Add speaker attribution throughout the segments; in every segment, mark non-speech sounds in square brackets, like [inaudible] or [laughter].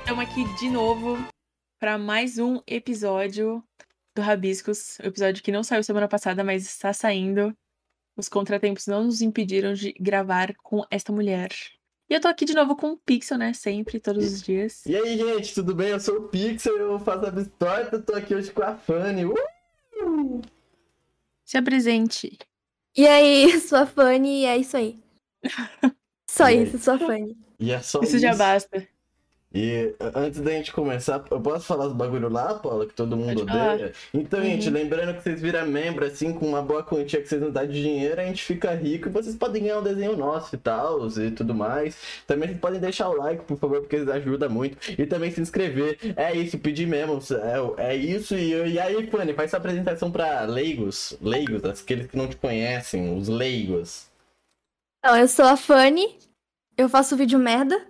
Speaker 1: Estamos aqui de novo para mais um episódio do Rabiscos, um episódio que não saiu semana passada, mas está saindo. Os contratempos não nos impediram de gravar com esta mulher. E eu tô aqui de novo com o Pixel, né? Sempre, todos os dias.
Speaker 2: E aí, gente, tudo bem? Eu sou o Pixel, eu faço a bistorta, tô aqui hoje com a Fanny. Uh!
Speaker 1: Se apresente.
Speaker 3: E aí, [laughs] sua Fanny, e é isso aí. Só
Speaker 2: E aí?
Speaker 3: isso, sua Fanny.
Speaker 2: E é só
Speaker 1: Isso já basta.
Speaker 2: E uh, antes da gente começar, eu posso falar os bagulho lá, Paula, que todo mundo
Speaker 1: Pode falar. Uhum.
Speaker 2: odeia? Então, gente, lembrando que vocês viram membro, assim, com uma boa quantia que vocês não dão de dinheiro, a gente fica rico e vocês podem ganhar um desenho nosso e tal, e tudo mais. Também vocês podem deixar o like, por favor, porque isso ajuda muito. E também se inscrever. É isso, pedir mesmo. É, é isso. E, e aí, Fanny, faz sua apresentação pra leigos. Leigos, aqueles que não te conhecem, os leigos.
Speaker 3: Então, eu sou a Fanny, eu faço vídeo merda,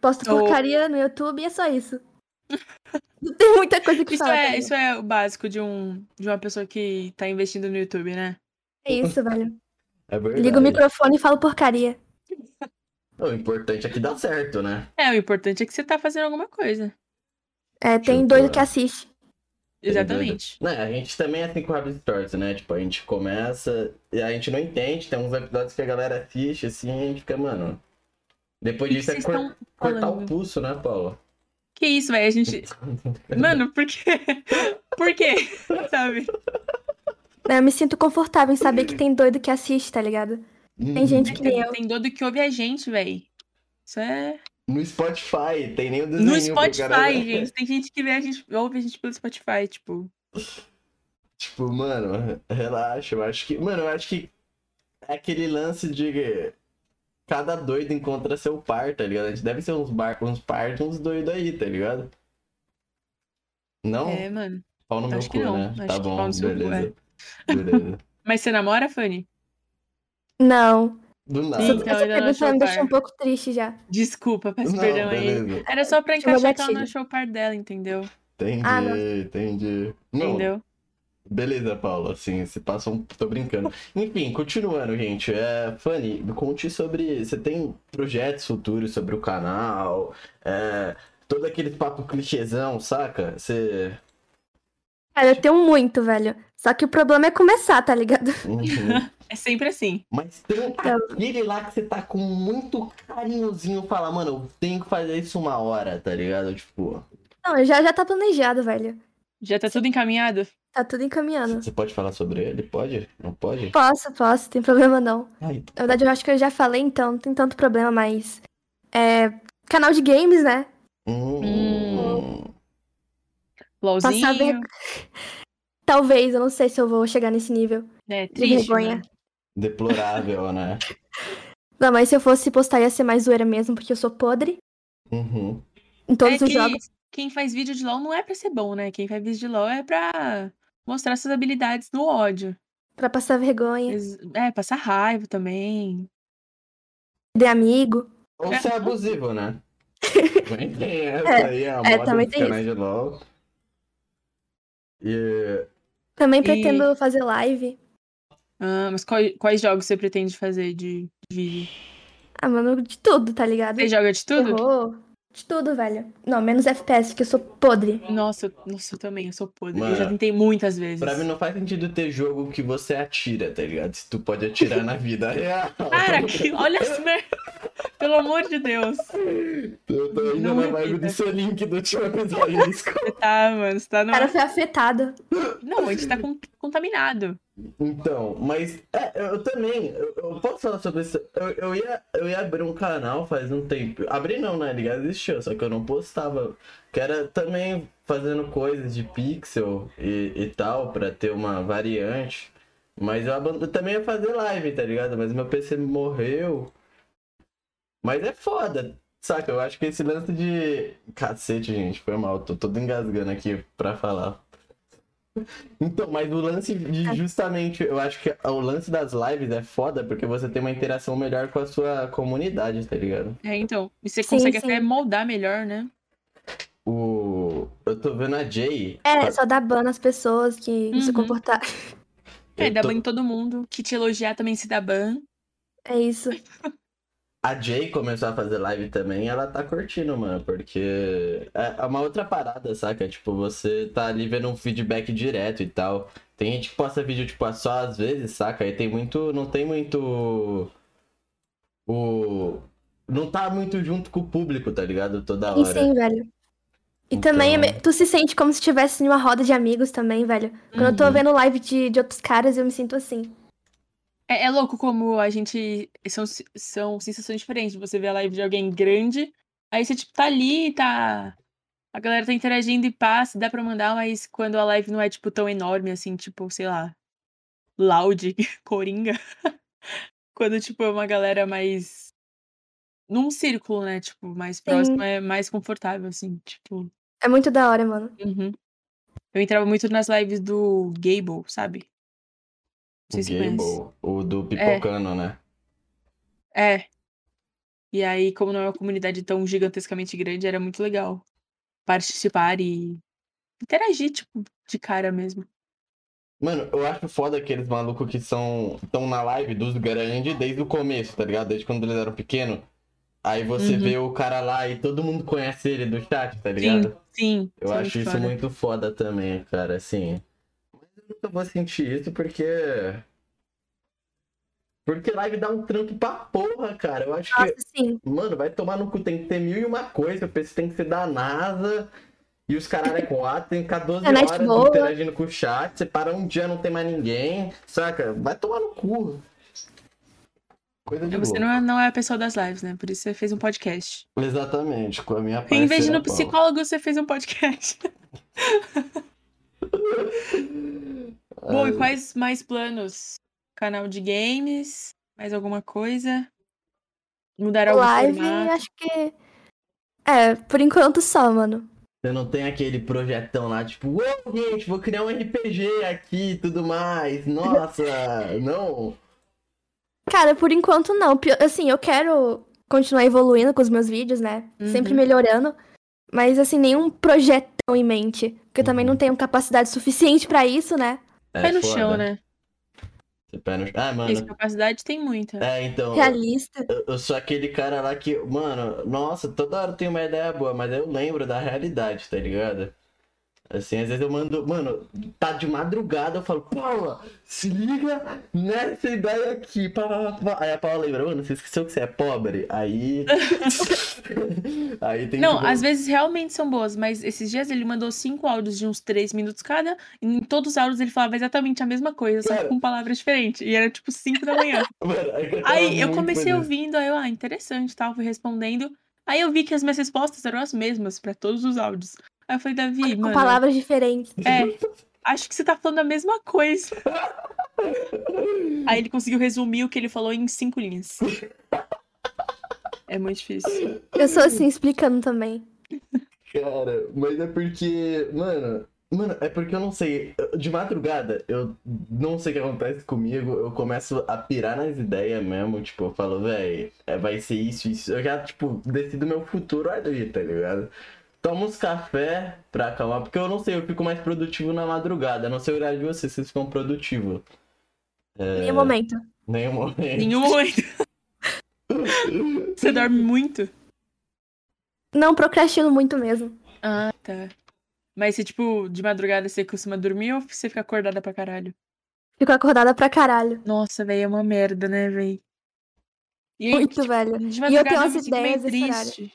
Speaker 3: posto
Speaker 1: Oh.
Speaker 3: porcaria no YouTube e é só isso. [laughs] Não tem muita coisa que
Speaker 1: Isso
Speaker 3: falar.
Speaker 1: é,
Speaker 3: velho.
Speaker 1: isso é o básico de, um, de uma pessoa que tá investindo no YouTube, né?
Speaker 3: É isso, velho.
Speaker 2: É verdade.
Speaker 3: Ligo o microfone e falo porcaria.
Speaker 2: O importante é que dá certo, né?
Speaker 1: É, o importante é que você tá fazendo alguma coisa.
Speaker 3: É, tem
Speaker 2: Chupa.
Speaker 3: doido que assiste.
Speaker 1: Exatamente.
Speaker 2: Né, a gente também é assim com o Rabbit Stories, né? Tipo, a gente começa e a gente não entende. Tem uns episódios que a galera assiste, assim, e a gente fica, mano. Depois
Speaker 1: O que
Speaker 2: disso é
Speaker 1: vocês
Speaker 2: cor-
Speaker 1: estão
Speaker 2: cortar o
Speaker 1: falando?
Speaker 2: pulso, né, Paula?
Speaker 1: Que isso, velho? A gente. Mano, por
Speaker 2: [laughs]
Speaker 1: quê? Por quê? Sabe?
Speaker 3: Né, Eu me sinto confortável em saber que tem doido que assiste, tá ligado?
Speaker 1: Uhum.
Speaker 3: Tem gente que nem eu.
Speaker 1: Tipo, Tem doido que ouve a gente, velho. Isso é.
Speaker 2: No Spotify, tem nem o desenho.
Speaker 1: No
Speaker 2: pro cara-
Speaker 1: Spotify, gente. Tem gente que vê a gente, ouve a gente pelo Spotify, tipo.
Speaker 2: Tipo, mano, relaxa. Eu acho que. Mano, eu acho que é aquele lance de. que Cada doido encontra seu par, tá ligado? A gente deve ser uns, bar... uns par de uns doidos aí, tá ligado? Não?
Speaker 1: É, mano.
Speaker 2: Pau no
Speaker 1: Acho
Speaker 2: meu
Speaker 1: que
Speaker 2: cu,
Speaker 1: não.
Speaker 2: né?
Speaker 1: Acho
Speaker 2: tá
Speaker 1: que
Speaker 2: bom,
Speaker 1: pau no seu cu,
Speaker 2: beleza. Beleza.
Speaker 1: Mas você namora, Fanny?
Speaker 3: Não.
Speaker 2: Do nada.
Speaker 1: [laughs] Sim, então,
Speaker 3: Essa
Speaker 1: ainda não
Speaker 3: pergunta
Speaker 1: achou
Speaker 3: me
Speaker 1: o
Speaker 3: deixou
Speaker 1: par.
Speaker 3: um pouco triste já.
Speaker 1: Desculpa, peço
Speaker 2: Não,
Speaker 1: perdão aí.
Speaker 2: beleza.
Speaker 1: Era só pra
Speaker 3: Deixa eu
Speaker 1: encaixar que
Speaker 3: dar
Speaker 1: ela não
Speaker 3: gatilho.
Speaker 1: achou o par dela, entendeu?
Speaker 2: Entendi,
Speaker 3: Ah, não.
Speaker 2: entendi. Não,
Speaker 1: Entendeu?
Speaker 2: beleza, Paulo. Assim, se passou um. Tô brincando. Enfim, continuando, gente. É, Fanny, me conte sobre. Você tem projetos futuros sobre o canal? É, todo aquele papo clichêzão, saca? Você.
Speaker 3: Cara, eu tenho muito, velho. Só que o problema é começar, tá ligado? [laughs]
Speaker 2: Uhum.
Speaker 1: [laughs] É sempre assim.
Speaker 2: Mas tem aquele lá que você tá com muito carinhozinho fala, mano, eu tenho que fazer isso uma hora, tá ligado? Tipo,
Speaker 3: Não, já, já tá planejado, velho.
Speaker 1: Já tá tudo encaminhado?
Speaker 3: Tá tudo encaminhando.
Speaker 2: você pode falar sobre ele? Pode? Não pode?
Speaker 3: Posso, posso, tem problema não.
Speaker 2: Ai,
Speaker 3: Na verdade, eu acho que eu já falei, então não tem tanto problema, mas. É. Canal de games, né?
Speaker 2: hum.
Speaker 1: LOLzinho.
Speaker 3: Passar vergonha. [laughs] Talvez, eu não sei se eu vou chegar nesse nível.
Speaker 1: É
Speaker 3: De
Speaker 1: triste.
Speaker 3: vergonha.
Speaker 1: mano.
Speaker 2: Deplorável, né?
Speaker 3: Não, mas se eu fosse postar ia ser mais zoeira mesmo, porque eu sou podre
Speaker 2: Uhum.
Speaker 3: em todos
Speaker 1: É
Speaker 3: os
Speaker 1: que
Speaker 3: jogos.
Speaker 1: Quem faz vídeo de LOL não é pra ser bom, né? Quem faz vídeo de LOL é pra mostrar suas habilidades no ódio.
Speaker 3: Pra passar vergonha,
Speaker 1: Ex- É, passar raiva também.
Speaker 3: de amigo.
Speaker 2: Ou
Speaker 1: É.
Speaker 2: ser abusivo,
Speaker 3: [laughs]
Speaker 2: né? Também tem essa aí, a
Speaker 3: é,
Speaker 2: moda
Speaker 3: também
Speaker 2: dos
Speaker 3: tem
Speaker 2: canais de LOL. E
Speaker 3: Também
Speaker 1: E-
Speaker 3: pretendo fazer live.
Speaker 1: Ah, mas quais, quais jogos você pretende fazer de de vídeo?
Speaker 3: Ah, mano, de tudo, tá ligado?
Speaker 1: Você joga de tudo?
Speaker 3: Terror, de tudo, velho. Não, menos FPS, porque eu sou podre.
Speaker 1: Nossa, eu- nossa, eu também, eu sou podre.
Speaker 2: Mano,
Speaker 1: eu já tentei muitas vezes.
Speaker 2: pra mim não faz sentido ter jogo que você atira, tá ligado? Se tu pode atirar na vida real.
Speaker 1: Cara, que- olha as merda. Pelo amor de Deus. Você
Speaker 2: Eu tô ainda
Speaker 1: não
Speaker 2: na
Speaker 3: é
Speaker 1: me
Speaker 2: vibe
Speaker 1: irrita.
Speaker 2: do seu link do último episódio. desculpa.
Speaker 1: tá, mano, você tá
Speaker 3: O
Speaker 1: no.
Speaker 3: cara foi afetado.
Speaker 1: Não, a gente tá con- contaminado.
Speaker 2: Então, mas é, eu também, eu, eu posso falar sobre isso. Eu, eu, ia, eu ia abrir um canal faz um tempo. Abri não, né? Ligado existiu, só que eu não postava. Que era também fazendo coisas de pixel e, e tal, pra ter uma variante. Mas eu, aban- eu também ia fazer live, tá ligado? Mas meu PC morreu. Mas é foda, saca? Eu acho que esse lance de. Cacete, gente, foi mal. Tô todo engasgando aqui pra falar. Então, mas o lance
Speaker 3: É.
Speaker 2: de justamente, eu acho que o lance das lives é foda porque você tem uma interação melhor com a sua comunidade, tá ligado?
Speaker 1: É, então. E você
Speaker 3: Sim,
Speaker 1: consegue
Speaker 3: sim.
Speaker 1: até moldar melhor, né?
Speaker 2: O eu tô vendo a Jay.
Speaker 3: É, só dá ban nas pessoas que não se
Speaker 1: Uhum.
Speaker 3: comportar.
Speaker 1: É,
Speaker 2: eu
Speaker 1: dá
Speaker 2: tô-
Speaker 1: ban em todo mundo. Que te elogiar também se dá ban.
Speaker 3: É isso.
Speaker 2: a Jay começou a fazer live também, ela tá curtindo, mano, porque é uma outra parada, saca? Tipo, você tá ali vendo um feedback direto e tal. Tem gente que posta vídeo, tipo, só às vezes, saca? E tem muito. Não tem muito. O. Não tá muito junto com o público, tá ligado? Toda hora.
Speaker 3: E sim, velho. E
Speaker 2: Então-
Speaker 3: também, é tu se sente como se estivesse em uma roda de amigos também, velho. Quando eu tô
Speaker 2: Uhum.
Speaker 3: vendo live de, de outros caras, eu me sinto assim.
Speaker 1: É, é louco como a gente. São, se- são sensações diferentes. Você vê a live de alguém grande, aí você, tipo, tá ali, tá. A galera tá interagindo e passa, dá pra mandar, mas quando a live não é, tipo, tão enorme, assim, tipo, sei lá. Loud, [laughs] coringa. quando, tipo, é uma galera mais. Num círculo, né? Tipo, mais próximo, é mais confortável, assim, tipo.
Speaker 3: É muito da hora, mano.
Speaker 1: Uhum. Eu entrava muito nas lives do Gable, sabe? Não sei se
Speaker 2: O
Speaker 1: você conhece.
Speaker 2: Gable, o do Pipocano, né?
Speaker 1: É. E aí, como não é uma comunidade tão gigantescamente grande, era muito legal participar e interagir, tipo, de cara mesmo.
Speaker 2: Mano, eu acho foda aqueles malucos que são tão na live dos grandes desde o começo, tá ligado? Desde quando eles eram pequenos. Aí você
Speaker 1: Uhum.
Speaker 2: vê o cara lá e todo mundo conhece ele do chat, tá ligado?
Speaker 1: Sim,
Speaker 2: Eu
Speaker 1: sou
Speaker 2: acho isso
Speaker 1: fã.
Speaker 2: muito foda também, cara, assim. Mas eu nunca vou sentir isso porque. Porque live dá um trampo pra porra, cara. Eu acho
Speaker 3: Nossa,
Speaker 2: que.
Speaker 3: sim.
Speaker 2: Mano, vai tomar no cu, tem que ter mil e uma coisa. O PC tem que ser da NASA. E os caralho é quatro, tem que ficar 12
Speaker 3: Internet
Speaker 2: horas
Speaker 3: boa.
Speaker 2: interagindo com o chat. Você para um dia, não tem mais ninguém. Saca? Vai tomar no cu. Coisa de
Speaker 1: Você
Speaker 2: louco.
Speaker 1: não é, não é a pessoa das lives, né? Por isso você fez um podcast.
Speaker 2: Exatamente, com a minha
Speaker 1: Em vez de ir
Speaker 2: parceira
Speaker 1: no
Speaker 2: Paula.
Speaker 1: psicólogo, você fez um podcast. [laughs] Bom, e quais mais planos? Canal de games? Mais alguma coisa? Mudar algum
Speaker 3: Live,
Speaker 1: formato?
Speaker 3: acho que. É, por enquanto só, mano.
Speaker 2: Você não tem aquele projetão lá, tipo, uou, gente, vou criar um RPG aqui e tudo mais. Nossa, [laughs] não.
Speaker 3: Cara, por enquanto não. Pio- Assim, eu quero continuar evoluindo com os meus vídeos, né? Sempre
Speaker 1: Uhum.
Speaker 3: melhorando. Mas, assim, nenhum projetão em mente. Porque eu também
Speaker 2: Uhum.
Speaker 3: não tenho capacidade suficiente pra isso, né?
Speaker 2: É
Speaker 1: Pé no
Speaker 2: foda.
Speaker 1: chão, né?
Speaker 2: Você Pé no chão. Ah,
Speaker 1: Isso,
Speaker 2: mano.
Speaker 1: capacidade tem muita.
Speaker 2: É, então,
Speaker 3: Realista.
Speaker 2: eu, eu sou aquele cara lá que, mano, nossa, toda hora eu tenho uma ideia boa, mas eu lembro da realidade, tá ligado? Assim, às vezes eu mando, mano, tá de madrugada, eu falo, Paula, se liga nessa ideia aqui. Pá, pá, pá, pá. Aí a Paula lembra, mano, você esqueceu que você é
Speaker 1: [laughs]
Speaker 2: pobre? Aí. [laughs] Aí tem tipo,
Speaker 1: Não,
Speaker 2: que-
Speaker 1: às vezes realmente são boas, mas esses dias ele mandou cinco áudios de uns três minutos cada, e em todos os áudios ele falava exatamente a mesma coisa, só que
Speaker 2: Cara.
Speaker 1: com palavras diferentes. E era tipo cinco da manhã.
Speaker 2: Mano, é que eu tava
Speaker 1: aí eu
Speaker 2: muito
Speaker 1: comecei
Speaker 2: feliz.
Speaker 1: ouvindo, aí eu, ah, interessante, tal, fui respondendo. Aí eu vi que as minhas respostas eram as mesmas pra todos os áudios. Aí eu falei, Davi,
Speaker 3: Com
Speaker 1: mano,
Speaker 3: palavras diferentes.
Speaker 1: é, acho que você tá falando a mesma coisa. aí ele conseguiu resumir o que ele falou em cinco linhas. É muito difícil.
Speaker 3: Eu sou assim, explicando também.
Speaker 2: Cara, mas é porque, mano, mano, é porque eu não sei, eu- de madrugada, eu não sei o que acontece comigo, eu começo a pirar nas ideias mesmo, tipo, eu falo, véi, é, vai ser isso, isso, eu já, tipo, decido meu futuro ali, tá ligado? Tomo uns café pra acalmar, porque eu não sei, eu fico mais produtivo na madrugada, não sei o horário de vocês, vocês ficam produtivos.
Speaker 3: Em
Speaker 1: É.
Speaker 3: nenhum momento.
Speaker 2: Nenhum momento.
Speaker 1: Nenhum momento. Você dorme muito?
Speaker 3: Não procrastino muito mesmo.
Speaker 1: Ah, tá. Mas se, tipo, de madrugada você costuma dormir ou você fica acordada pra caralho?
Speaker 3: Fico acordada pra caralho.
Speaker 1: Nossa, velho, é uma merda, né, velho? E aí, tipo,
Speaker 3: Muito, velho.
Speaker 1: de
Speaker 3: E eu tenho
Speaker 1: madrugada eu me
Speaker 3: umas
Speaker 1: sinto meio
Speaker 3: ideias desse horário.
Speaker 1: triste.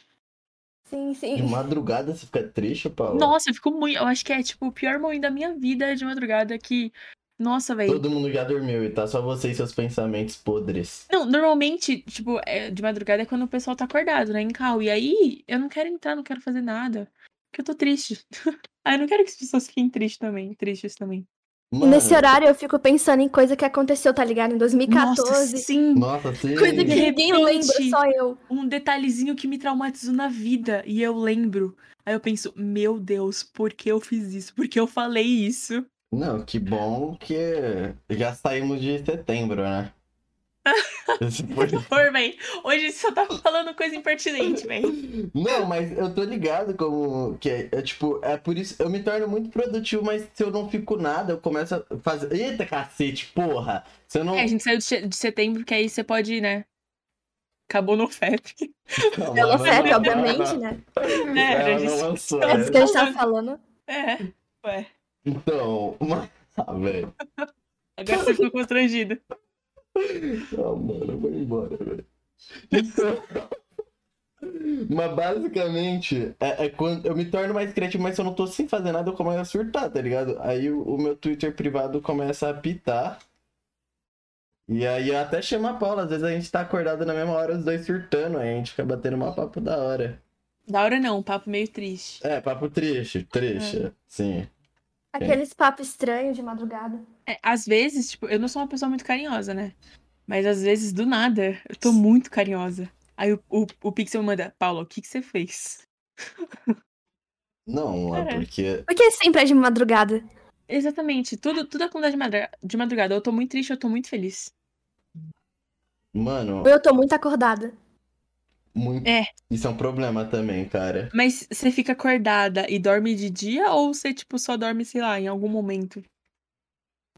Speaker 2: [laughs]
Speaker 3: Sim,
Speaker 2: De
Speaker 3: sim.
Speaker 2: madrugada você fica triste, Paulo?
Speaker 1: Nossa, eu fico muito. Eu acho que é, tipo, o pior momento da minha vida é de madrugada que. Nossa, velho.
Speaker 2: Todo mundo já dormiu e tá só você e seus pensamentos podres.
Speaker 1: Não, normalmente, tipo, é, de madrugada é quando o pessoal tá acordado, né, em cal. E aí, eu não quero entrar, não quero fazer nada. Porque eu tô triste. [laughs] aí eu não quero que as pessoas fiquem tristes também. Tristes também.
Speaker 3: E nesse
Speaker 2: Mano,
Speaker 3: horário eu fico pensando em coisa que aconteceu, tá ligado? Em 2014.
Speaker 1: Nossa, sim,
Speaker 2: Nossa, sim.
Speaker 3: Coisa que
Speaker 1: De
Speaker 3: ninguém lembra,
Speaker 1: repente.
Speaker 3: só eu.
Speaker 1: um detalhezinho que me traumatizou na vida e eu lembro. Aí eu penso, meu Deus, por que eu fiz isso? Por que eu falei isso?
Speaker 2: Não, que bom que já saímos de setembro,
Speaker 3: [laughs]
Speaker 2: né? Esse foi-
Speaker 1: Por bem, hoje você só tá falando coisa impertinente, [laughs] velho.
Speaker 2: Não, mas eu tô ligado como que é, é tipo, é por isso, eu me torno muito produtivo, mas se eu não fico nada, eu começo a fazer, eita cacete, porra. Se eu não
Speaker 1: É, a gente saiu de che- de setembro, que aí você pode, né? Acabou no
Speaker 2: [laughs]
Speaker 1: FEP.
Speaker 2: Não,
Speaker 3: Pelo
Speaker 2: mas-
Speaker 3: FEP,
Speaker 2: não,
Speaker 3: obviamente,
Speaker 1: [laughs]
Speaker 2: não,
Speaker 3: né?
Speaker 2: não,
Speaker 1: né? Era
Speaker 2: não
Speaker 1: disso.
Speaker 2: lançou,
Speaker 3: É
Speaker 2: né?
Speaker 3: isso que a gente tava falando.
Speaker 1: É, ué.
Speaker 2: Então, [laughs] mas. Ah, velho.
Speaker 1: Agora você ficou constrangido.
Speaker 2: Ah, mano, eu vou embora, velho. Então. [laughs] Mas basicamente, é, é quando eu me torno mais criativo, mas se eu não tô sem fazer nada, eu começo a surtar, tá ligado? Aí o, o meu Twitter privado começa a apitar. E aí eu até chamo a Paula, às vezes a gente tá acordado na mesma hora, os dois surtando, aí a gente fica batendo uma papo da hora.
Speaker 1: Da hora não, um papo meio triste.
Speaker 2: É, papo triste, triste, sim.
Speaker 3: Aqueles papos estranhos de madrugada.
Speaker 1: É, às vezes, tipo, eu não sou uma pessoa muito carinhosa, né? Mas às vezes, do nada, eu tô muito carinhosa. Aí o, o, o Pixel me manda, Paula, o que, que você fez?
Speaker 2: Não, é
Speaker 1: Cara.
Speaker 2: porque
Speaker 3: Porque sempre é de madrugada.
Speaker 1: Exatamente, tudo, tudo acontece de madra- de madrugada. Ou Eu tô muito triste, ou eu tô muito feliz.
Speaker 2: Mano,
Speaker 3: Ou eu tô muito acordada.
Speaker 2: muito.
Speaker 1: É.
Speaker 2: Isso é um problema também, cara.
Speaker 1: Mas você fica acordada e dorme de dia, ou você, tipo, só dorme, sei lá, em algum momento?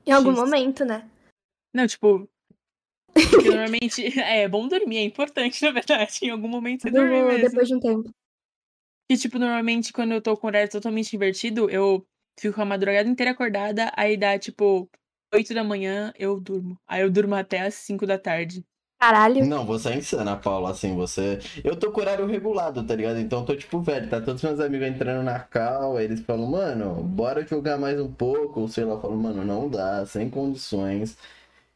Speaker 3: Em algum
Speaker 1: X.
Speaker 3: momento, né?
Speaker 1: Não, tipo. [laughs] Porque normalmente é bom dormir, é importante, [laughs] na verdade. Em algum momento você dorme
Speaker 3: Do-
Speaker 1: É mesmo.
Speaker 3: Depois de um tempo.
Speaker 1: E, tipo, normalmente quando eu tô com o horário totalmente invertido, eu fico a madrugada inteira acordada, aí dá, tipo, 8 da manhã, eu durmo. Aí eu durmo até as 5 da tarde.
Speaker 3: Caralho.
Speaker 2: Não, você é insana, Paula, assim, você. Eu tô com horário regulado, tá ligado? Então eu tô tipo, velho, tá todos meus amigos entrando na cal, aí eles falam, mano, bora jogar mais um pouco, ou sei lá, eu falo, mano, não dá, sem condições.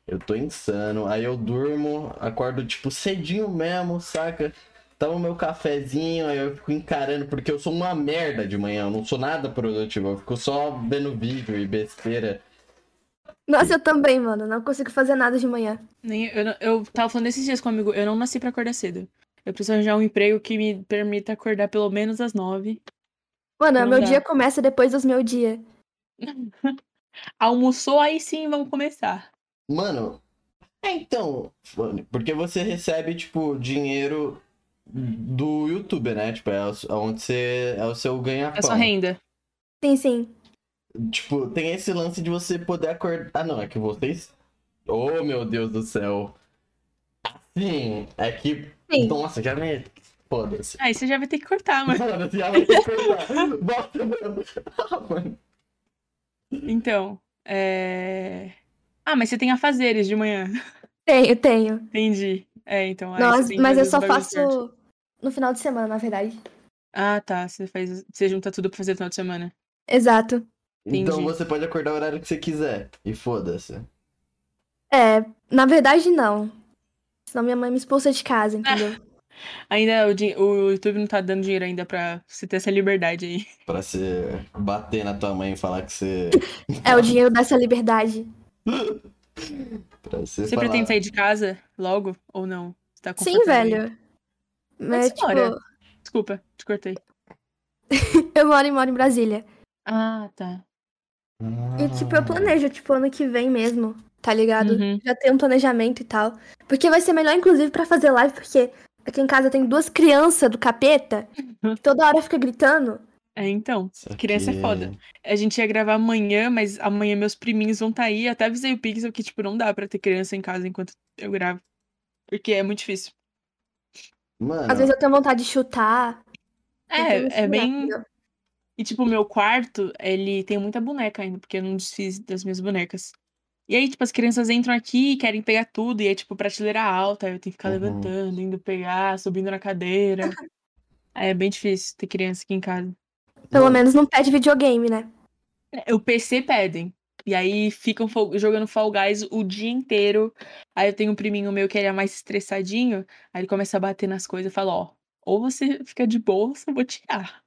Speaker 2: Eu tô insano. Aí eu durmo, acordo tipo cedinho mesmo, saca? Tava meu cafezinho, aí eu fico encarando, porque eu sou uma merda de manhã, eu não sou nada produtivo, eu fico só vendo vídeo e besteira.
Speaker 3: Nossa, eu também, mano. Não consigo fazer nada de manhã.
Speaker 1: Nem, eu, não- eu tava falando esses dias com um amigo, eu não nasci pra acordar cedo. Eu preciso arranjar um emprego que me permita acordar pelo menos às 9.
Speaker 3: Mano,
Speaker 1: Não
Speaker 3: meu
Speaker 1: dá.
Speaker 3: dia começa depois dos meus dias.
Speaker 1: Almoçou, aí sim vamos começar.
Speaker 2: Mano, é então, mano, porque você recebe, tipo, dinheiro do YouTube, né? Tipo, é o- é onde você. É o seu
Speaker 1: É só
Speaker 2: ganha-pão.
Speaker 1: renda.
Speaker 3: Sim, sim.
Speaker 2: Tipo, tem esse lance de você poder acordar. Ah, não, é que vocês. Oh, meu Deus do céu. Assim, é que.
Speaker 3: Sim.
Speaker 2: Nossa, já me.
Speaker 1: [laughs]
Speaker 2: Foda-se.
Speaker 1: Aí você já vai ter que cortar,
Speaker 2: [laughs]
Speaker 1: mano.
Speaker 2: Mano, já vai ter que cortar. [laughs] Bota, mano. Ah, mano.
Speaker 1: Então, é. Ah, mas você tem afazeres de manhã. [laughs]
Speaker 3: Tenho, tenho.
Speaker 1: Entendi. É, então. aí você
Speaker 3: Nossa,
Speaker 1: tem que
Speaker 3: mas
Speaker 1: fazer
Speaker 3: eu
Speaker 1: os
Speaker 3: só
Speaker 1: bagulhos
Speaker 3: faço
Speaker 1: certos.
Speaker 3: no final de semana, na verdade.
Speaker 1: Ah, tá. Você faz. Você junta tudo pra fazer no final de semana.
Speaker 3: Exato.
Speaker 2: Então
Speaker 1: Entendi.
Speaker 2: você pode acordar o horário que você quiser. E foda-se.
Speaker 3: É, na verdade, não. Senão minha mãe me expulsa de casa, entendeu? [laughs]
Speaker 1: Ainda o, di- o YouTube não tá dando dinheiro ainda pra você ter essa liberdade aí.
Speaker 2: Pra você bater na tua mãe e falar que você.
Speaker 3: É o dinheiro dessa liberdade.
Speaker 2: Pra você
Speaker 1: Você
Speaker 2: falar...
Speaker 1: pretende sair de casa logo ou não? Você tá
Speaker 3: Sim,
Speaker 1: confortável aí?
Speaker 3: velho. Mas,
Speaker 1: Mas
Speaker 3: tipo,
Speaker 1: mora. Desculpa, te cortei.
Speaker 3: [laughs] eu moro e moro em Brasília.
Speaker 1: Ah, tá.
Speaker 3: E, tipo, eu planejo, tipo, ano que vem mesmo, tá ligado?
Speaker 1: Uhum.
Speaker 3: Já tem um planejamento e tal. Porque vai ser melhor, inclusive, pra fazer live, porque aqui em casa tem duas crianças do [laughs] capeta que toda hora fica gritando.
Speaker 1: É, então.
Speaker 2: Isso
Speaker 1: Criança é
Speaker 2: aqui
Speaker 1: foda. A gente ia gravar amanhã, mas amanhã meus priminhos vão tá aí. Eu Até avisei o Pixel que, tipo, não dá pra ter criança em casa enquanto eu gravo. Porque é muito difícil.
Speaker 2: Mano,
Speaker 3: Às vezes eu tenho vontade de chutar. eu tenho
Speaker 1: É,
Speaker 3: vontade de
Speaker 1: é
Speaker 3: chorar,
Speaker 1: bem.
Speaker 3: entendeu?
Speaker 1: E, tipo, o meu quarto, ele tem muita boneca ainda, porque eu não desfiz das minhas bonecas. E aí, tipo, as crianças entram aqui e querem pegar tudo, e é, tipo, prateleira alta, aí eu tenho que ficar
Speaker 2: Uhum.
Speaker 1: levantando, indo pegar, subindo na cadeira. É bem difícil ter criança aqui em casa.
Speaker 3: Pelo
Speaker 2: mano,
Speaker 3: menos não pede videogame, né?
Speaker 1: É, O PC pedem. E aí ficam fo- jogando Fall Guys o dia inteiro. Aí eu tenho um priminho meu que ele é mais estressadinho, aí ele começa a bater nas coisas e fala, ó, ou você fica de boa, ou eu vou tirar.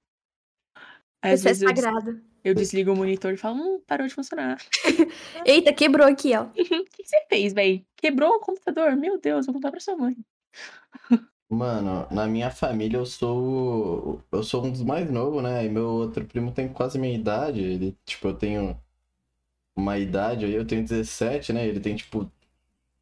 Speaker 1: Aí, às
Speaker 3: Isso é
Speaker 1: vezes eu des-
Speaker 3: sagrado.
Speaker 1: eu desligo o monitor e falo, hum, parou de funcionar. [laughs]
Speaker 3: Eita, quebrou aqui, ó.
Speaker 1: O que que você fez, véi? Quebrou o computador? Meu Deus, vou contar pra sua mãe.
Speaker 2: mano, na minha família eu sou. Eu sou um dos mais novos, né? E meu outro primo tem quase minha idade. Ele, tipo, eu tenho uma idade, aí eu tenho 17, né? Ele tem, tipo,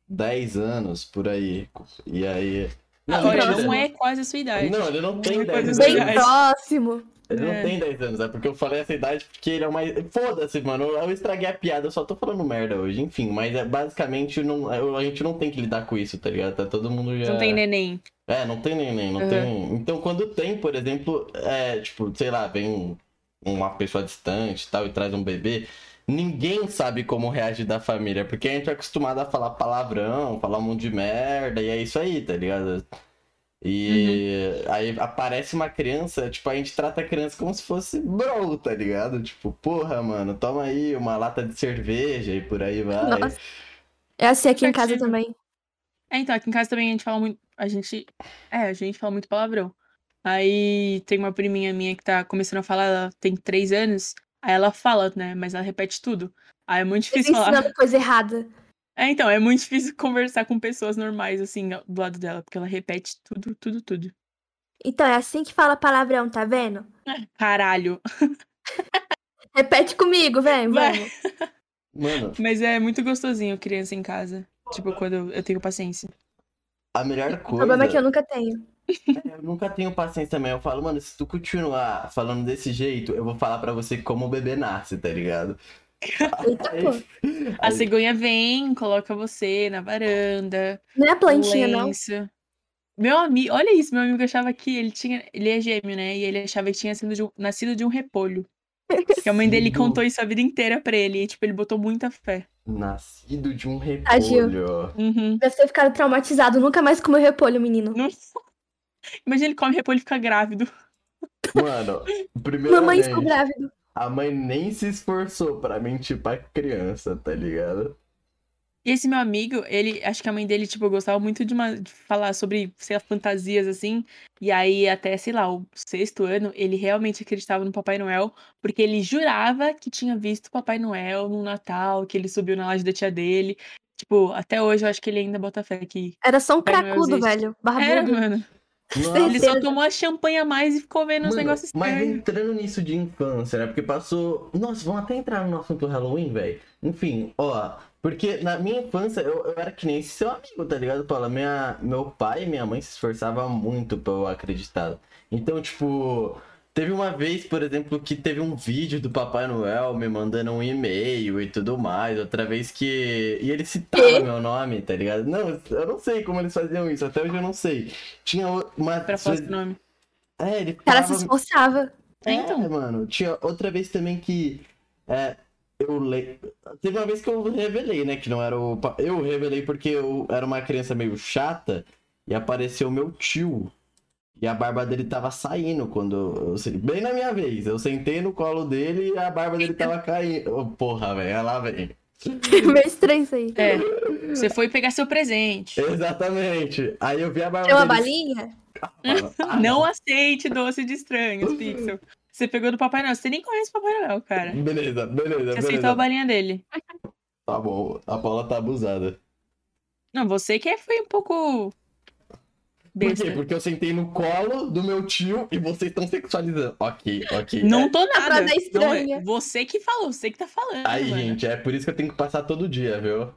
Speaker 2: 10 anos por aí. E aí.
Speaker 1: Agora,
Speaker 2: mentira.
Speaker 1: não é quase a sua idade.
Speaker 2: Não, ele não
Speaker 1: Não
Speaker 2: tem
Speaker 1: é coisa
Speaker 2: 10
Speaker 1: de
Speaker 3: Bem
Speaker 1: Verdade.
Speaker 2: anos.
Speaker 3: próximo.
Speaker 2: Ele
Speaker 1: É.
Speaker 2: não tem 10 anos, é porque eu falei essa idade porque ele é o mais. Foda-se, mano. Eu estraguei a piada, eu só tô falando merda hoje. Enfim, mas é, basicamente não, eu- a gente não tem que lidar com isso, tá ligado? Tá todo mundo já.
Speaker 1: Não tem neném.
Speaker 2: É, não tem neném, não
Speaker 1: Uhum.
Speaker 2: tem. Então quando tem, por exemplo, é, tipo, sei lá, vem um- uma pessoa distante e tal e traz um bebê, ninguém sabe como reagir da família, porque a gente é acostumado a falar palavrão, falar um monte de merda, e é isso aí, tá ligado? E
Speaker 3: Uhum.
Speaker 2: aí aparece uma criança, tipo, a gente trata a criança como se fosse bro, tá ligado? Tipo, porra, mano, toma aí uma lata de cerveja e por aí vai.
Speaker 3: Nossa. É assim aqui em casa
Speaker 1: Certinho.
Speaker 3: também.
Speaker 1: É, então, aqui em casa também a gente fala muito. A gente. É, a gente fala muito palavrão. Aí tem uma priminha minha que tá começando a falar, ela tem três anos. Aí ela fala, né? Mas ela repete tudo. Aí é muito
Speaker 3: Eles
Speaker 1: difícil falar.
Speaker 3: ensinando coisa errada.
Speaker 1: [laughs] É, então, é muito difícil conversar com pessoas normais, assim, ao- do lado dela, porque ela repete tudo, tudo, tudo.
Speaker 3: Então, é assim que fala palavrão, tá vendo?
Speaker 1: Caralho.
Speaker 3: Repete comigo, vem,
Speaker 1: Vai.
Speaker 3: vamos.
Speaker 2: Mano,
Speaker 1: Mas é muito gostosinho criança em casa. Tipo, quando eu- eu tenho paciência.
Speaker 2: a melhor
Speaker 3: O
Speaker 2: coisa.
Speaker 3: problema é que eu nunca tenho.
Speaker 2: É, Eu nunca tenho paciência também. Eu falo, mano, se tu continuar falando desse jeito, eu vou falar pra você como o bebê nasce, tá ligado?
Speaker 3: Eita,
Speaker 2: Aí-
Speaker 3: pô.
Speaker 1: A
Speaker 2: aí-
Speaker 1: cegonha vem, coloca você na varanda. um
Speaker 3: Não é plantinha, não.
Speaker 1: lenço. Meu amigo, olha isso, meu amigo achava que ele tinha. Ele é gêmeo, né? E ele achava que tinha sido de um- nascido de um repolho. Que a mãe dele
Speaker 2: Nascido.
Speaker 1: contou isso a vida inteira pra ele. E, tipo, ele botou muita fé.
Speaker 2: Nascido de um
Speaker 3: Tadinho.
Speaker 2: repolho.
Speaker 1: Uhum.
Speaker 3: Deve ter ficado traumatizado. Nunca mais comeu repolho, menino.
Speaker 1: Não- Imagina ele come repolho e fica grávido.
Speaker 2: Mano,
Speaker 3: Mamãe,
Speaker 2: primeiramente,
Speaker 3: estou grávida.
Speaker 2: a mãe nem se esforçou pra mentir pra criança, tá ligado?
Speaker 1: E esse meu amigo, ele, acho que a mãe dele, tipo, gostava muito de, uma- de falar sobre, sei lá, fantasias assim. E aí, até, sei lá, o sexto ano, ele realmente acreditava no Papai Noel, porque ele jurava que tinha visto o Papai Noel no Natal, que ele subiu na laje da tia dele. Tipo, até hoje eu acho que ele ainda bota fé que.
Speaker 3: Era só um
Speaker 1: Papai Noel
Speaker 3: cracudo,
Speaker 1: existe.
Speaker 3: velho.
Speaker 1: Era,
Speaker 3: Barbudo.
Speaker 1: mano. Ele
Speaker 2: Nossa,
Speaker 1: só tomou a champanhe a mais e ficou vendo os
Speaker 2: mano,
Speaker 1: negócios
Speaker 2: mas
Speaker 1: estranhos.
Speaker 2: entrando nisso de infância, né? Porque passou. Nossa, vamos até entrar no assunto Halloween, velho. Enfim, ó. Porque na minha infância eu, eu era que nem esse seu amigo, tá ligado, Paula? Minha, meu pai e minha mãe se esforçavam muito pra eu acreditar. Então, tipo. Teve uma vez, por exemplo, que teve um vídeo do Papai Noel me mandando um e-mail e tudo mais. Outra vez que. E ele citava
Speaker 3: Quê?
Speaker 2: meu nome, tá ligado? Não, eu não sei como eles faziam isso, até hoje eu não sei. Tinha uma.
Speaker 1: Pra falar esse nome.
Speaker 2: É, ele
Speaker 3: O cara se
Speaker 2: falava-
Speaker 3: esforçava. [laughs]
Speaker 1: É, então.
Speaker 2: é, mano, tinha outra vez também que é, eu le... Teve uma vez que eu revelei, né? Que não era o. pa- Eu revelei porque eu era uma criança meio chata e apareceu meu tio. E a barba dele tava saindo quando eu- eu. sei- Bem na minha vez. Eu sentei no colo dele e a barba dele tava
Speaker 1: [laughs]
Speaker 2: caindo. Ô, porra, velho. olha lá, velho.
Speaker 3: É Meio estranho isso aí.
Speaker 1: É. Você foi pegar seu presente.
Speaker 2: Exatamente. Aí eu vi a barba
Speaker 3: Tem uma
Speaker 2: dele.
Speaker 3: balinha?
Speaker 1: [laughs]
Speaker 2: Mano, ah,
Speaker 1: Não aceite doce de estranhos, Pixel. Você pegou do Papai Noel. Você nem conhece o Papai Noel, cara.
Speaker 2: Beleza, beleza,
Speaker 1: Você aceitou a
Speaker 2: É, beleza.
Speaker 1: balinha dele.
Speaker 2: Tá bom. A Paula tá abusada.
Speaker 1: Não, você que foi um pouco.
Speaker 2: Por quê?
Speaker 1: Besta.
Speaker 2: Porque eu sentei no colo do meu tio e vocês estão sexualizando. Ok, ok. É-
Speaker 1: Não tô
Speaker 3: pra
Speaker 1: nada.
Speaker 3: dar
Speaker 1: Não é-
Speaker 3: estranha.
Speaker 1: Você que falou, você que tá falando.
Speaker 2: Aí,
Speaker 1: mano.
Speaker 2: gente, é por isso que eu tenho que passar todo dia, viu?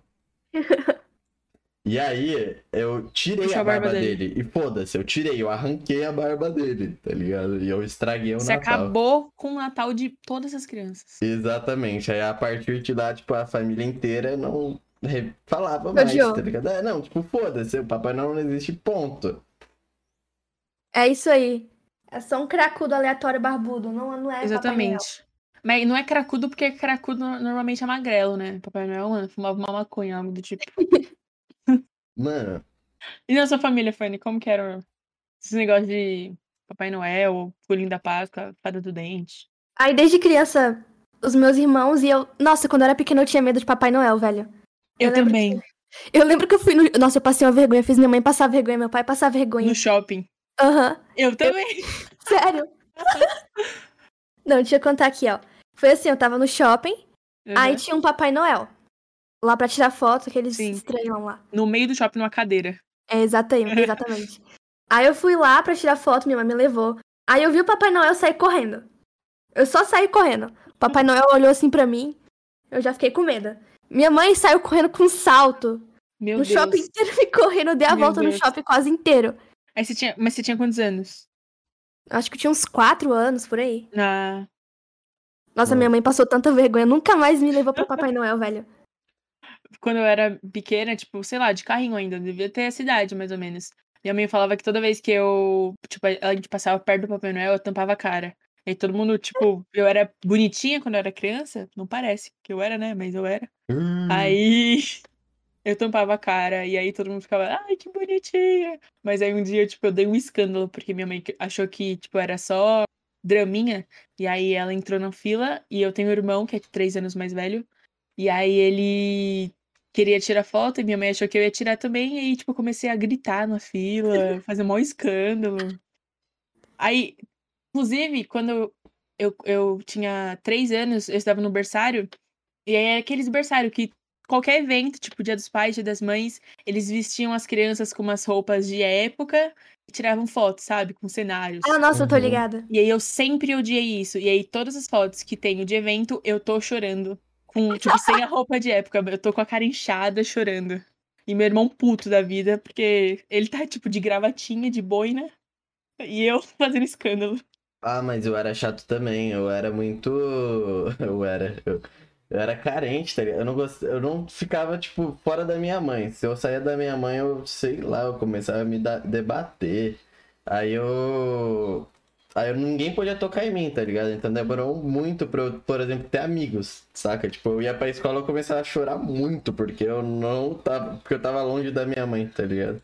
Speaker 2: e aí, eu tirei
Speaker 1: Puxou
Speaker 2: a barba dele. E foda-se, eu tirei, eu arranquei a barba dele, tá ligado? E eu estraguei é o
Speaker 1: Você
Speaker 2: Natal.
Speaker 1: acabou com o Natal de todas as crianças.
Speaker 2: Exatamente. Aí a partir de lá, tipo, a família inteira não re- falava
Speaker 3: Meu
Speaker 2: mais,
Speaker 3: Deus.
Speaker 2: tá ligado? É, não, tipo, foda-se, o Papai Noel não existe, ponto.
Speaker 3: É isso aí. É só um cracudo aleatório barbudo. Não, não é Papai Noel.
Speaker 1: Exatamente. Mas não é cracudo, porque cracudo no- normalmente é magrelo, né? Papai Noel, mano, fumava uma maconha, algo do tipo.
Speaker 2: Mano,
Speaker 1: E na sua família, Fanny, como que era esses negócios de Papai Noel, Pulinho da Páscoa, Fada do Dente?
Speaker 3: Aí, desde criança, os meus irmãos e eu. Nossa, quando eu era pequena, eu tinha medo de Papai Noel, velho.
Speaker 1: Eu,
Speaker 3: lembro
Speaker 1: também,
Speaker 3: Eu lembro que eu fui no. Nossa, eu passei uma vergonha. Fiz minha mãe passar vergonha, meu pai passar vergonha.
Speaker 1: no shopping.
Speaker 3: Aham.
Speaker 1: Eu também. [laughs]
Speaker 3: Sério? Não, deixa eu contar aqui, ó. Foi assim, eu tava no shopping, aí
Speaker 1: Uhum.
Speaker 3: tinha um Papai Noel. Lá pra tirar foto, aqueles
Speaker 1: Sim.
Speaker 3: estranhão lá.
Speaker 1: No meio do shopping, numa cadeira.
Speaker 3: É, exatamente, exatamente. aí eu fui lá pra tirar foto, minha mãe me levou. Aí eu vi o Papai Noel sair correndo. Eu só saí correndo. O Papai
Speaker 1: Uhum.
Speaker 3: Noel olhou assim pra mim, eu já fiquei com medo. Minha mãe saiu correndo com um salto.
Speaker 1: Meu
Speaker 3: no
Speaker 1: Deus.
Speaker 3: shopping inteiro eu fui correndo, eu dei a
Speaker 1: Meu
Speaker 3: volta no
Speaker 1: Deus.
Speaker 3: shopping quase inteiro.
Speaker 1: Aí você tinha... Mas você tinha quantos anos?
Speaker 3: Acho que eu tinha uns quatro anos por aí.
Speaker 1: Na...
Speaker 3: Nossa,
Speaker 2: Hum.
Speaker 3: minha mãe passou tanta vergonha, nunca mais me levou pro Papai Noel,
Speaker 1: [laughs]
Speaker 3: velho.
Speaker 1: Quando eu era pequena, tipo, sei lá, de carrinho ainda, devia ter essa idade, mais ou menos. Minha mãe falava que toda vez que eu, tipo, a gente passava perto do Papai Noel, eu tampava a cara. E aí todo mundo, tipo, eu era bonitinha quando eu era criança, não parece que eu era, né? Mas eu era. Aí [laughs] eu tampava a cara e aí todo mundo ficava, ai, que bonitinha. Mas aí um dia, tipo, eu dei um escândalo porque minha mãe que- achou que, tipo, era só draminha. E aí ela entrou na fila e eu tenho um irmão que é três anos mais velho. E aí ele queria tirar foto e minha mãe achou que eu ia tirar também. E aí, tipo, eu comecei a gritar na fila, fazer um maior escândalo. Aí, inclusive, quando eu, eu, eu tinha três anos, eu estava no berçário. E aí era aqueles berçário que qualquer evento, tipo Dia dos Pais, Dia das Mães, eles vestiam as crianças com umas roupas de época e tiravam fotos, sabe? Com cenários.
Speaker 3: Ah, nossa, eu tô
Speaker 2: Uhum.
Speaker 3: ligada.
Speaker 1: E aí eu sempre odiei isso. E aí todas as fotos que tenho de evento, eu tô chorando. Com, tipo, sem a roupa de época. Eu tô com a cara inchada chorando. E meu irmão puto da vida, porque ele tá, tipo, de gravatinha, de boina. E eu [laughs] fazendo escândalo.
Speaker 2: Ah, mas eu era chato também. Eu era muito. [laughs] Eu era. Eu, eu era carente, tá ligado? Eu não, gost... eu não ficava, tipo, fora da minha mãe. Se eu saía da minha mãe, eu sei lá, eu começava a me da- debater. Aí eu. Aí eu- ninguém podia tocar em mim, tá ligado? Então demorou muito pra eu, por exemplo, ter amigos, saca? Tipo, eu ia pra escola e eu começava a chorar muito, porque eu não tava. Porque eu tava longe da minha mãe, tá ligado?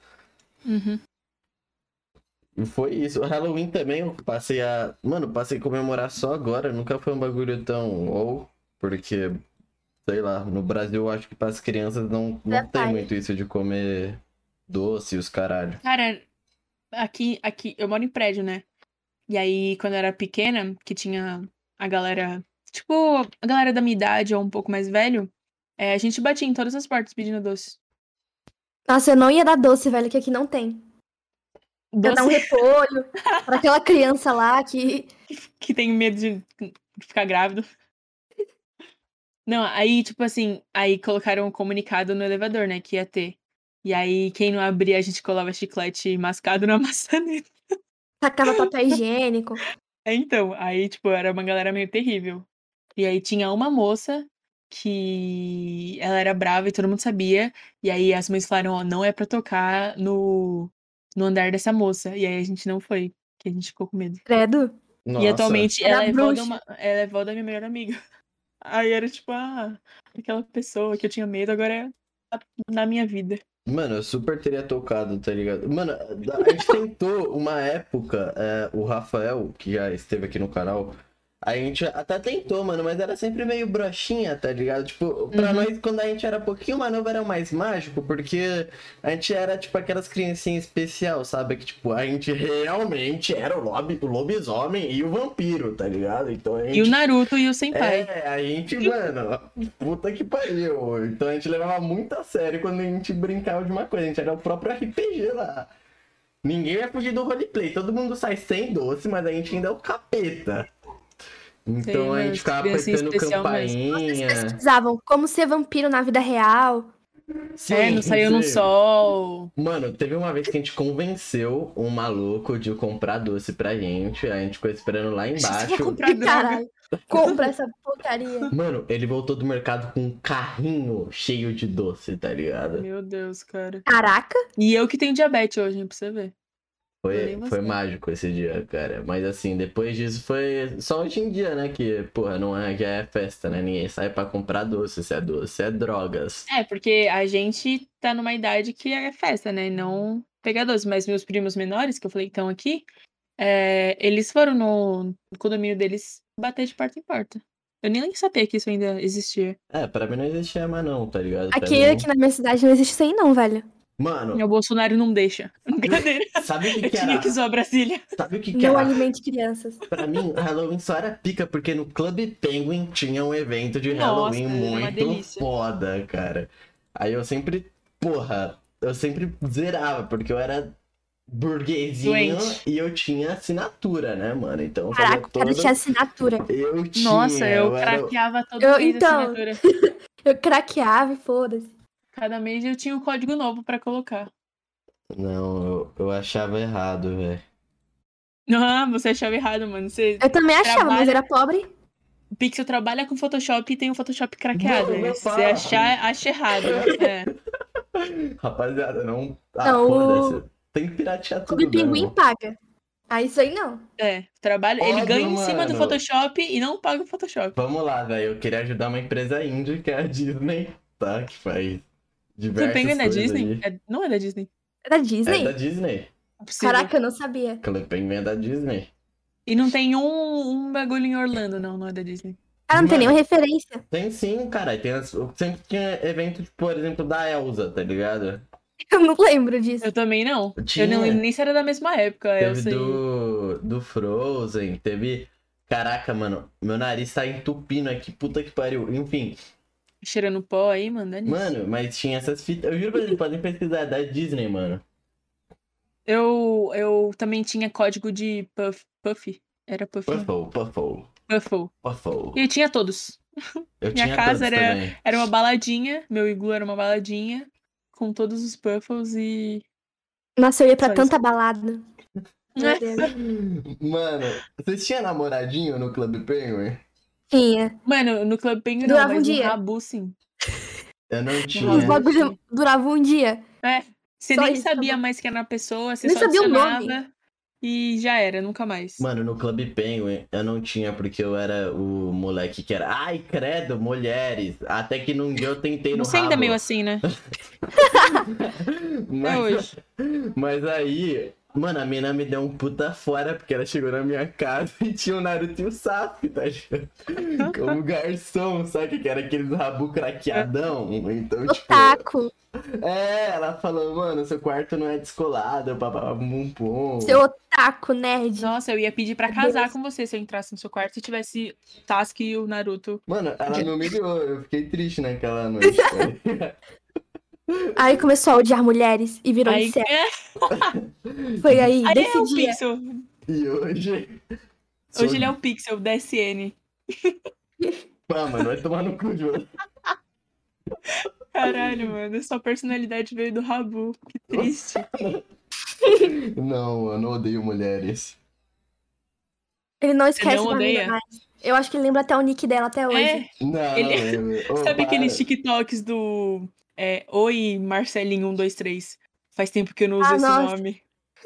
Speaker 2: E foi isso. O Halloween também eu passei a. Mano, passei a comemorar só agora. Nunca foi um bagulho tão. Ou. Porque. Sei lá, no Brasil eu acho que pras crianças não, não tem
Speaker 3: Detalhe.
Speaker 2: muito isso de comer doce e os caralho.
Speaker 1: Cara, aqui, aqui, eu moro em prédio, né? E aí, quando eu era pequena, que tinha a galera, tipo, a galera da minha idade ou um pouco mais velho, eh, a gente batia em todas as portas pedindo doce.
Speaker 3: Nossa, eu não ia dar doce, velho, que aqui não tem. Eu ia dar um
Speaker 1: Doce [laughs]
Speaker 3: repolho pra aquela criança lá que.
Speaker 1: que tem medo de ficar grávido. Não, aí, tipo assim, aí colocaram um comunicado no elevador, né, que ia ter. E aí, quem não abria, a gente colava chiclete mascado na [laughs] maçaneta.
Speaker 3: Tacava papel higiênico.
Speaker 1: É, então, aí, tipo, era uma galera meio terrível. E aí tinha uma moça que ela era brava e todo mundo sabia. E aí as mães falaram, ó, não é pra tocar no, no andar dessa moça. E aí a gente não foi, que a gente ficou com medo.
Speaker 3: Credo.
Speaker 1: E
Speaker 2: Nossa.
Speaker 1: atualmente ela
Speaker 3: Era
Speaker 1: é, vó da
Speaker 3: bruxa.
Speaker 1: uma- ela é vó da minha melhor amiga. [laughs] Aí era tipo, ah, aquela pessoa que eu tinha medo, agora é a- na minha vida.
Speaker 2: Mano, eu super teria tocado, tá ligado? Mano, a gente tentou uma época, é, o Rafael, que já esteve aqui no canal, a gente até tentou, mano, mas era sempre meio broxinha, tá ligado? Tipo, pra
Speaker 1: Uhum.
Speaker 2: nós, quando a gente era pouquinho mais novo, era mais mágico, porque a gente era, tipo, aquelas criancinhas especial, sabe? Que, tipo, a gente realmente era o, lobi, o lobisomem e o vampiro, tá ligado? Então a gente...
Speaker 1: E o Naruto e o Senpai.
Speaker 2: É, a gente, mano, puta que pariu. Então a gente levava muito a sério quando a gente brincava de uma coisa. A gente era o próprio RPG lá. Ninguém vai fugir do roleplay. Todo mundo sai sem doce, mas a gente ainda é o capeta. Então
Speaker 1: Sim,
Speaker 2: a gente
Speaker 1: mas
Speaker 2: ficava
Speaker 1: criancinha
Speaker 2: apertando
Speaker 1: especial mesmo.
Speaker 2: campainha.
Speaker 3: Precisavam como ser vampiro na vida real.
Speaker 2: Sim,
Speaker 1: É, não saiu no
Speaker 2: sim.
Speaker 1: sol.
Speaker 2: Mano, teve uma vez que a gente convenceu um maluco de comprar doce pra gente. A gente ficou esperando lá
Speaker 1: gente vai
Speaker 2: embaixo.
Speaker 1: comprar
Speaker 3: E
Speaker 1: droga.
Speaker 3: caralho, compra essa porcaria.
Speaker 2: Mano, ele voltou do mercado com um carrinho cheio de doce, tá ligado?
Speaker 1: Meu Deus, cara.
Speaker 3: Caraca, E
Speaker 1: E eu que tenho diabetes hoje, hein, pra você ver.
Speaker 2: Foi,
Speaker 1: Nem você.
Speaker 2: foi mágico esse dia, cara. Mas assim, depois disso foi só hoje em dia, né? Que, porra, não é, já é festa, né? Ninguém sai pra comprar doce, se é doce, é drogas.
Speaker 1: É, porque a gente tá numa idade que é festa, né? Não pegar doce. Mas meus primos menores, que eu falei que estão aqui, é, eles foram no, no condomínio deles bater de porta em porta. Eu nem sabia que isso ainda existia.
Speaker 2: É, pra mim não existia mais não, tá ligado? Pra
Speaker 3: aqui,
Speaker 1: é
Speaker 2: mim-
Speaker 3: aqui na minha cidade não existe isso aí, não, velho.
Speaker 1: E
Speaker 2: Mano,
Speaker 1: o Bolsonaro não deixa. [laughs] Brincadeira.
Speaker 2: sabe o que,
Speaker 1: Eu
Speaker 2: que
Speaker 1: tinha
Speaker 2: era?
Speaker 1: que zoar Brasília.
Speaker 2: Sabe o que, que
Speaker 3: Não
Speaker 2: era?
Speaker 3: alimente crianças.
Speaker 2: Pra mim, Halloween só era pica porque no Club Penguin tinha um evento de
Speaker 1: Nossa,
Speaker 2: Halloween
Speaker 1: era uma
Speaker 2: muito
Speaker 1: delícia.
Speaker 2: foda, cara. Aí eu sempre, porra, eu sempre zerava, porque eu era burguesinho
Speaker 1: Doente.
Speaker 2: e eu tinha assinatura, né, mano? Então eu fazia
Speaker 3: Caraca, o cara
Speaker 2: todo...
Speaker 3: tinha assinatura.
Speaker 2: Eu tinha,
Speaker 1: Nossa, eu
Speaker 2: era...
Speaker 1: craqueava todo
Speaker 3: Eu-
Speaker 1: mês a
Speaker 3: então.
Speaker 1: assinatura.
Speaker 3: Eu craqueava e foda-se.
Speaker 1: Cada mês eu tinha um código novo pra colocar.
Speaker 2: Não, eu, eu achava errado, velho.
Speaker 1: Ah, você achava errado, mano. Você...
Speaker 3: Eu também achava, mas
Speaker 1: Trabalho-
Speaker 3: era pobre.
Speaker 1: O Pixel trabalha com Photoshop e tem o Photoshop craqueado.
Speaker 2: Não,
Speaker 1: né?
Speaker 2: não
Speaker 1: Se você
Speaker 2: fala.
Speaker 1: achar, acha errado. É.
Speaker 2: Rapaziada, não. Ah,
Speaker 3: Não, o-
Speaker 2: foda-se. Tem que piratear tudo.
Speaker 3: Clube
Speaker 2: né,
Speaker 3: Pinguim
Speaker 2: mano?
Speaker 3: paga. Aí isso aí não.
Speaker 1: É, trabalho. Ele
Speaker 2: Óbvio,
Speaker 1: ganha em cima do
Speaker 2: mano.
Speaker 1: Photoshop e não paga o Photoshop.
Speaker 2: Vamos lá, velho. Eu queria ajudar uma empresa indie que é a Disney, tá? Que faz
Speaker 1: Você
Speaker 2: diversas
Speaker 1: Penguin é da
Speaker 2: coisas
Speaker 1: Disney?
Speaker 2: aí.
Speaker 1: É- não é da Disney.
Speaker 3: É da
Speaker 2: É né?
Speaker 3: Disney?
Speaker 2: da Disney.
Speaker 1: Não é possível.
Speaker 3: Caraca, eu não sabia.
Speaker 2: Clube Penguin é da Disney.
Speaker 1: E não tem um, um bagulho em Orlando, não, não é da Disney.
Speaker 3: Cara, não tem
Speaker 2: Mano.
Speaker 3: nenhuma referência. [laughs]
Speaker 2: Tem sim, cara. Tem as- Sempre tinha evento, tipo, por exemplo, da Elsa, tá ligado?
Speaker 3: Eu não lembro disso.
Speaker 1: Eu também não.
Speaker 2: Tinha.
Speaker 1: Eu não lembro nem se era da mesma época,
Speaker 2: Teve
Speaker 1: Elsa. e-
Speaker 2: do, do Frozen, teve. Caraca, mano, meu nariz tá entupindo aqui, puta que pariu. Enfim,
Speaker 1: Cheirando pó aí, mano. é nisso.
Speaker 2: mano, mas tinha essas fitas. Eu juro pra vocês, podem pesquisar, é da Disney, mano.
Speaker 1: Eu, eu também tinha código de Puff. Puffy? Era Puffy?
Speaker 2: Puffle, Puffle,
Speaker 1: Puffle.
Speaker 2: Puffle.
Speaker 1: E eu tinha todos.
Speaker 2: Eu
Speaker 1: Minha
Speaker 2: tinha
Speaker 1: casa
Speaker 2: todos
Speaker 1: era-
Speaker 2: também.
Speaker 1: Era uma baladinha, meu iglu era uma baladinha, com todos os Puffles e.
Speaker 3: Nossa, eu ia pra
Speaker 1: Só
Speaker 3: tanta balada. Meu
Speaker 1: É.
Speaker 3: Deus.
Speaker 2: Mano, vocês tinham namoradinho no Clube Penguin?
Speaker 3: Tinha.
Speaker 1: Mano, no Club Penguin não,
Speaker 3: Durava um
Speaker 1: mas no
Speaker 3: dia.
Speaker 1: Rabu, sim.
Speaker 2: Eu não
Speaker 3: Os
Speaker 1: Nossa.
Speaker 2: tinha.
Speaker 3: bagulhos duravam um dia.
Speaker 1: Você
Speaker 3: Só
Speaker 1: nem
Speaker 3: isso,
Speaker 1: sabia
Speaker 3: tá bom.
Speaker 1: mais que era uma pessoa, você
Speaker 3: Nem
Speaker 1: só
Speaker 3: sabia o nome.
Speaker 1: adicionava e já era, nunca mais.
Speaker 2: Mano, no Clube Penguin eu não tinha porque eu era o moleque que era. Ai, credo, mulheres. Até que num dia eu tentei no
Speaker 1: Você ainda é
Speaker 2: rabo.
Speaker 1: meio assim, né? Até
Speaker 2: [laughs] Mas-
Speaker 1: hoje.
Speaker 2: Mas aí, mano, a mina me deu um puta fora porque ela chegou na minha casa [laughs] e tinha o Naruto e o Sasuke, tá ligado? Como garçom, sabe? Que era aqueles rabu craqueadão. Então, tipo.
Speaker 3: Otaku.
Speaker 2: É, ela falou, mano, seu quarto não é descolado, papapá, pum pum.
Speaker 3: Seu otaku, nerd.
Speaker 1: Nossa, eu ia pedir pra casar com você se eu entrasse no seu quarto e tivesse Sasuke e o Naruto.
Speaker 2: Mano, ela me humilhou, eu fiquei triste
Speaker 1: [laughs]
Speaker 2: naquela noite. cara.
Speaker 3: Aí começou a odiar mulheres e virou
Speaker 1: Aí,
Speaker 3: inseto.
Speaker 1: é,
Speaker 3: Foi
Speaker 1: aí
Speaker 3: aí,
Speaker 1: é
Speaker 3: desse
Speaker 1: o
Speaker 3: dia.
Speaker 1: Pixel.
Speaker 2: e hoje. sou-
Speaker 1: Hoje ele é o Pixel DSN.
Speaker 2: Ah, mano, vai tomar no cu de você.
Speaker 1: Caralho, mano, sua personalidade veio do Rabu. Que
Speaker 3: [laughs]
Speaker 1: triste.
Speaker 2: Não, eu não odeio mulheres.
Speaker 3: Ele
Speaker 1: Você
Speaker 3: não
Speaker 1: não
Speaker 3: esquece da
Speaker 1: odeia?
Speaker 3: mina mais. Eu acho que ele lembra até o nick dela até hoje.
Speaker 1: É,
Speaker 2: Não,
Speaker 1: Ele-
Speaker 2: não lembro. Ô,
Speaker 1: sabe aqueles
Speaker 2: para.
Speaker 1: TikToks do é, Oi Marcelinho123? Faz tempo que eu não uso
Speaker 3: Ah,
Speaker 1: esse
Speaker 3: nossa.
Speaker 1: nome.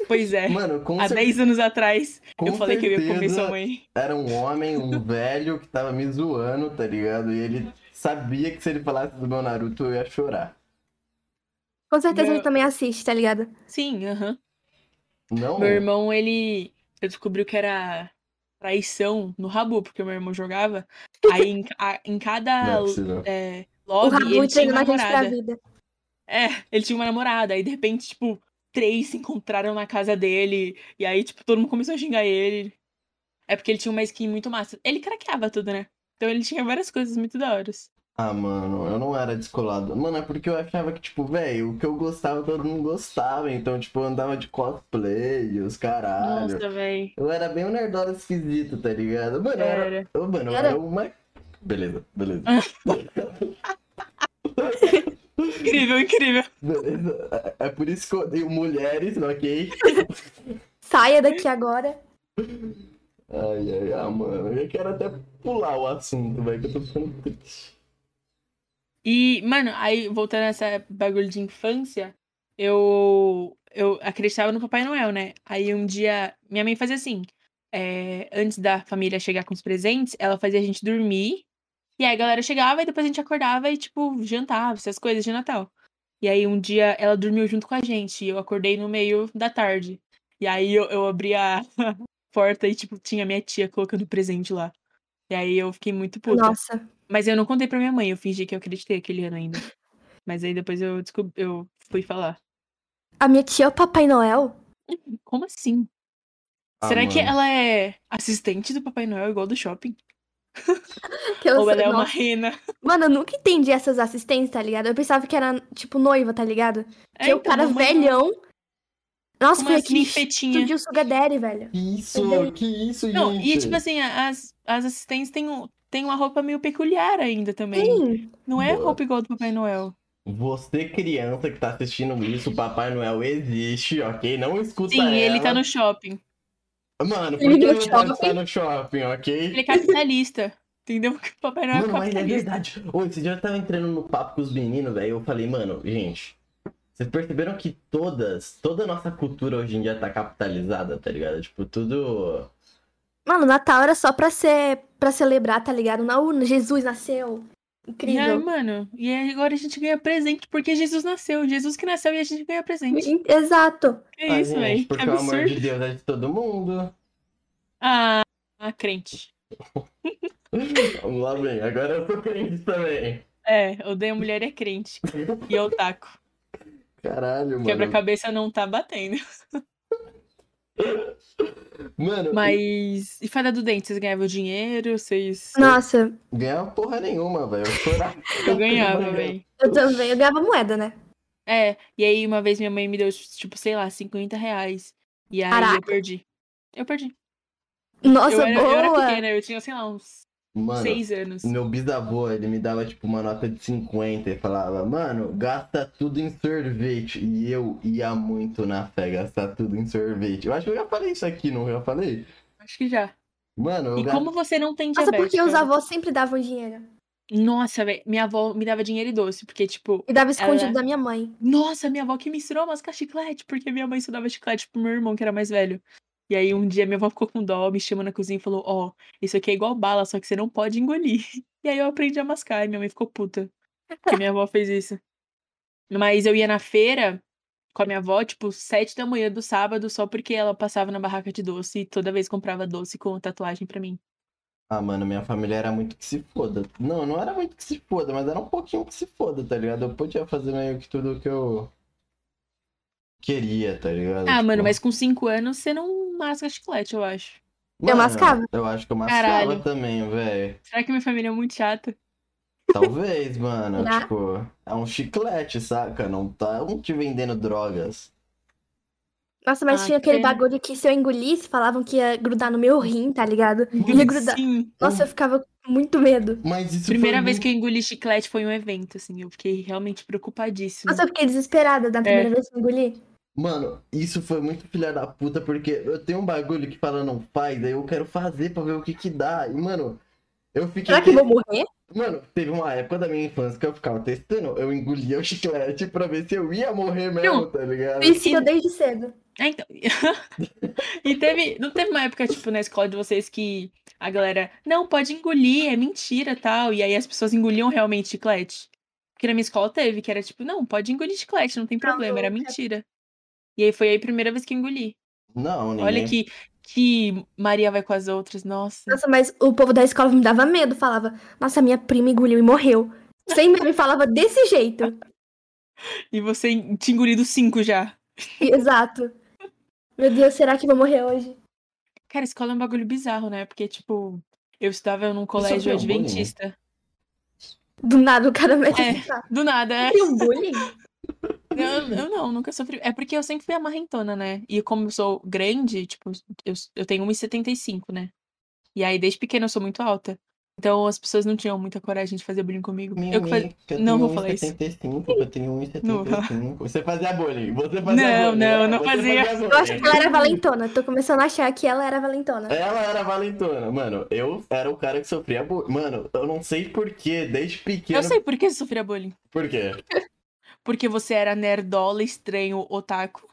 Speaker 1: Pois é,
Speaker 2: Mano, com
Speaker 1: há
Speaker 2: certeza.
Speaker 1: 10 anos atrás
Speaker 2: Com
Speaker 1: eu falei que eu ia comer
Speaker 2: certeza
Speaker 1: sua mãe.
Speaker 2: Era um homem, um velho que tava me zoando, tá ligado? E ele sabia que se ele falasse do meu Naruto eu ia chorar.
Speaker 3: Com certeza
Speaker 1: Meu-
Speaker 3: ele também assiste, tá ligado?
Speaker 1: Sim, aham.
Speaker 2: Não,
Speaker 1: Meu irmão, ele. Eu descobri que era traição no Rabu, porque meu irmão jogava. Aí em, ca- em
Speaker 2: não é
Speaker 1: cada
Speaker 2: possível.
Speaker 1: é,
Speaker 3: O
Speaker 1: lobby
Speaker 3: Rabu
Speaker 1: ele tinha
Speaker 3: entregando
Speaker 1: uma
Speaker 3: a gente pra
Speaker 1: namorada.
Speaker 3: vida.
Speaker 1: É, ele tinha uma namorada. Aí de repente, tipo, três se encontraram na casa dele. E aí, tipo, todo mundo começou a xingar ele. É porque ele tinha uma skin muito massa. Ele craqueava tudo, né? Então ele tinha várias coisas muito da hora.
Speaker 2: Ah, mano, eu não era descolado. Mano, é porque eu achava que, tipo, velho, o que eu gostava todo mundo gostava. Então, tipo, eu andava de cosplay, e os caralho.
Speaker 1: Nossa, velho.
Speaker 2: Eu era bem um nerdola esquisito, tá ligado? Mano, eu era.
Speaker 1: É. Era.
Speaker 2: Ô, mano, eu
Speaker 3: Era?
Speaker 2: era uma. Beleza, beleza.
Speaker 1: Incrível, incrível.
Speaker 2: beleza. É- É por isso que eu odeio mulheres, ok?
Speaker 3: Saia daqui agora.
Speaker 2: Ai, ai, ai, mano. Eu quero até pular o assunto, velho, que eu tô ficando triste.
Speaker 1: E, mano, aí voltando a essa bagulho de infância, eu, eu acreditava no Papai Noel, né? Aí um dia, minha mãe fazia assim: é, antes da família chegar com os presentes, ela fazia a gente dormir. E aí a galera chegava e depois a gente acordava e, tipo, jantava, essas coisas de Natal. E aí um dia ela dormiu junto com a gente e eu acordei no meio da tarde. E aí eu, eu abri a [laughs] porta e, tipo, tinha minha tia colocando presente lá. E aí eu fiquei muito puta.
Speaker 3: Nossa.
Speaker 1: Mas eu não contei pra minha mãe, eu fingi que eu acreditei aquele ano ainda. Mas aí depois eu descobri, eu fui falar.
Speaker 3: A minha tia é o Papai Noel?
Speaker 1: Como assim?
Speaker 2: Ah,
Speaker 1: Será que
Speaker 2: mano.
Speaker 1: ela é assistente do Papai Noel igual do shopping?
Speaker 3: Que eu
Speaker 1: Ou
Speaker 3: sei-
Speaker 1: ela é uma
Speaker 3: Nossa.
Speaker 1: rena?
Speaker 3: Mano, eu nunca entendi essas assistentes, tá ligado? Eu pensava que era, tipo, noiva, tá ligado? que é o
Speaker 1: então,
Speaker 3: cara
Speaker 1: mamãe,
Speaker 3: velhão. Nossa,
Speaker 1: Como
Speaker 3: foi
Speaker 1: assim,
Speaker 3: aqui.
Speaker 1: fetinha?
Speaker 3: Explodiu o Sugar Daddy, velho.
Speaker 2: Que isso?
Speaker 3: Entendeu?
Speaker 2: Que isso,
Speaker 1: é um Não,
Speaker 2: gente?
Speaker 1: e tipo assim, a- as, as assistentes têm, um, têm uma roupa meio peculiar ainda também.
Speaker 3: Sim.
Speaker 1: Não é
Speaker 2: Boa.
Speaker 1: roupa igual do Papai Noel.
Speaker 2: Você, criança que tá assistindo isso, Papai Noel existe, ok? Não escuta
Speaker 1: Sim,
Speaker 2: é, ela.
Speaker 1: ele tá no shopping.
Speaker 2: Mano, por
Speaker 3: Ele
Speaker 2: que
Speaker 3: no
Speaker 2: não pode
Speaker 3: shopping.
Speaker 2: estar no shopping, ok?
Speaker 1: Ele é capitalista. [laughs] entendeu? Porque o Papai Noel é
Speaker 2: Mano, mas é
Speaker 1: capitalista.
Speaker 2: verdade. Ô, esse dia eu tava entrando no papo com os meninos, velho. Eu falei, mano, gente, vocês perceberam que todas, toda a nossa cultura hoje em dia tá capitalizada, tá ligado? Tipo, tudo.
Speaker 3: Mano, Natal era só pra ser para celebrar, tá ligado? Na urna, Jesus nasceu.
Speaker 1: E aí,
Speaker 3: Incrível.
Speaker 1: mano, e aí agora a gente ganha presente porque Jesus nasceu. Jesus que nasceu e a gente ganha presente.
Speaker 3: In- Exato.
Speaker 1: É
Speaker 2: Ah,
Speaker 1: isso,
Speaker 2: gente,
Speaker 1: velho. Que
Speaker 2: Porque o amor
Speaker 1: absurdo.
Speaker 2: de Deus é de todo mundo.
Speaker 1: Ah, ah, crente.
Speaker 2: Vamos lá, bem. Agora eu tô crente também.
Speaker 1: É, odeio mulher é
Speaker 2: [laughs]
Speaker 1: crente. E eu taco.
Speaker 2: Caralho, mano.
Speaker 1: Quebra-cabeça não tá batendo.
Speaker 2: Mano,
Speaker 1: Mas. E fada do dente, vocês ganhavam dinheiro? Vocês.
Speaker 3: Nossa,
Speaker 2: ganhava porra nenhuma, velho. Eu chorava.
Speaker 1: Eu ganhava, velho.
Speaker 3: eu também. Eu ganhava moeda, né?
Speaker 1: É, e aí uma vez minha mãe me deu, tipo, sei lá, 50 reais. E aí eu
Speaker 3: Caraca.
Speaker 1: perdi. Eu perdi.
Speaker 3: Nossa,
Speaker 1: eu, era, eu era
Speaker 3: boa.
Speaker 1: pequena, eu tinha, sei lá, uns
Speaker 2: Mano.
Speaker 1: 6 anos.
Speaker 2: Meu bisavô, ele me dava tipo uma nota de 50 e falava, mano, gasta tudo em sorvete. E eu ia muito na fé gastar tudo em sorvete. Eu acho que eu já falei isso aqui, não? Eu já falei?
Speaker 1: Acho que já.
Speaker 2: Mano, eu
Speaker 1: E
Speaker 2: gasto-
Speaker 1: como você não tem
Speaker 3: Nossa,
Speaker 1: diabetes?
Speaker 3: porque os avós sempre davam dinheiro.
Speaker 1: Nossa, velho, minha avó me dava dinheiro e doce, porque, tipo,
Speaker 3: E dava escondido
Speaker 1: Ela-
Speaker 3: da minha mãe.
Speaker 1: nossa, minha avó que me ensinou a mascar chiclete, porque minha mãe só dava chiclete pro meu irmão, que era mais velho. E aí um dia minha avó ficou com dó, me chamou na cozinha e falou, ó, isso aqui é igual bala, só que você não pode engolir. [laughs] E aí eu aprendi a mascar, e minha mãe ficou puta. Porque minha avó fez isso. Mas eu ia na feira com a minha avó, tipo, sete da manhã do sábado, só porque ela passava na barraca de doce e toda vez comprava doce com tatuagem pra mim.
Speaker 2: Ah, mano, minha família era muito que se foda. Não, não era muito que se foda, mas era um pouquinho que se foda, tá ligado? Eu podia fazer meio que tudo que eu queria, tá ligado?
Speaker 1: Ah, mano,
Speaker 2: Tipo,
Speaker 1: mas com cinco anos você não masca chiclete, eu acho.
Speaker 3: Eu mascava.
Speaker 2: Eu acho que eu mascava
Speaker 1: Caralho.
Speaker 2: também, velho.
Speaker 1: Será que minha família é muito chata?
Speaker 2: Talvez, mano.
Speaker 3: Será?
Speaker 2: Tipo, é um chiclete, saca? Não tá não te vendendo drogas.
Speaker 3: Nossa, mas
Speaker 1: Ah,
Speaker 3: tinha
Speaker 1: que
Speaker 3: aquele
Speaker 1: pena.
Speaker 3: bagulho que se eu engolisse, falavam que ia grudar no meu rim, tá ligado? Ia grudar.
Speaker 1: Sim.
Speaker 3: Nossa, eu ficava com muito medo.
Speaker 2: Mas isso
Speaker 1: Primeira
Speaker 2: foi um
Speaker 1: vez
Speaker 2: muito-
Speaker 1: que eu engoli chiclete foi em um evento, assim. Eu fiquei realmente preocupadíssima.
Speaker 3: Nossa, eu fiquei desesperada da
Speaker 1: É.
Speaker 3: primeira vez que eu engoli.
Speaker 2: Mano, isso foi muito filha da puta, porque eu tenho um bagulho que fala não faz, aí eu quero fazer pra ver o que que dá. E, mano, eu fiquei.
Speaker 3: Será que eu
Speaker 2: te-
Speaker 3: vou morrer?
Speaker 2: Mano, teve uma época da minha infância que eu ficava testando. Eu engolia o chiclete pra ver se eu ia morrer mesmo,
Speaker 1: Não.
Speaker 2: tá ligado?
Speaker 3: Me ensinou desde cedo.
Speaker 1: Ah, então. [laughs] e teve. Não teve uma época, tipo, na escola de vocês que a galera. Não, pode engolir, é mentira tal. E aí as pessoas engoliam realmente chiclete. Porque na minha escola teve, que era tipo, não, pode engolir chiclete, não tem problema, era
Speaker 3: nunca.
Speaker 1: mentira. E aí foi aí a primeira vez que eu engoli.
Speaker 2: Não, ninguém.
Speaker 1: Olha que, que Maria vai com as outras, nossa.
Speaker 3: Nossa, mas o povo da escola me dava medo. Falava, nossa, minha prima engoliu e morreu. Sem medo, me falava desse
Speaker 1: [laughs]
Speaker 3: jeito.
Speaker 1: E você tinha engolido cinco já.
Speaker 3: Exato. Meu Deus, será que eu vou morrer hoje?
Speaker 1: Cara, escola é um bagulho bizarro, né? Porque, tipo, eu estudava num
Speaker 2: foi
Speaker 1: colégio
Speaker 2: um bullying?
Speaker 1: adventista.
Speaker 3: Do nada o cara mete
Speaker 1: É.
Speaker 3: esse papo.
Speaker 1: Do nada, é.
Speaker 3: Tem um bullying?
Speaker 1: Eu, eu não, nunca sofri. É porque eu sempre fui amarrentona, né? E como eu sou grande, tipo, eu, eu tenho 1,75, né? E aí, desde pequena, eu sou muito alta. Então, as pessoas não tinham muita coragem de fazer bullying comigo. Eu que fazia.
Speaker 2: eu
Speaker 1: Não
Speaker 2: tenho
Speaker 1: vou falar isso.
Speaker 2: 1,75, eu tenho 1,75. Você fazia bullying, você fazia
Speaker 1: Não, não,
Speaker 2: bullying. né?
Speaker 1: não
Speaker 2: Você
Speaker 1: fazia.
Speaker 2: bullying.
Speaker 3: Eu acho que ela era valentona. Tô começando a achar que ela era valentona.
Speaker 2: Ela era valentona, mano. Eu era o cara que sofria bullying. Mano, eu não sei porquê, desde pequeno.
Speaker 1: Eu sei por que você sofria bullying.
Speaker 2: Por quê?
Speaker 1: Porque você era nerdola, estranho, otaku.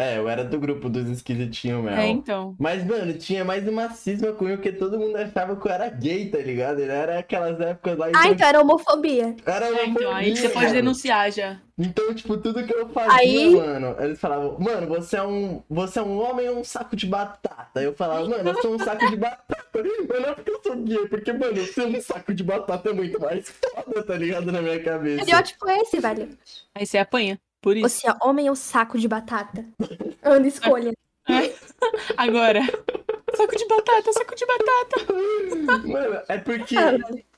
Speaker 2: É, eu era do grupo dos esquisitinhos mesmo.
Speaker 1: É, então.
Speaker 2: Mas, mano, tinha mais um uma cisma comigo que todo mundo achava que eu era gay, tá ligado? Ele era aquelas épocas lá.
Speaker 3: Ah, então era homofobia.
Speaker 2: Era
Speaker 1: É, então, aí
Speaker 2: homofobia,
Speaker 1: você pode
Speaker 2: mano.
Speaker 1: denunciar já.
Speaker 2: Então, tipo, tudo que eu fazia,
Speaker 3: Aí-
Speaker 2: mano, eles falavam, mano, você é um. Você é um homem ou um saco de batata? Eu falava, mano, eu sou um saco de batata. Mas não é porque eu sou gay, porque, mano, ser um saco de batata é muito mais foda, tá ligado? Na minha cabeça.
Speaker 3: Estereótipo é esse, velho.
Speaker 1: Aí você apanha. Por isso.
Speaker 3: Você é homem ou saco de batata? Eu não escolha.
Speaker 1: Agora. Saco de batata, saco de batata.
Speaker 2: Mano, é porque.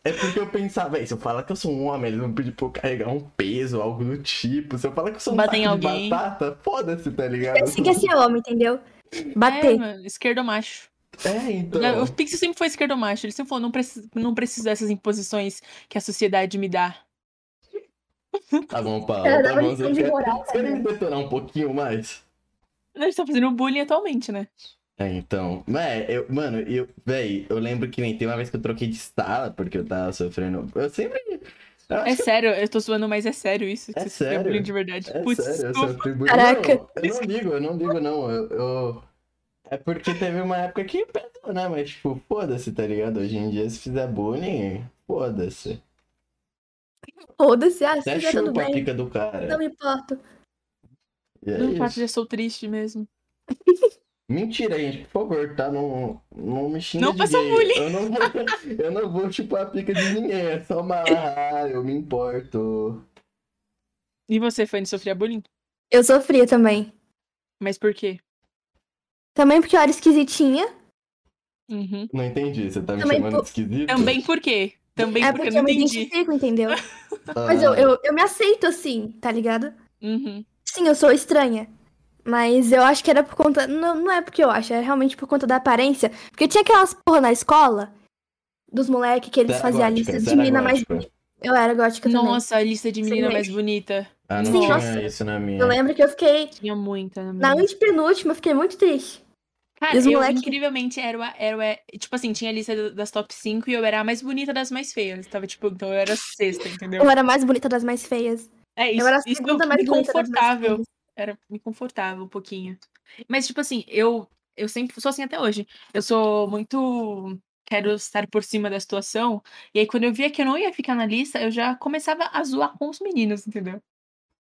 Speaker 2: É porque eu pensava, "Ei, se eu falar que eu sou um homem, eles vão pedir pra eu carregar um peso, algo do tipo. Se eu falar que eu sou um
Speaker 1: Bater em
Speaker 2: saco de
Speaker 1: alguém.
Speaker 2: batata, foda-se, tá ligado?
Speaker 3: Assim que é ser homem, entendeu?
Speaker 1: É,
Speaker 3: Bater.
Speaker 1: mano, esquerdomacho.
Speaker 2: É, então.
Speaker 1: O Pixie sempre foi esquerdomacho. Ele sempre falou, não preciso, não preciso dessas imposições que a sociedade me dá.
Speaker 2: Tá bom, Paulo.
Speaker 3: Ela
Speaker 2: Tá
Speaker 3: dava
Speaker 2: bom,
Speaker 3: lição
Speaker 2: você
Speaker 3: de
Speaker 2: quer...
Speaker 3: moral,
Speaker 2: Querem
Speaker 3: cara.
Speaker 2: me detonar um pouquinho mais?
Speaker 1: A gente tá fazendo bullying atualmente, né?
Speaker 2: É, então. É, eu, mano, eu, véi, eu lembro que nem tem uma vez que eu troquei de sala porque eu tava sofrendo. Eu sempre. eu
Speaker 1: É
Speaker 2: acho que-
Speaker 1: sério, eu tô zoando, mas é sério isso.
Speaker 2: É
Speaker 1: que você sofreu
Speaker 2: sério?
Speaker 1: bullying de verdade.
Speaker 2: É
Speaker 1: Putz,
Speaker 2: sério, eu
Speaker 1: desculpa.
Speaker 2: sofri bullying.
Speaker 3: Caraca.
Speaker 2: Não, eu não digo, eu não digo, não. Eu, eu- É porque teve uma época que perdoa, né? Mas, tipo, foda-se, tá ligado? Hoje em dia, se fizer bullying, foda-se.
Speaker 3: Foda-se, ah, se
Speaker 2: Até
Speaker 3: fizer tudo
Speaker 2: chupa a
Speaker 3: bem.
Speaker 2: pica do cara.
Speaker 3: Não me importo.
Speaker 2: E é
Speaker 1: Não importa,
Speaker 2: isso.
Speaker 1: já sou triste mesmo.
Speaker 2: Mentira, gente, por favor, tá? Não, não me xinga
Speaker 1: Não
Speaker 2: de
Speaker 1: faça
Speaker 2: gay.
Speaker 1: bullying.
Speaker 2: Eu não, vou, eu não vou [laughs] chupar a pica de ninguém. É
Speaker 1: [laughs]
Speaker 2: só uma. Ah, eu me importo.
Speaker 1: E você, Fanny, sofria bullying?
Speaker 3: Eu sofria também.
Speaker 1: Mas por quê?
Speaker 3: Também porque eu era esquisitinha.
Speaker 1: Uhum.
Speaker 2: Não entendi, você tá me
Speaker 3: Também
Speaker 2: chamando
Speaker 3: por-
Speaker 2: de esquisito?
Speaker 1: Também por quê? Também
Speaker 3: é
Speaker 1: porque
Speaker 3: porque
Speaker 1: eu não
Speaker 3: eu me
Speaker 1: entendi. [laughs]
Speaker 3: identifico, entendeu?
Speaker 2: Ah,
Speaker 3: Mas eu, eu, eu me aceito assim, tá ligado?
Speaker 1: Uhum.
Speaker 3: Sim, eu sou estranha. Mas eu acho que era por conta. Não, não é porque eu acho, é realmente por conta da aparência. Porque tinha aquelas porra na escola dos moleques que eles
Speaker 2: Você era
Speaker 3: faziam a
Speaker 2: gótica,
Speaker 3: lista
Speaker 2: você
Speaker 3: de
Speaker 2: era
Speaker 3: menina mais.
Speaker 2: gótica.
Speaker 3: Eu era gótica também.
Speaker 1: Nossa, a lista de menina
Speaker 3: Sim,
Speaker 1: mais bonita.
Speaker 2: Ah, não
Speaker 1: Sim,
Speaker 2: tinha
Speaker 3: nossa.
Speaker 2: isso na minha.
Speaker 3: Eu lembro que eu fiquei.
Speaker 1: Tinha muita. na minha.
Speaker 3: Na antepenúltima, eu fiquei muito triste.
Speaker 1: Cara,
Speaker 3: E os
Speaker 1: eu
Speaker 3: moleque-
Speaker 1: incrivelmente era, o- era, o- tipo assim, tinha a lista do- das top 5 e eu era a mais bonita das mais feias. Tava, tipo, então eu era sexta, entendeu?
Speaker 3: Eu era a mais bonita das mais feias.
Speaker 1: É isso.
Speaker 3: eu era a
Speaker 1: isso
Speaker 3: segunda mais
Speaker 1: me
Speaker 3: bonita das mais
Speaker 1: confortável.
Speaker 3: feias.
Speaker 1: Era me confortava um pouquinho. Mas, tipo assim, eu, eu sempre sou assim até hoje. Eu sou muito. Quero estar por cima da situação. E aí, quando eu via que eu não ia ficar na lista, eu já começava a zoar com os meninos, entendeu?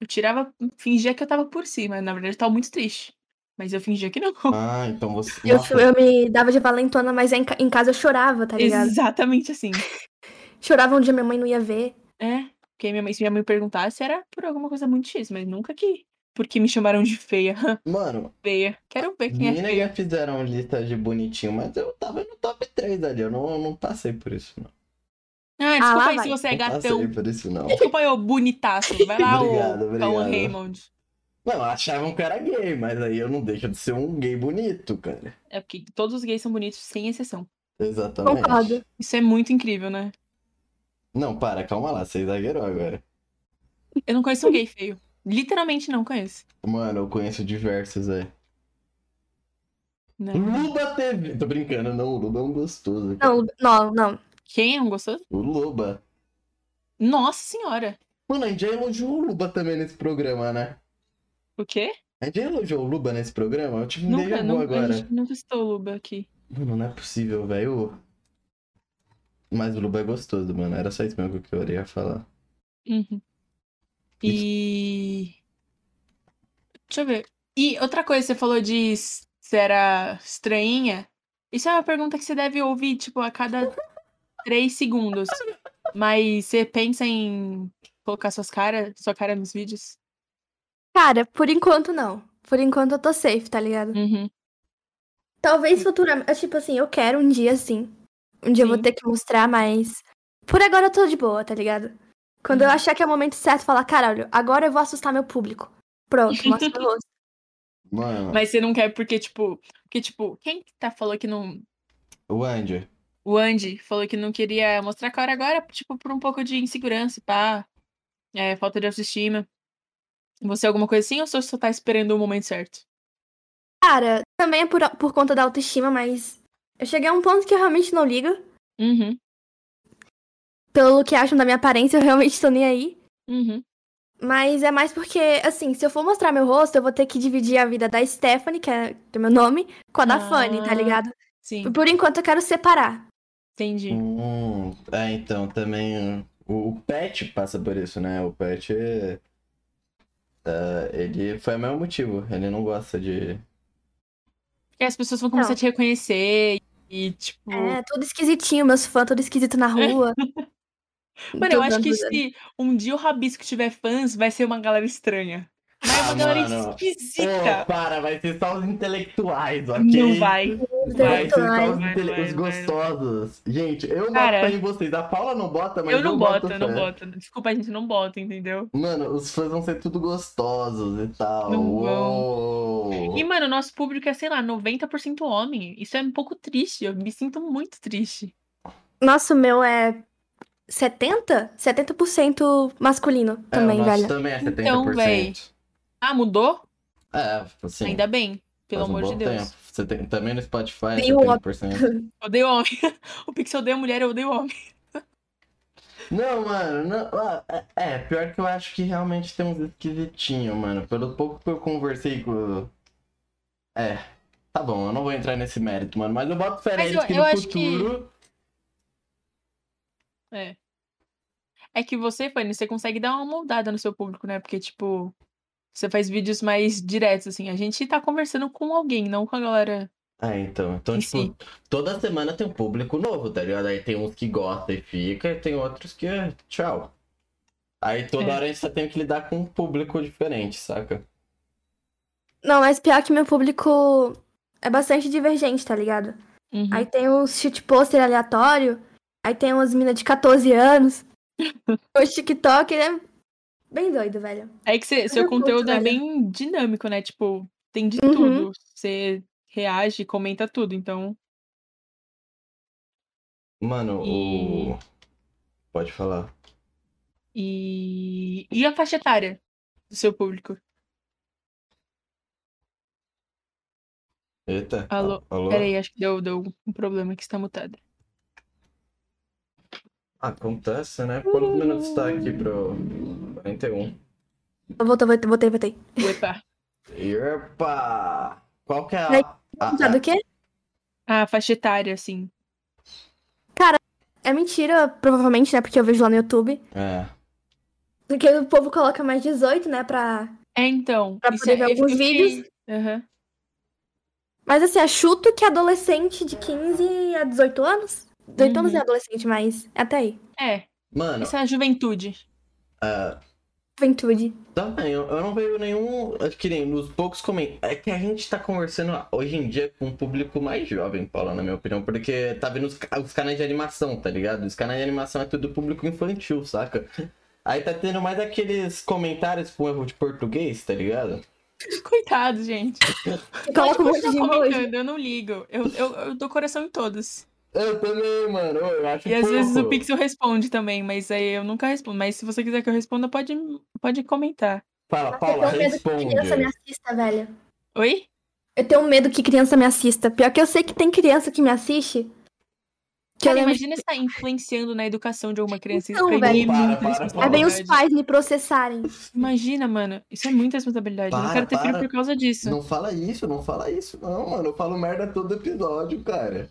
Speaker 1: Eu tirava, fingia que eu tava por cima. Na verdade, eu tava muito triste. Mas eu fingia que não.
Speaker 2: Ah, então você.
Speaker 3: Eu,
Speaker 2: Nossa,
Speaker 3: eu me dava de valentona, mas em, ca- em casa eu chorava, tá
Speaker 1: [laughs]
Speaker 3: ligado?
Speaker 1: Exatamente assim.
Speaker 3: Chorava onde a minha mãe não ia ver.
Speaker 1: É, porque minha mãe, se minha mãe perguntasse, era por alguma coisa muito X, mas nunca que. Porque me chamaram de feia. [laughs]
Speaker 2: Mano,
Speaker 1: Feia. Quero ver quem é
Speaker 2: meninas já fizeram lista de bonitinho, mas eu tava no top 3 ali. Eu não, eu não passei por isso, não.
Speaker 1: Ah,
Speaker 3: Ah,
Speaker 1: desculpa
Speaker 3: lá
Speaker 1: aí se
Speaker 3: vai.
Speaker 1: você é
Speaker 2: não
Speaker 1: gatão.
Speaker 2: passei por isso, não.
Speaker 1: Desculpa aí, ô bonitaço. Vai lá,
Speaker 2: Obrigado,
Speaker 1: ô Cão
Speaker 2: obrigado.
Speaker 1: Raymond.
Speaker 2: Não, achavam que eu era gay, mas aí eu não deixo de ser um gay bonito, cara.
Speaker 1: É porque todos os gays são bonitos, sem exceção.
Speaker 2: Exatamente.
Speaker 3: Concordo.
Speaker 1: Isso é muito incrível, né?
Speaker 2: Não, para, calma lá, você exagerou agora.
Speaker 1: Eu não conheço um gay feio. Literalmente não conheço.
Speaker 2: Mano, eu conheço diversos, é.
Speaker 1: né?
Speaker 2: Luba TV. Tô brincando, não, o Luba é um gostoso.
Speaker 3: Não, não, não.
Speaker 1: Quem é um gostoso?
Speaker 2: O Luba.
Speaker 1: Nossa senhora.
Speaker 2: Mano, a gente já elogiou o Luba também nesse programa, né?
Speaker 1: O quê?
Speaker 2: A gente já elogiou o Luba nesse programa? Eu tive um
Speaker 1: Nunca,
Speaker 2: déjà vu
Speaker 1: nunca,
Speaker 2: agora.
Speaker 1: a gente nunca estou Luba aqui.
Speaker 2: Mano, não é possível, velho. Mas o Luba é gostoso, mano. Era só isso mesmo que eu queria falar.
Speaker 1: Uhum. E. Deixa eu ver. E outra coisa, você falou de s- se era estranhinha. Isso é uma pergunta que você deve ouvir, tipo, a cada três segundos. Mas você pensa em colocar suas cara, sua cara nos vídeos?
Speaker 3: Cara, por enquanto não. Por enquanto eu tô safe, tá ligado?
Speaker 1: Uhum.
Speaker 3: Talvez futuramente. Tipo assim, eu quero um dia sim. Um dia eu
Speaker 1: Sim.
Speaker 3: vou ter que mostrar, mas. Por agora eu tô de boa, tá ligado? Quando eu
Speaker 1: Uhum.
Speaker 3: achar que é o momento certo, falar, caralho, agora eu vou assustar meu público.
Speaker 1: [laughs]
Speaker 3: Pronto, mostra meu rosto.
Speaker 2: Mano,
Speaker 1: Mas você não quer porque, tipo. Porque, tipo, quem que tá falou que não.
Speaker 2: o Andy.
Speaker 1: O Andy falou que não queria mostrar a cara agora, tipo, por um pouco de insegurança, pá. É, falta de autoestima. Você é alguma coisa assim ou você só tá esperando o momento certo?
Speaker 3: Cara, também é por, por conta da autoestima, mas. Eu cheguei a um ponto que eu realmente não ligo.
Speaker 1: Uhum,
Speaker 3: Pelo que acham da minha aparência, eu realmente tô nem aí.
Speaker 1: uhum.
Speaker 3: Mas é mais porque, assim, se eu for mostrar meu rosto, eu vou ter que dividir a vida da Stephanie, que é do meu nome, com a da Fanny,
Speaker 1: Ah.
Speaker 3: tá ligado?
Speaker 1: Sim,
Speaker 3: Por enquanto eu quero separar.
Speaker 1: entendi.
Speaker 2: Hum, é, então, também. O, o Pet passa por isso, né? O Pet. é, é, ele foi o mesmo motivo. Ele não gosta de.
Speaker 1: Porque as pessoas vão começar a te reconhecer e, tipo.
Speaker 3: É, tudo esquisitinho, meus fãs, tudo esquisito na rua.
Speaker 1: [laughs] Mano, eu
Speaker 3: Tô
Speaker 1: acho que
Speaker 3: dando-
Speaker 1: se um dia o Rabisco tiver fãs, vai ser uma galera estranha. Mas é uma
Speaker 2: Ah,
Speaker 1: galera
Speaker 2: mano.
Speaker 1: esquisita.
Speaker 2: Ô, para, vai ser só os intelectuais, é, ok?
Speaker 1: Não vai.
Speaker 2: Vai
Speaker 1: então,
Speaker 2: ser só
Speaker 3: Ai,
Speaker 2: os,
Speaker 1: vai,
Speaker 2: intele-
Speaker 1: vai,
Speaker 2: então,
Speaker 1: vai.
Speaker 2: os gostosos. Gente, eu
Speaker 1: né, Cara,
Speaker 2: boto fé em vocês. A Paula não bota, mas
Speaker 1: eu não boto, eu não
Speaker 2: fé.
Speaker 1: boto. Desculpa, a gente não bota, entendeu?
Speaker 2: Mano, os fãs vão ser tudo gostosos e tal.
Speaker 1: Não
Speaker 2: Uou.
Speaker 1: E, mano, o nosso público é, sei lá, 90% homem. Isso é um pouco triste. Eu me sinto muito triste.
Speaker 3: Nossa, o meu é 70? 70% masculino
Speaker 2: É, o
Speaker 3: também,
Speaker 2: nosso
Speaker 3: velho.
Speaker 2: também é 70%.
Speaker 1: Então, véi. Ah, mudou?
Speaker 2: é, assim,
Speaker 1: Ainda bem. Pelo
Speaker 2: faz um
Speaker 1: amor de
Speaker 2: bom
Speaker 1: Deus.
Speaker 2: tempo. Você tem também no Spotify, é
Speaker 3: Tem um
Speaker 2: 70%.
Speaker 1: Odeio homem. [laughs] O Pixel odeia mulher, eu odeio homem.
Speaker 2: Não, mano, não, ó, é- é, pior que eu acho que realmente tem uns esquisitinhos, mano. Pelo pouco que eu conversei com. É, tá bom, eu não vou entrar nesse mérito, mano. Mas eu boto fé
Speaker 1: Mas
Speaker 2: neles
Speaker 1: eu-
Speaker 2: que
Speaker 1: eu
Speaker 2: no
Speaker 1: acho que-
Speaker 2: futuro.
Speaker 1: É. É que você, Fanny, você consegue dar uma moldada no seu público, né? Porque, tipo, você faz vídeos mais diretos, assim. A gente tá conversando com alguém, não com a galera.
Speaker 2: Ah, então. Então,
Speaker 1: Em
Speaker 2: tipo,
Speaker 1: si.
Speaker 2: toda semana tem um público novo, tá ligado? Aí tem uns que gostam e fica, e tem outros que. é, Tchau. Aí toda
Speaker 1: É.
Speaker 2: hora a gente só tem que lidar com um público diferente, saca?
Speaker 3: Não, mas pior que meu público é bastante divergente, tá ligado?
Speaker 1: Uhum.
Speaker 3: Aí tem uns shitposter aleatório, aí tem umas minas de 14
Speaker 1: [laughs]
Speaker 3: anos. o TikTok ele é bem doido, velho.
Speaker 1: É que cê- seu
Speaker 3: eu curto,
Speaker 1: conteúdo é
Speaker 3: velho.
Speaker 1: bem dinâmico, né? Tipo, tem de
Speaker 3: Uhum.
Speaker 1: tudo. Você reage, comenta tudo. Então,
Speaker 2: Mano,
Speaker 1: E-
Speaker 2: o. Pode falar.
Speaker 1: e... E a faixa etária do seu público?
Speaker 2: Eita.
Speaker 1: Alô?
Speaker 2: Alô?
Speaker 1: Peraí, acho que deu, deu um problema que está mutada.
Speaker 2: Acontece, né?
Speaker 1: Uh.
Speaker 2: Quantos minutos tá aqui pro 41?
Speaker 3: Eu voltei, voltei, voltei. voltei.
Speaker 1: Uepa.
Speaker 2: Epa! Qual que é
Speaker 3: Vai-
Speaker 2: a... a-
Speaker 3: Sabe o quê?
Speaker 1: A faixa etária, assim.
Speaker 3: É mentira, provavelmente, né? Porque eu vejo lá no YouTube.
Speaker 2: É.
Speaker 3: Porque o povo coloca mais 18, né? Pra.
Speaker 1: É, então.
Speaker 3: Pra poder ver
Speaker 1: eu
Speaker 3: alguns
Speaker 1: fiquei-
Speaker 3: vídeos.
Speaker 1: Aham.
Speaker 3: Mas assim, achuto que adolescente de 15 a 18 anos. 18 anos
Speaker 1: Uhum.
Speaker 3: é adolescente, mas é até aí.
Speaker 1: É,
Speaker 2: Mano,
Speaker 1: essa é a juventude. [laughs]
Speaker 2: é,
Speaker 3: Juventude.
Speaker 2: também, eu, eu não vejo nenhum... Acho que nem nos poucos comentários. É que a gente tá conversando hoje em dia com um público mais jovem, Paula, na minha opinião. Porque tá vendo os, ca- os canais de animação, tá ligado? Os canais de animação é tudo público infantil, saca? Aí tá tendo mais aqueles comentários com erro de português, tá ligado?
Speaker 1: Coitado, gente.
Speaker 3: E coloca
Speaker 1: Pode
Speaker 3: um monte de
Speaker 1: continuar
Speaker 3: emoji.
Speaker 1: comentando, eu não ligo. Eu, eu, eu dou coração em todos.
Speaker 2: Eu também, mano. Eu acho
Speaker 1: E às
Speaker 2: fofo.
Speaker 1: vezes o Pixel responde também, mas aí eu nunca respondo. Mas se você quiser que eu responda, pode, pode comentar.
Speaker 2: Fala, Paula,
Speaker 3: Eu tenho medo que
Speaker 1: é?
Speaker 2: responde.
Speaker 3: criança né? me assista, velho.
Speaker 1: Oi?
Speaker 3: Eu tenho medo que criança me assista. Pior que eu sei que tem criança que me assiste. Que é
Speaker 1: Cara,
Speaker 3: eu lembro...
Speaker 1: imagina estar influenciando na educação de alguma criança.
Speaker 3: Então,
Speaker 1: isso pra mim
Speaker 2: velho.
Speaker 1: é
Speaker 2: Para,
Speaker 1: muita
Speaker 2: para,
Speaker 3: É
Speaker 1: responsabilidade.
Speaker 3: bem os pais me processarem.
Speaker 1: Imagina, mano. Isso é muita responsabilidade. eu não
Speaker 2: Para,
Speaker 1: quero ter filho
Speaker 2: para.
Speaker 1: por causa disso.
Speaker 2: Não fala isso, não fala isso, não, mano. Eu falo merda todo episódio, cara.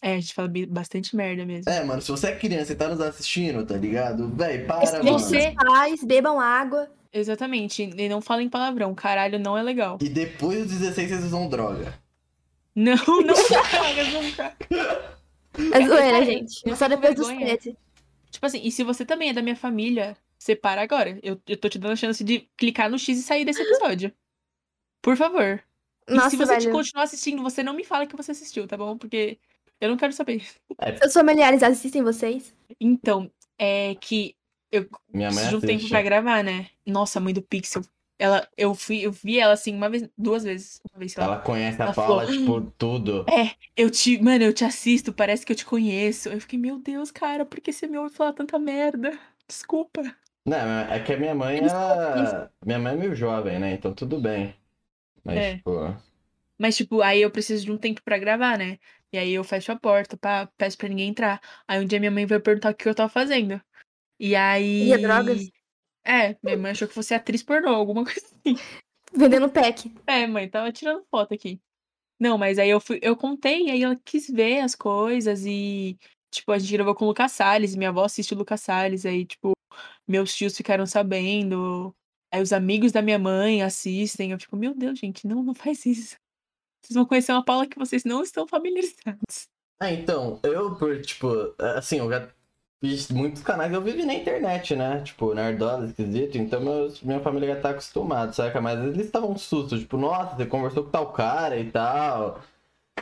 Speaker 1: É, a gente fala bi- bastante merda mesmo.
Speaker 2: É, mano, se você é criança e tá nos assistindo, tá ligado? Véi, para,
Speaker 3: Respeitem
Speaker 2: mano.
Speaker 1: É você-
Speaker 3: seus pais, bebam água.
Speaker 1: Exatamente. E não falem palavrão. Caralho, não é legal. [laughs]
Speaker 2: E depois dos 16 vocês usam droga.
Speaker 1: Não, não drogas, nunca.
Speaker 3: É zoeira,
Speaker 1: cara,
Speaker 3: gente.
Speaker 1: eu
Speaker 3: Só
Speaker 1: fico com
Speaker 3: depois dos
Speaker 1: vergonha.
Speaker 3: 13.
Speaker 1: Tipo assim, e se você também é da minha família, separa agora. Eu, eu tô te dando a chance de clicar no X e sair desse episódio. Por favor. e
Speaker 3: Nossa,
Speaker 1: se você te
Speaker 3: velho.
Speaker 1: continuar assistindo, você não me fala que você assistiu, tá bom? Porque eu não quero saber.
Speaker 3: Seus familiares assistem vocês?
Speaker 1: Então, é que eu
Speaker 2: Minha mãe
Speaker 1: preciso de um tempo
Speaker 2: assiste.
Speaker 1: pra gravar, né? Nossa, a mãe do Pixel. Ela, eu, fui, eu vi ela assim uma vez, duas vezes. Uma vez, sei lá.
Speaker 2: Ela conhece a
Speaker 1: Ela
Speaker 2: Paula,
Speaker 1: falou, "Hum."
Speaker 2: tipo, tudo.
Speaker 1: Eu te, mano, eu te assisto, parece que eu te conheço. Eu fiquei, meu Deus, cara, por que você me ouve falar tanta merda? Desculpa.
Speaker 2: Não, é que a minha mãe,
Speaker 3: Eles
Speaker 2: ela... Minha mãe é meio jovem, né? Então tudo bem. Mas,
Speaker 1: É.
Speaker 2: tipo...
Speaker 1: Mas, tipo, aí eu preciso de um tempo pra gravar, né? E aí eu fecho a porta, pá, peço pra ninguém entrar. Aí um dia minha mãe veio perguntar o que eu tava fazendo. E aí.
Speaker 3: Ia drogas?
Speaker 1: É, minha mãe achou que fosse atriz pornô, alguma coisa assim.
Speaker 3: Vendendo pack.
Speaker 1: É, mãe, tava tirando foto aqui. Não, mas aí eu fui, eu contei, e aí ela quis ver as coisas e. Tipo, a gente gravou com o Lucas Salles, minha avó assiste o Lucas Salles, aí, tipo, meus tios ficaram sabendo. Aí os amigos da minha mãe assistem. Eu fico, meu Deus, gente, não, não faz isso. Vocês vão conhecer uma Paula que vocês não estão familiarizados.
Speaker 2: Ah, então, eu, por, tipo, assim, eu já fiz muitos canais, eu vivi na internet, né? Tipo, nerdola, esquisito, então meus- minha família já tá acostumada, saca? Mas eles estavam susto, tipo, nossa, você conversou com tal cara e tal.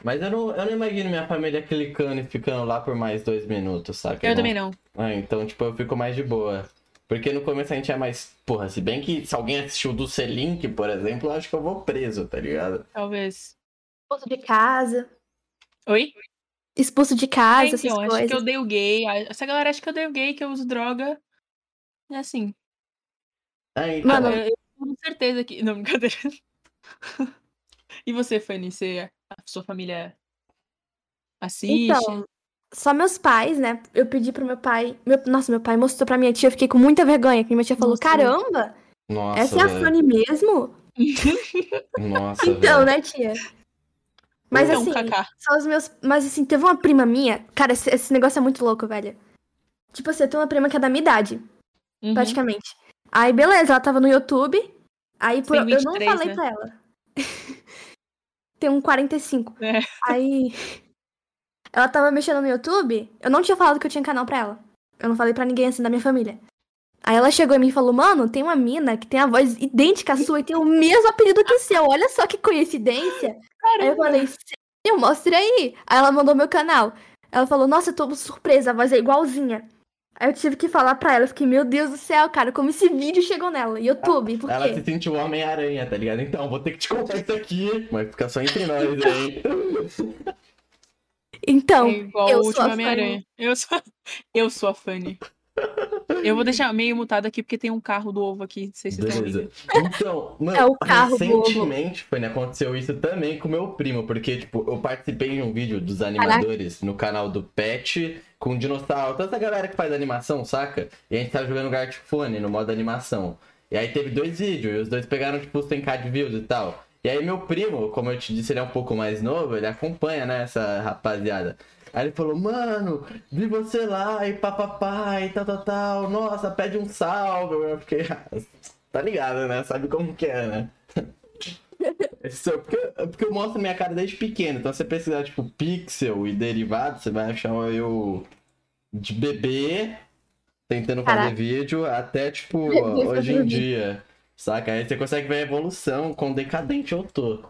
Speaker 2: Mas eu não, eu não imagino minha família clicando e ficando lá por mais dois minutos, saca?
Speaker 1: Eu
Speaker 2: não-
Speaker 1: também não.
Speaker 2: ah, então, tipo, eu fico mais de boa. Porque no começo a gente é mais. Porra, se bem que se alguém assistiu do C-Link, por exemplo, eu acho que eu vou preso, tá ligado?
Speaker 1: Talvez.
Speaker 3: Expulso de casa.
Speaker 1: Oi?
Speaker 3: Expulso de
Speaker 1: Ah,
Speaker 3: casa,
Speaker 1: então,
Speaker 3: essas
Speaker 1: acho que
Speaker 3: coisas.
Speaker 1: eu dei o gay. Ah, Essa galera acha que eu dei o gay, que eu uso droga. É assim.
Speaker 2: Ah, então.
Speaker 3: Mano,
Speaker 1: [laughs] Eu, eu tenho certeza que. Não, brincadeira. E você, Fanny, você A sua família assiste?
Speaker 3: Então, só meus pais, né? Eu pedi pro meu pai. meu- nossa, meu pai mostrou pra minha tia, eu fiquei com muita vergonha, que minha tia falou:
Speaker 1: Nossa.
Speaker 3: caramba,
Speaker 4: Nossa,
Speaker 3: essa é a
Speaker 4: velho. É.
Speaker 3: Sony mesmo?
Speaker 4: Nossa,
Speaker 3: Então,
Speaker 4: velho.
Speaker 3: né, tia? Mas
Speaker 1: então,
Speaker 3: assim,
Speaker 1: Kaká.
Speaker 3: são os meus. Mas assim, teve uma prima minha. Cara, esse, esse negócio é muito louco, velho. Tipo assim, eu tenho uma prima que é da minha idade,
Speaker 1: Uhum.
Speaker 3: praticamente. Aí, beleza, ela tava no YouTube. Aí por,
Speaker 1: Tem
Speaker 3: eu não
Speaker 1: 23,
Speaker 3: falei
Speaker 1: né?
Speaker 3: pra ela. [laughs] Tem um 45.
Speaker 1: É.
Speaker 3: Aí. Ela tava mexendo no YouTube. Eu não tinha falado que eu tinha canal pra ela. Eu não falei pra ninguém assim da minha família. Aí ela chegou em mim e falou: Mano, tem uma mina que tem a voz idêntica à sua e tem o mesmo apelido que o seu. Olha só que coincidência. Aí eu
Speaker 1: Caramba.
Speaker 3: falei, sério? Mostra aí. Aí ela mandou meu canal. Ela falou, nossa, eu tô surpresa, a voz é igualzinha. Aí eu tive que falar pra ela, eu fiquei, meu Deus do céu, cara, como esse vídeo chegou nela? YouTube, por
Speaker 2: Ela se
Speaker 3: quê?
Speaker 2: sentiu o Homem-Aranha, tá ligado? Então, vou ter que te contar isso aqui. Mas fica só entre nós aí.
Speaker 3: Então,
Speaker 1: É igual
Speaker 3: eu
Speaker 1: o
Speaker 3: sou
Speaker 1: último
Speaker 3: a
Speaker 1: Homem-Aranha. Eu sou, eu sou a Fanny. Eu vou deixar meio mutado aqui porque tem um carro do ovo aqui, não sei se vocês estão
Speaker 2: Beleza.
Speaker 1: ouvindo.
Speaker 3: [laughs]
Speaker 2: Então, mano,
Speaker 3: É o carro do
Speaker 2: recentemente, foi, né, aconteceu isso também com meu primo, porque, tipo, eu participei de um vídeo dos animadores no canal do Pet com um dinossauro. Toda essa galera que faz animação, saca? E a gente tava jogando Gartfone no modo animação. E aí teve dois vídeos, e os dois pegaram, tipo, 100k de views e tal. E aí meu primo, como eu te disse, ele é um pouco mais novo, ele acompanha, né, essa rapaziada. Aí ele falou, mano, vi você lá e papapá e tal, tal, tal. Nossa, pede um salve. Eu fiquei, [laughs] "Ah, tá ligado, né? Sabe como que é, né? [laughs] Isso é porque, é porque eu mostro minha cara desde pequeno. Então, se você pesquisar, tipo, pixel e derivado, você vai achar eu de bebê tentando fazer
Speaker 3: Caraca.
Speaker 2: vídeo até, tipo,
Speaker 3: [laughs] Bebê
Speaker 2: hoje em
Speaker 3: fazendo
Speaker 2: dia. Saca? Aí você consegue ver a evolução, quão decadente eu tô.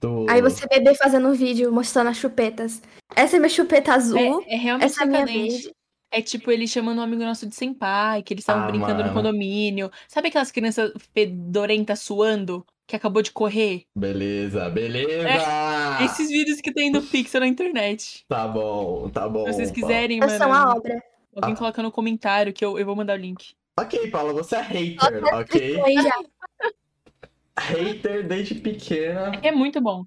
Speaker 2: Do-
Speaker 3: aí você bebê fazendo um vídeo mostrando as chupetas. Essa é minha chupeta azul,
Speaker 1: É, é realmente
Speaker 3: essa é minha
Speaker 1: decadente.
Speaker 3: verde.
Speaker 1: É tipo ele chamando um amigo nosso de senpai, que eles estavam
Speaker 2: Ah,
Speaker 1: brincando
Speaker 2: mano.
Speaker 1: no condomínio. Sabe aquelas crianças fedorentas suando, que acabou de correr?
Speaker 2: Beleza, beleza! Ah.
Speaker 1: Esses vídeos que tem do Pixel na internet.
Speaker 2: Tá bom, tá bom.
Speaker 1: Se vocês
Speaker 2: Paulo.
Speaker 1: quiserem,
Speaker 3: Essas são a
Speaker 1: mano,
Speaker 3: obra.
Speaker 1: alguém coloca no comentário que eu, eu vou mandar o link.
Speaker 2: Ok, Paula, você é hater, ok?
Speaker 3: Então, aí já.
Speaker 2: Hater desde pequena.
Speaker 1: É muito bom.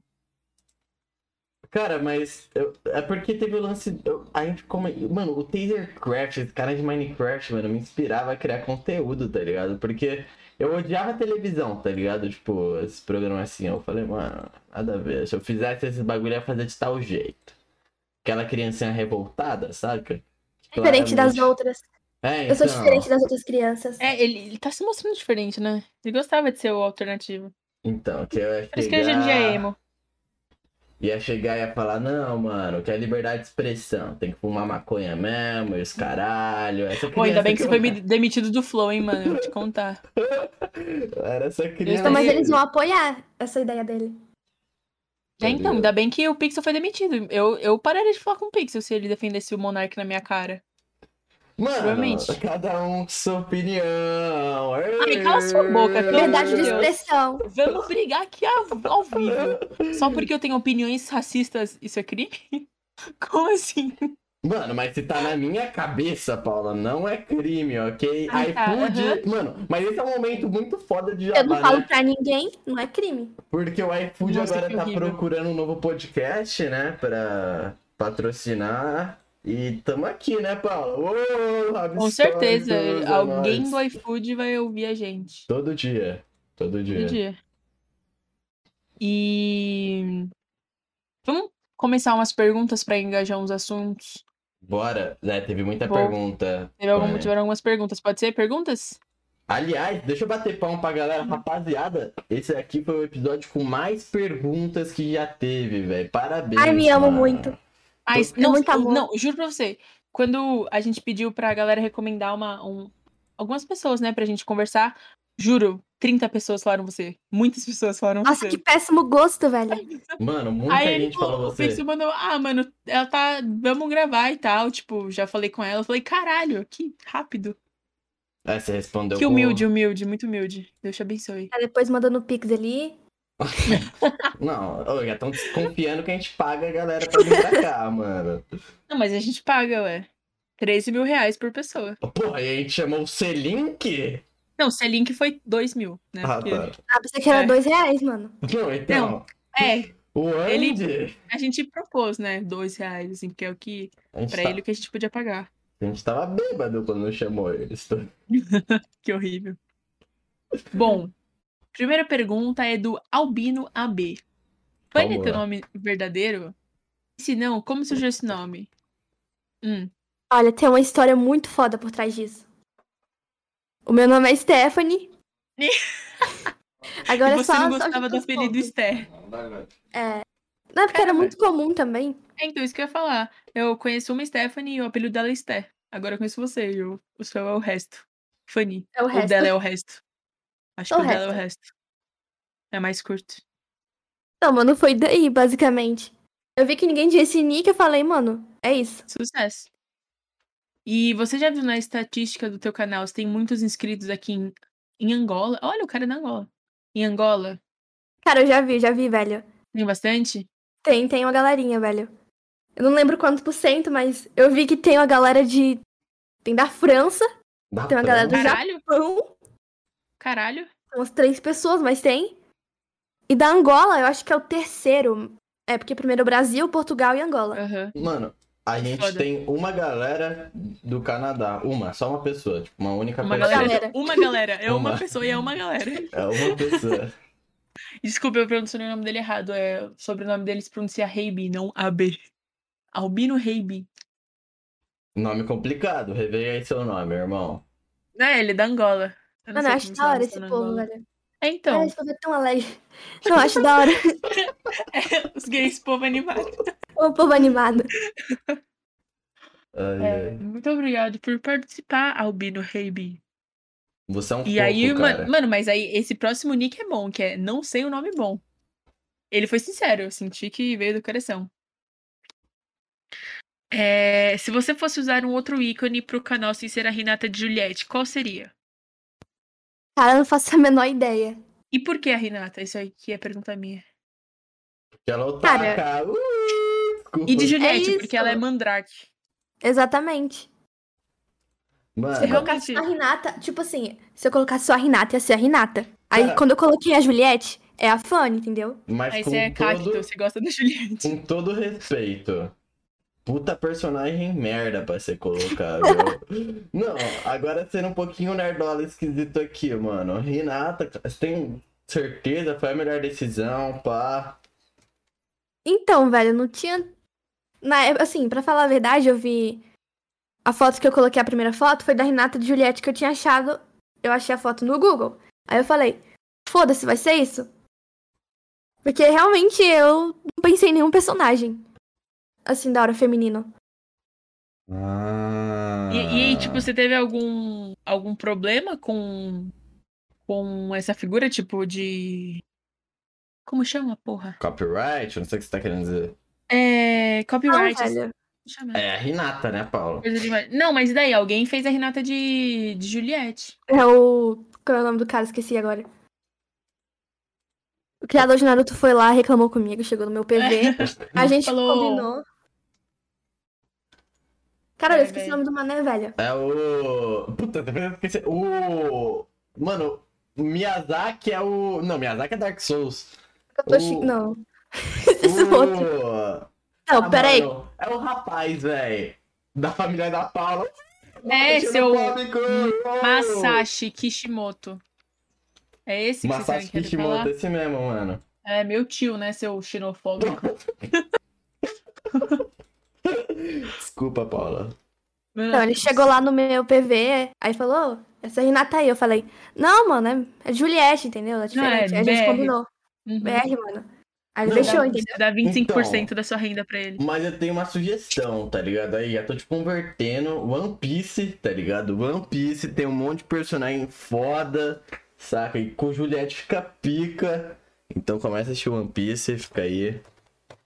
Speaker 2: Cara, mas eu- é porque teve o lance. eu- a gente come- Mano, o Tasercraft, esse cara de Minecraft, mano, me inspirava a criar conteúdo, tá ligado? Porque eu odiava a televisão, tá ligado? Tipo, esse programa assim. Eu falei, mano, nada a ver. Se eu fizesse esse bagulho, eu ia fazer de tal jeito. Aquela criancinha revoltada, saca?
Speaker 3: É Diferente das
Speaker 2: Claramente.
Speaker 3: outras.
Speaker 2: É,
Speaker 3: Eu sou
Speaker 2: então,
Speaker 3: diferente das outras crianças.
Speaker 1: É, ele, ele tá se mostrando diferente, né? Ele gostava de ser o alternativo.
Speaker 2: Então, que eu ia
Speaker 1: Por isso que hoje em dia é
Speaker 2: chegar-
Speaker 1: emo.
Speaker 2: Ia chegar e ia falar, não, mano, que é liberdade de expressão, tem que fumar maconha mesmo, e os caralho. Essa
Speaker 1: Pô, ainda
Speaker 2: criança
Speaker 1: bem que você foi
Speaker 2: eu-
Speaker 1: me- demitido do Flow, hein, mano? Eu vou te contar.
Speaker 2: [laughs] Era essa criança.
Speaker 3: Então, mas
Speaker 1: Mas-
Speaker 3: eles vão apoiar essa ideia dele.
Speaker 1: É, então, ainda bem que o Pixel foi demitido. Eu, eu pararia de falar com o Pixel se ele defendesse o Monark na minha cara.
Speaker 2: Mano,
Speaker 1: Provavelmente.
Speaker 2: cada um com sua opinião.
Speaker 1: Ai, cala sua boca, pelo amor
Speaker 3: Verdade de
Speaker 1: Deus.
Speaker 3: expressão.
Speaker 1: Vamos brigar aqui ao, ao vivo. Só porque eu tenho opiniões racistas, isso é crime? [laughs] Como assim?
Speaker 2: Mano, mas se tá na minha cabeça, Paula, não é crime, ok?
Speaker 1: Ah, tá,
Speaker 2: iFood. Mano, mas esse é um momento muito foda de
Speaker 3: Eu não
Speaker 2: jabá,
Speaker 3: falo
Speaker 2: né?
Speaker 3: pra ninguém, não é crime.
Speaker 2: Porque o iFood
Speaker 1: Nossa,
Speaker 2: agora
Speaker 1: que
Speaker 2: tá
Speaker 1: horrível.
Speaker 2: procurando um novo podcast, né? Pra patrocinar. E tamo aqui, né, Paula? Ô,
Speaker 1: Com
Speaker 2: Rabiscoitos,
Speaker 1: certeza,
Speaker 2: é
Speaker 1: alguém
Speaker 2: nóis.
Speaker 1: do iFood vai ouvir a gente.
Speaker 2: Todo dia. Todo dia.
Speaker 1: Todo dia. É. E. Vamos começar umas perguntas para engajar uns assuntos?
Speaker 2: Bora. É, teve muita
Speaker 1: Vou.
Speaker 2: pergunta.
Speaker 1: Teve algum,
Speaker 3: É.
Speaker 2: Vai.
Speaker 1: tiveram algumas perguntas. Pode ser perguntas?
Speaker 2: Aliás, deixa eu bater palma pra
Speaker 1: Uhum.
Speaker 2: galera. Rapaziada, esse aqui foi o episódio com mais perguntas que já teve, velho. Parabéns.
Speaker 3: Ai, me amo
Speaker 2: mano.
Speaker 3: muito.
Speaker 1: Ah, isso-
Speaker 3: É
Speaker 1: não,
Speaker 3: muito
Speaker 1: eu-
Speaker 3: amor.
Speaker 1: não, juro pra você. Quando a gente pediu pra galera recomendar uma, um- algumas pessoas, né, pra gente conversar, juro, 30 pessoas falaram você. Muitas pessoas falaram
Speaker 3: Nossa,
Speaker 1: você.
Speaker 3: que péssimo gosto, velho.
Speaker 2: Mano, muita
Speaker 1: Aí ele
Speaker 2: gente falou
Speaker 1: falou, o
Speaker 2: você.
Speaker 1: Pixel mandou, ah, mano, ela tá. Vamos gravar e tal. Tipo, já falei com ela. Eu falei, caralho, que rápido.
Speaker 2: É, você respondeu
Speaker 1: que
Speaker 2: com-
Speaker 1: humilde, humilde, muito humilde. Deus te abençoe.
Speaker 3: Aí depois mandando o pix ali.
Speaker 2: Não, ô, já estão desconfiando que a gente paga a galera pra vir
Speaker 1: [laughs]
Speaker 2: pra cá, mano.
Speaker 1: Não, mas a gente paga, ué. 13 mil reais por pessoa.
Speaker 2: Porra, e a gente chamou o C-Link?
Speaker 1: Não, se é link foi 2 mil, né?
Speaker 2: Ah,
Speaker 1: porque-
Speaker 2: tá.
Speaker 3: Ah, pensei que era
Speaker 1: É.
Speaker 3: dois reais, mano.
Speaker 2: Não, então.
Speaker 1: É,
Speaker 2: O Andy?
Speaker 1: A gente propôs, né? Dois reais, assim, porque é o que.
Speaker 2: A, gente
Speaker 1: Pra
Speaker 2: tá-
Speaker 1: ele o que a gente podia pagar. [laughs]
Speaker 2: a gente tava bêbado quando chamou eles.
Speaker 1: Que horrível. Bom, primeira pergunta é do Albino AB. Vânia
Speaker 2: Vamos
Speaker 1: é teu
Speaker 2: lá.
Speaker 1: nome verdadeiro? E se não, como surgiu esse nome? Hum,
Speaker 3: Olha, tem uma história muito foda por trás disso. O meu nome é Stephanie.
Speaker 1: [laughs]
Speaker 3: Agora
Speaker 1: e
Speaker 3: é
Speaker 1: você
Speaker 3: só,
Speaker 1: não
Speaker 3: só
Speaker 1: gostava do
Speaker 3: juntar os
Speaker 1: apelido
Speaker 3: pontos.
Speaker 1: Esther.
Speaker 3: Não, é porque era
Speaker 1: Caramba.
Speaker 3: muito comum também.
Speaker 1: É, então, isso que eu ia falar. Eu conheço uma Stephanie e o apelido dela é Esther. Agora eu conheço você e o, o seu é o resto. Fanny.
Speaker 3: É o
Speaker 1: O
Speaker 3: resto.
Speaker 1: dela é o resto. Acho
Speaker 3: O
Speaker 1: que o dela é o resto. É mais curto.
Speaker 3: Não, mano, foi daí, basicamente. Eu vi que ninguém tinha esse nick, eu falei, mano, é isso.
Speaker 1: Sucesso. E você já viu na estatística do teu canal, você tem muitos inscritos aqui em, em Angola. Olha, o cara é da Angola. Em Angola,
Speaker 3: Cara, eu já vi, já vi, velho.
Speaker 1: tem bastante?
Speaker 3: Tem, tem uma galerinha, velho. Eu não lembro quanto por cento, mas eu vi que tem uma galera de. Tem da França,
Speaker 2: Da
Speaker 3: Tem uma galera do-
Speaker 2: França.
Speaker 1: Caralho,
Speaker 3: são
Speaker 1: caralho.
Speaker 3: umas três pessoas, mas tem. E da Angola, eu acho que é o terceiro. É, porque primeiro é o Brasil, Portugal e Angola.
Speaker 1: Aham.
Speaker 2: Mano, a gente
Speaker 1: Foda.
Speaker 2: tem uma galera do Canadá. Uma, só uma pessoa. Tipo, uma única
Speaker 1: Uma
Speaker 2: pessoa.
Speaker 1: galera.
Speaker 3: galera.
Speaker 1: Uma galera. É uma
Speaker 2: Uma.
Speaker 1: pessoa e é uma galera.
Speaker 2: É uma pessoa.
Speaker 1: Desculpa, eu pronunciei o nome dele errado. É, o sobrenome dele se pronuncia Reibi, não AB. Albino Reibi.
Speaker 2: nome complicado. Reveja aí seu nome, irmão.
Speaker 1: Né? Ele é da Angola. Eu sei
Speaker 3: Mano, eu
Speaker 1: como
Speaker 3: acho
Speaker 1: se
Speaker 3: da hora
Speaker 1: pronuncia
Speaker 3: esse
Speaker 1: na
Speaker 3: povo,
Speaker 1: Angola.
Speaker 3: velho.
Speaker 1: É,
Speaker 3: Ai,
Speaker 1: então,
Speaker 3: esse povo é
Speaker 1: [laughs]
Speaker 3: tão alegre. Não, eu acho da hora.
Speaker 1: os gays, povo é animado.
Speaker 3: O povo animado.
Speaker 2: Ai,
Speaker 1: É,
Speaker 2: ai.
Speaker 1: muito obrigado por participar, Albino Reibi.
Speaker 2: Você é um
Speaker 1: E
Speaker 2: fofo,
Speaker 1: aí, ma-
Speaker 2: cara.
Speaker 1: mano, mas aí esse próximo nick é bom, que é não sei o nome bom. Ele foi sincero, eu senti que veio do coração. É, se você fosse usar um outro ícone pro canal sem ser a Renata de Juliette, qual seria?
Speaker 3: Cara, eu não faço a menor ideia.
Speaker 1: E por que a Renata? Isso aqui é pergunta minha.
Speaker 2: Que ela
Speaker 3: Cara.
Speaker 2: otaca. Uh,
Speaker 1: E de Juliette,
Speaker 3: isso.
Speaker 1: porque ela é mandrake.
Speaker 3: Exatamente. Se eu
Speaker 2: Mano,
Speaker 3: colocasse
Speaker 1: Realmente.
Speaker 3: só a Renata, tipo assim, se eu colocasse só a Renata, ia ser a Renata. Aí
Speaker 2: Cara.
Speaker 3: quando eu coloquei a Juliette, é a Fanny, entendeu?
Speaker 2: mas
Speaker 1: Aí
Speaker 2: com
Speaker 1: você é cacto,
Speaker 2: todo,
Speaker 1: você gosta da [laughs] Juliette.
Speaker 2: com todo respeito. Puta personagem merda pra ser
Speaker 1: [laughs]
Speaker 2: colocado. não, agora sendo um pouquinho nerdola esquisito aqui, mano. Renata, você tem certeza? Foi a melhor decisão, pá.
Speaker 3: Então, velho, não tinha. Na época, assim, pra falar a verdade, eu vi. A foto que eu coloquei, a primeira foto, foi da Renata de Juliette que eu tinha achado. Eu achei a foto no Google. Aí eu falei, foda-se, vai ser isso? Porque realmente eu não pensei em nenhum personagem. Assim, da hora feminino.
Speaker 2: Ah.
Speaker 1: E, e aí, tipo, você teve algum, algum problema com, com essa figura, tipo, de. Como chama, porra?
Speaker 2: Copyright? Não sei o que você tá querendo dizer.
Speaker 1: É.
Speaker 3: Não,
Speaker 1: Copyright. assim,
Speaker 3: Ah, velho.
Speaker 1: chama.
Speaker 2: É a Renata, né, Paulo?
Speaker 1: Coisa demais. Não, mas e daí? Alguém fez a Renata de, de Juliette.
Speaker 3: É o. Qual é o nome do cara? Esqueci agora. O criador de Naruto foi lá, reclamou comigo, chegou no
Speaker 1: [laughs]
Speaker 3: meu PV. A gente
Speaker 1: Falou.
Speaker 3: combinou. Caralho,
Speaker 1: É,
Speaker 3: eu esqueci
Speaker 1: velho.
Speaker 3: o nome do mané, velho.
Speaker 2: É o. Puta, eu esqueci. O. Mano, Miyazaki é o. Não, Miyazaki é
Speaker 1: [laughs]
Speaker 2: Dark Souls.
Speaker 3: Eu tô chi-
Speaker 2: O-
Speaker 3: Não. [laughs] Esse
Speaker 2: o...
Speaker 3: outro. Não,
Speaker 2: Ah,
Speaker 3: pera aí.
Speaker 2: mano, É o rapaz, velho. Da família da Paula.
Speaker 1: É,
Speaker 2: Nossa,
Speaker 1: seu
Speaker 2: xenofóbico! Oh!
Speaker 1: Masashi Kishimoto. É esse que
Speaker 2: Masashi
Speaker 1: vocês querem
Speaker 2: Kishimoto,
Speaker 1: falar?
Speaker 2: esse mesmo,
Speaker 1: [laughs]
Speaker 2: mano.
Speaker 1: É meu tio, né, seu xenofóbico.
Speaker 2: Desculpa, Paula.
Speaker 1: Meu
Speaker 3: Então, ele
Speaker 1: Deus.
Speaker 3: chegou lá no meu PV, aí falou, "Ô, essa é a Renata aí. Eu falei, não, mano, é, é Juliette, entendeu? É diferente.
Speaker 1: é
Speaker 3: aí a gente
Speaker 1: BR.
Speaker 3: combinou.
Speaker 1: Uhum.
Speaker 3: BR, mano. Aí ele
Speaker 2: Não,
Speaker 3: deixou,
Speaker 1: Dá-
Speaker 3: É, entendeu?
Speaker 1: Dá 25% da sua renda pra ele.
Speaker 2: Mas eu tenho uma sugestão, tá ligado? Aí eu tô te convertendo. One Piece, tá ligado? One Piece tem um monte de personagem foda, saca? E com Juliette fica pica. Então começa a assistir One Piece, fica aí.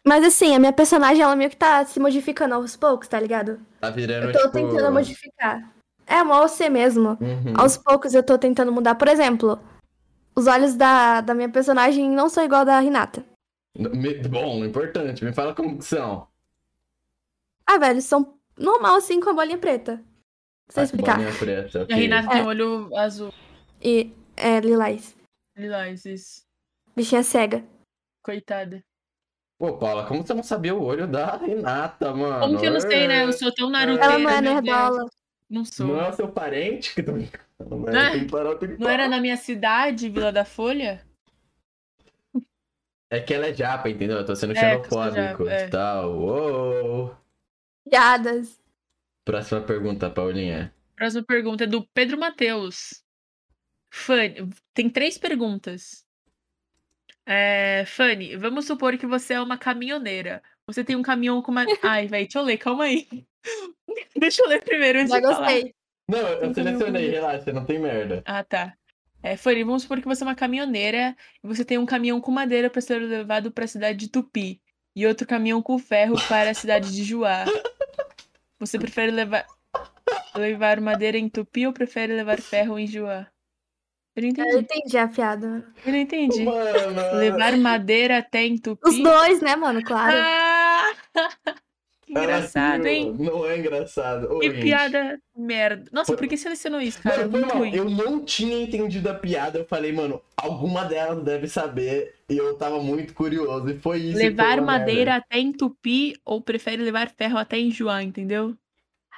Speaker 3: Mas assim, a minha personagem, ela meio que tá se modificando aos poucos, tá ligado?
Speaker 2: Tá virando
Speaker 3: Eu tô
Speaker 2: tipo...
Speaker 3: tentando modificar. É uma OC mesmo.
Speaker 2: Uhum.
Speaker 3: Aos poucos eu tô tentando mudar. Por exemplo, os olhos da, da minha personagem não são igual da Renata.
Speaker 2: Me- Bom, importante. Me fala como que são.
Speaker 3: Ah, velho, são normal assim com a bolinha preta. Não sei
Speaker 2: Ah,
Speaker 3: explicar.
Speaker 2: Bolinha preta,
Speaker 1: E
Speaker 2: ok.
Speaker 1: a Renata tem um
Speaker 3: É.
Speaker 1: olho azul.
Speaker 3: E é lilás.
Speaker 1: Lilás, isso.
Speaker 3: Bichinha cega.
Speaker 1: Coitada.
Speaker 2: Pô, Paula, como você não sabia o olho da Renata, mano?
Speaker 1: Como que eu não sei, né? Eu sou tão Naruto.
Speaker 3: Ela não é nerdola.
Speaker 1: Não sou.
Speaker 2: Não é o seu parente que tá brincando, né?
Speaker 1: Né?
Speaker 2: Tem que parar, tem que
Speaker 1: Não
Speaker 2: parar.
Speaker 1: era na minha cidade, Vila da Folha?
Speaker 2: É que ela é japa, entendeu? Eu tô sendo
Speaker 1: É, que eu sou
Speaker 2: xenofóbico
Speaker 1: japa, é.
Speaker 2: e tal. Uou.
Speaker 3: Piadas.
Speaker 2: Próxima pergunta, Paulinha.
Speaker 1: Próxima pergunta é do Pedro Matheus. Fanny, tem três perguntas. É, Fanny, vamos supor que você é uma caminhoneira. Você tem um caminhão com
Speaker 3: [laughs]
Speaker 1: uma. Ai, velho, deixa eu ler, calma aí. [laughs] Deixa eu ler primeiro antes
Speaker 3: Já
Speaker 1: de falar.
Speaker 3: gostei.
Speaker 2: Não, eu
Speaker 1: Tem
Speaker 2: selecionei,
Speaker 1: caminhão.
Speaker 2: relaxa, não tem merda.
Speaker 1: Ah, tá. É, Fanny, vamos supor que você é uma caminhoneira e você tem um caminhão com madeira para ser levado para a cidade de Tupi e outro caminhão com ferro para a cidade de Juá. Você prefere levar, levar madeira em Tupi ou prefere levar ferro em Juá? Eu não
Speaker 3: Eu
Speaker 1: entendi.
Speaker 3: entendi a piada, mano.
Speaker 1: Eu não entendi.
Speaker 2: Mano.
Speaker 1: Levar madeira até em
Speaker 3: Os
Speaker 1: Tupi?
Speaker 3: dois, né, mano? Claro.
Speaker 1: Ah! [laughs] Que
Speaker 2: Ela
Speaker 1: engraçado,
Speaker 2: viu.
Speaker 1: hein?
Speaker 2: é Não é engraçado. Ô,
Speaker 1: Que
Speaker 2: gente.
Speaker 1: piada merda. Nossa,
Speaker 2: Foi-
Speaker 1: por que selecionou isso, cara?
Speaker 2: Mano, foi
Speaker 1: Muito
Speaker 2: mal.
Speaker 1: ruim.
Speaker 2: Eu não tinha entendido a piada. Eu falei, mano, alguma delas deve saber. E eu tava muito curioso. E foi isso.
Speaker 1: Levar
Speaker 2: foi é uma
Speaker 1: madeira
Speaker 2: merda.
Speaker 1: até entupir ou prefere levar ferro até enjoar, entendeu?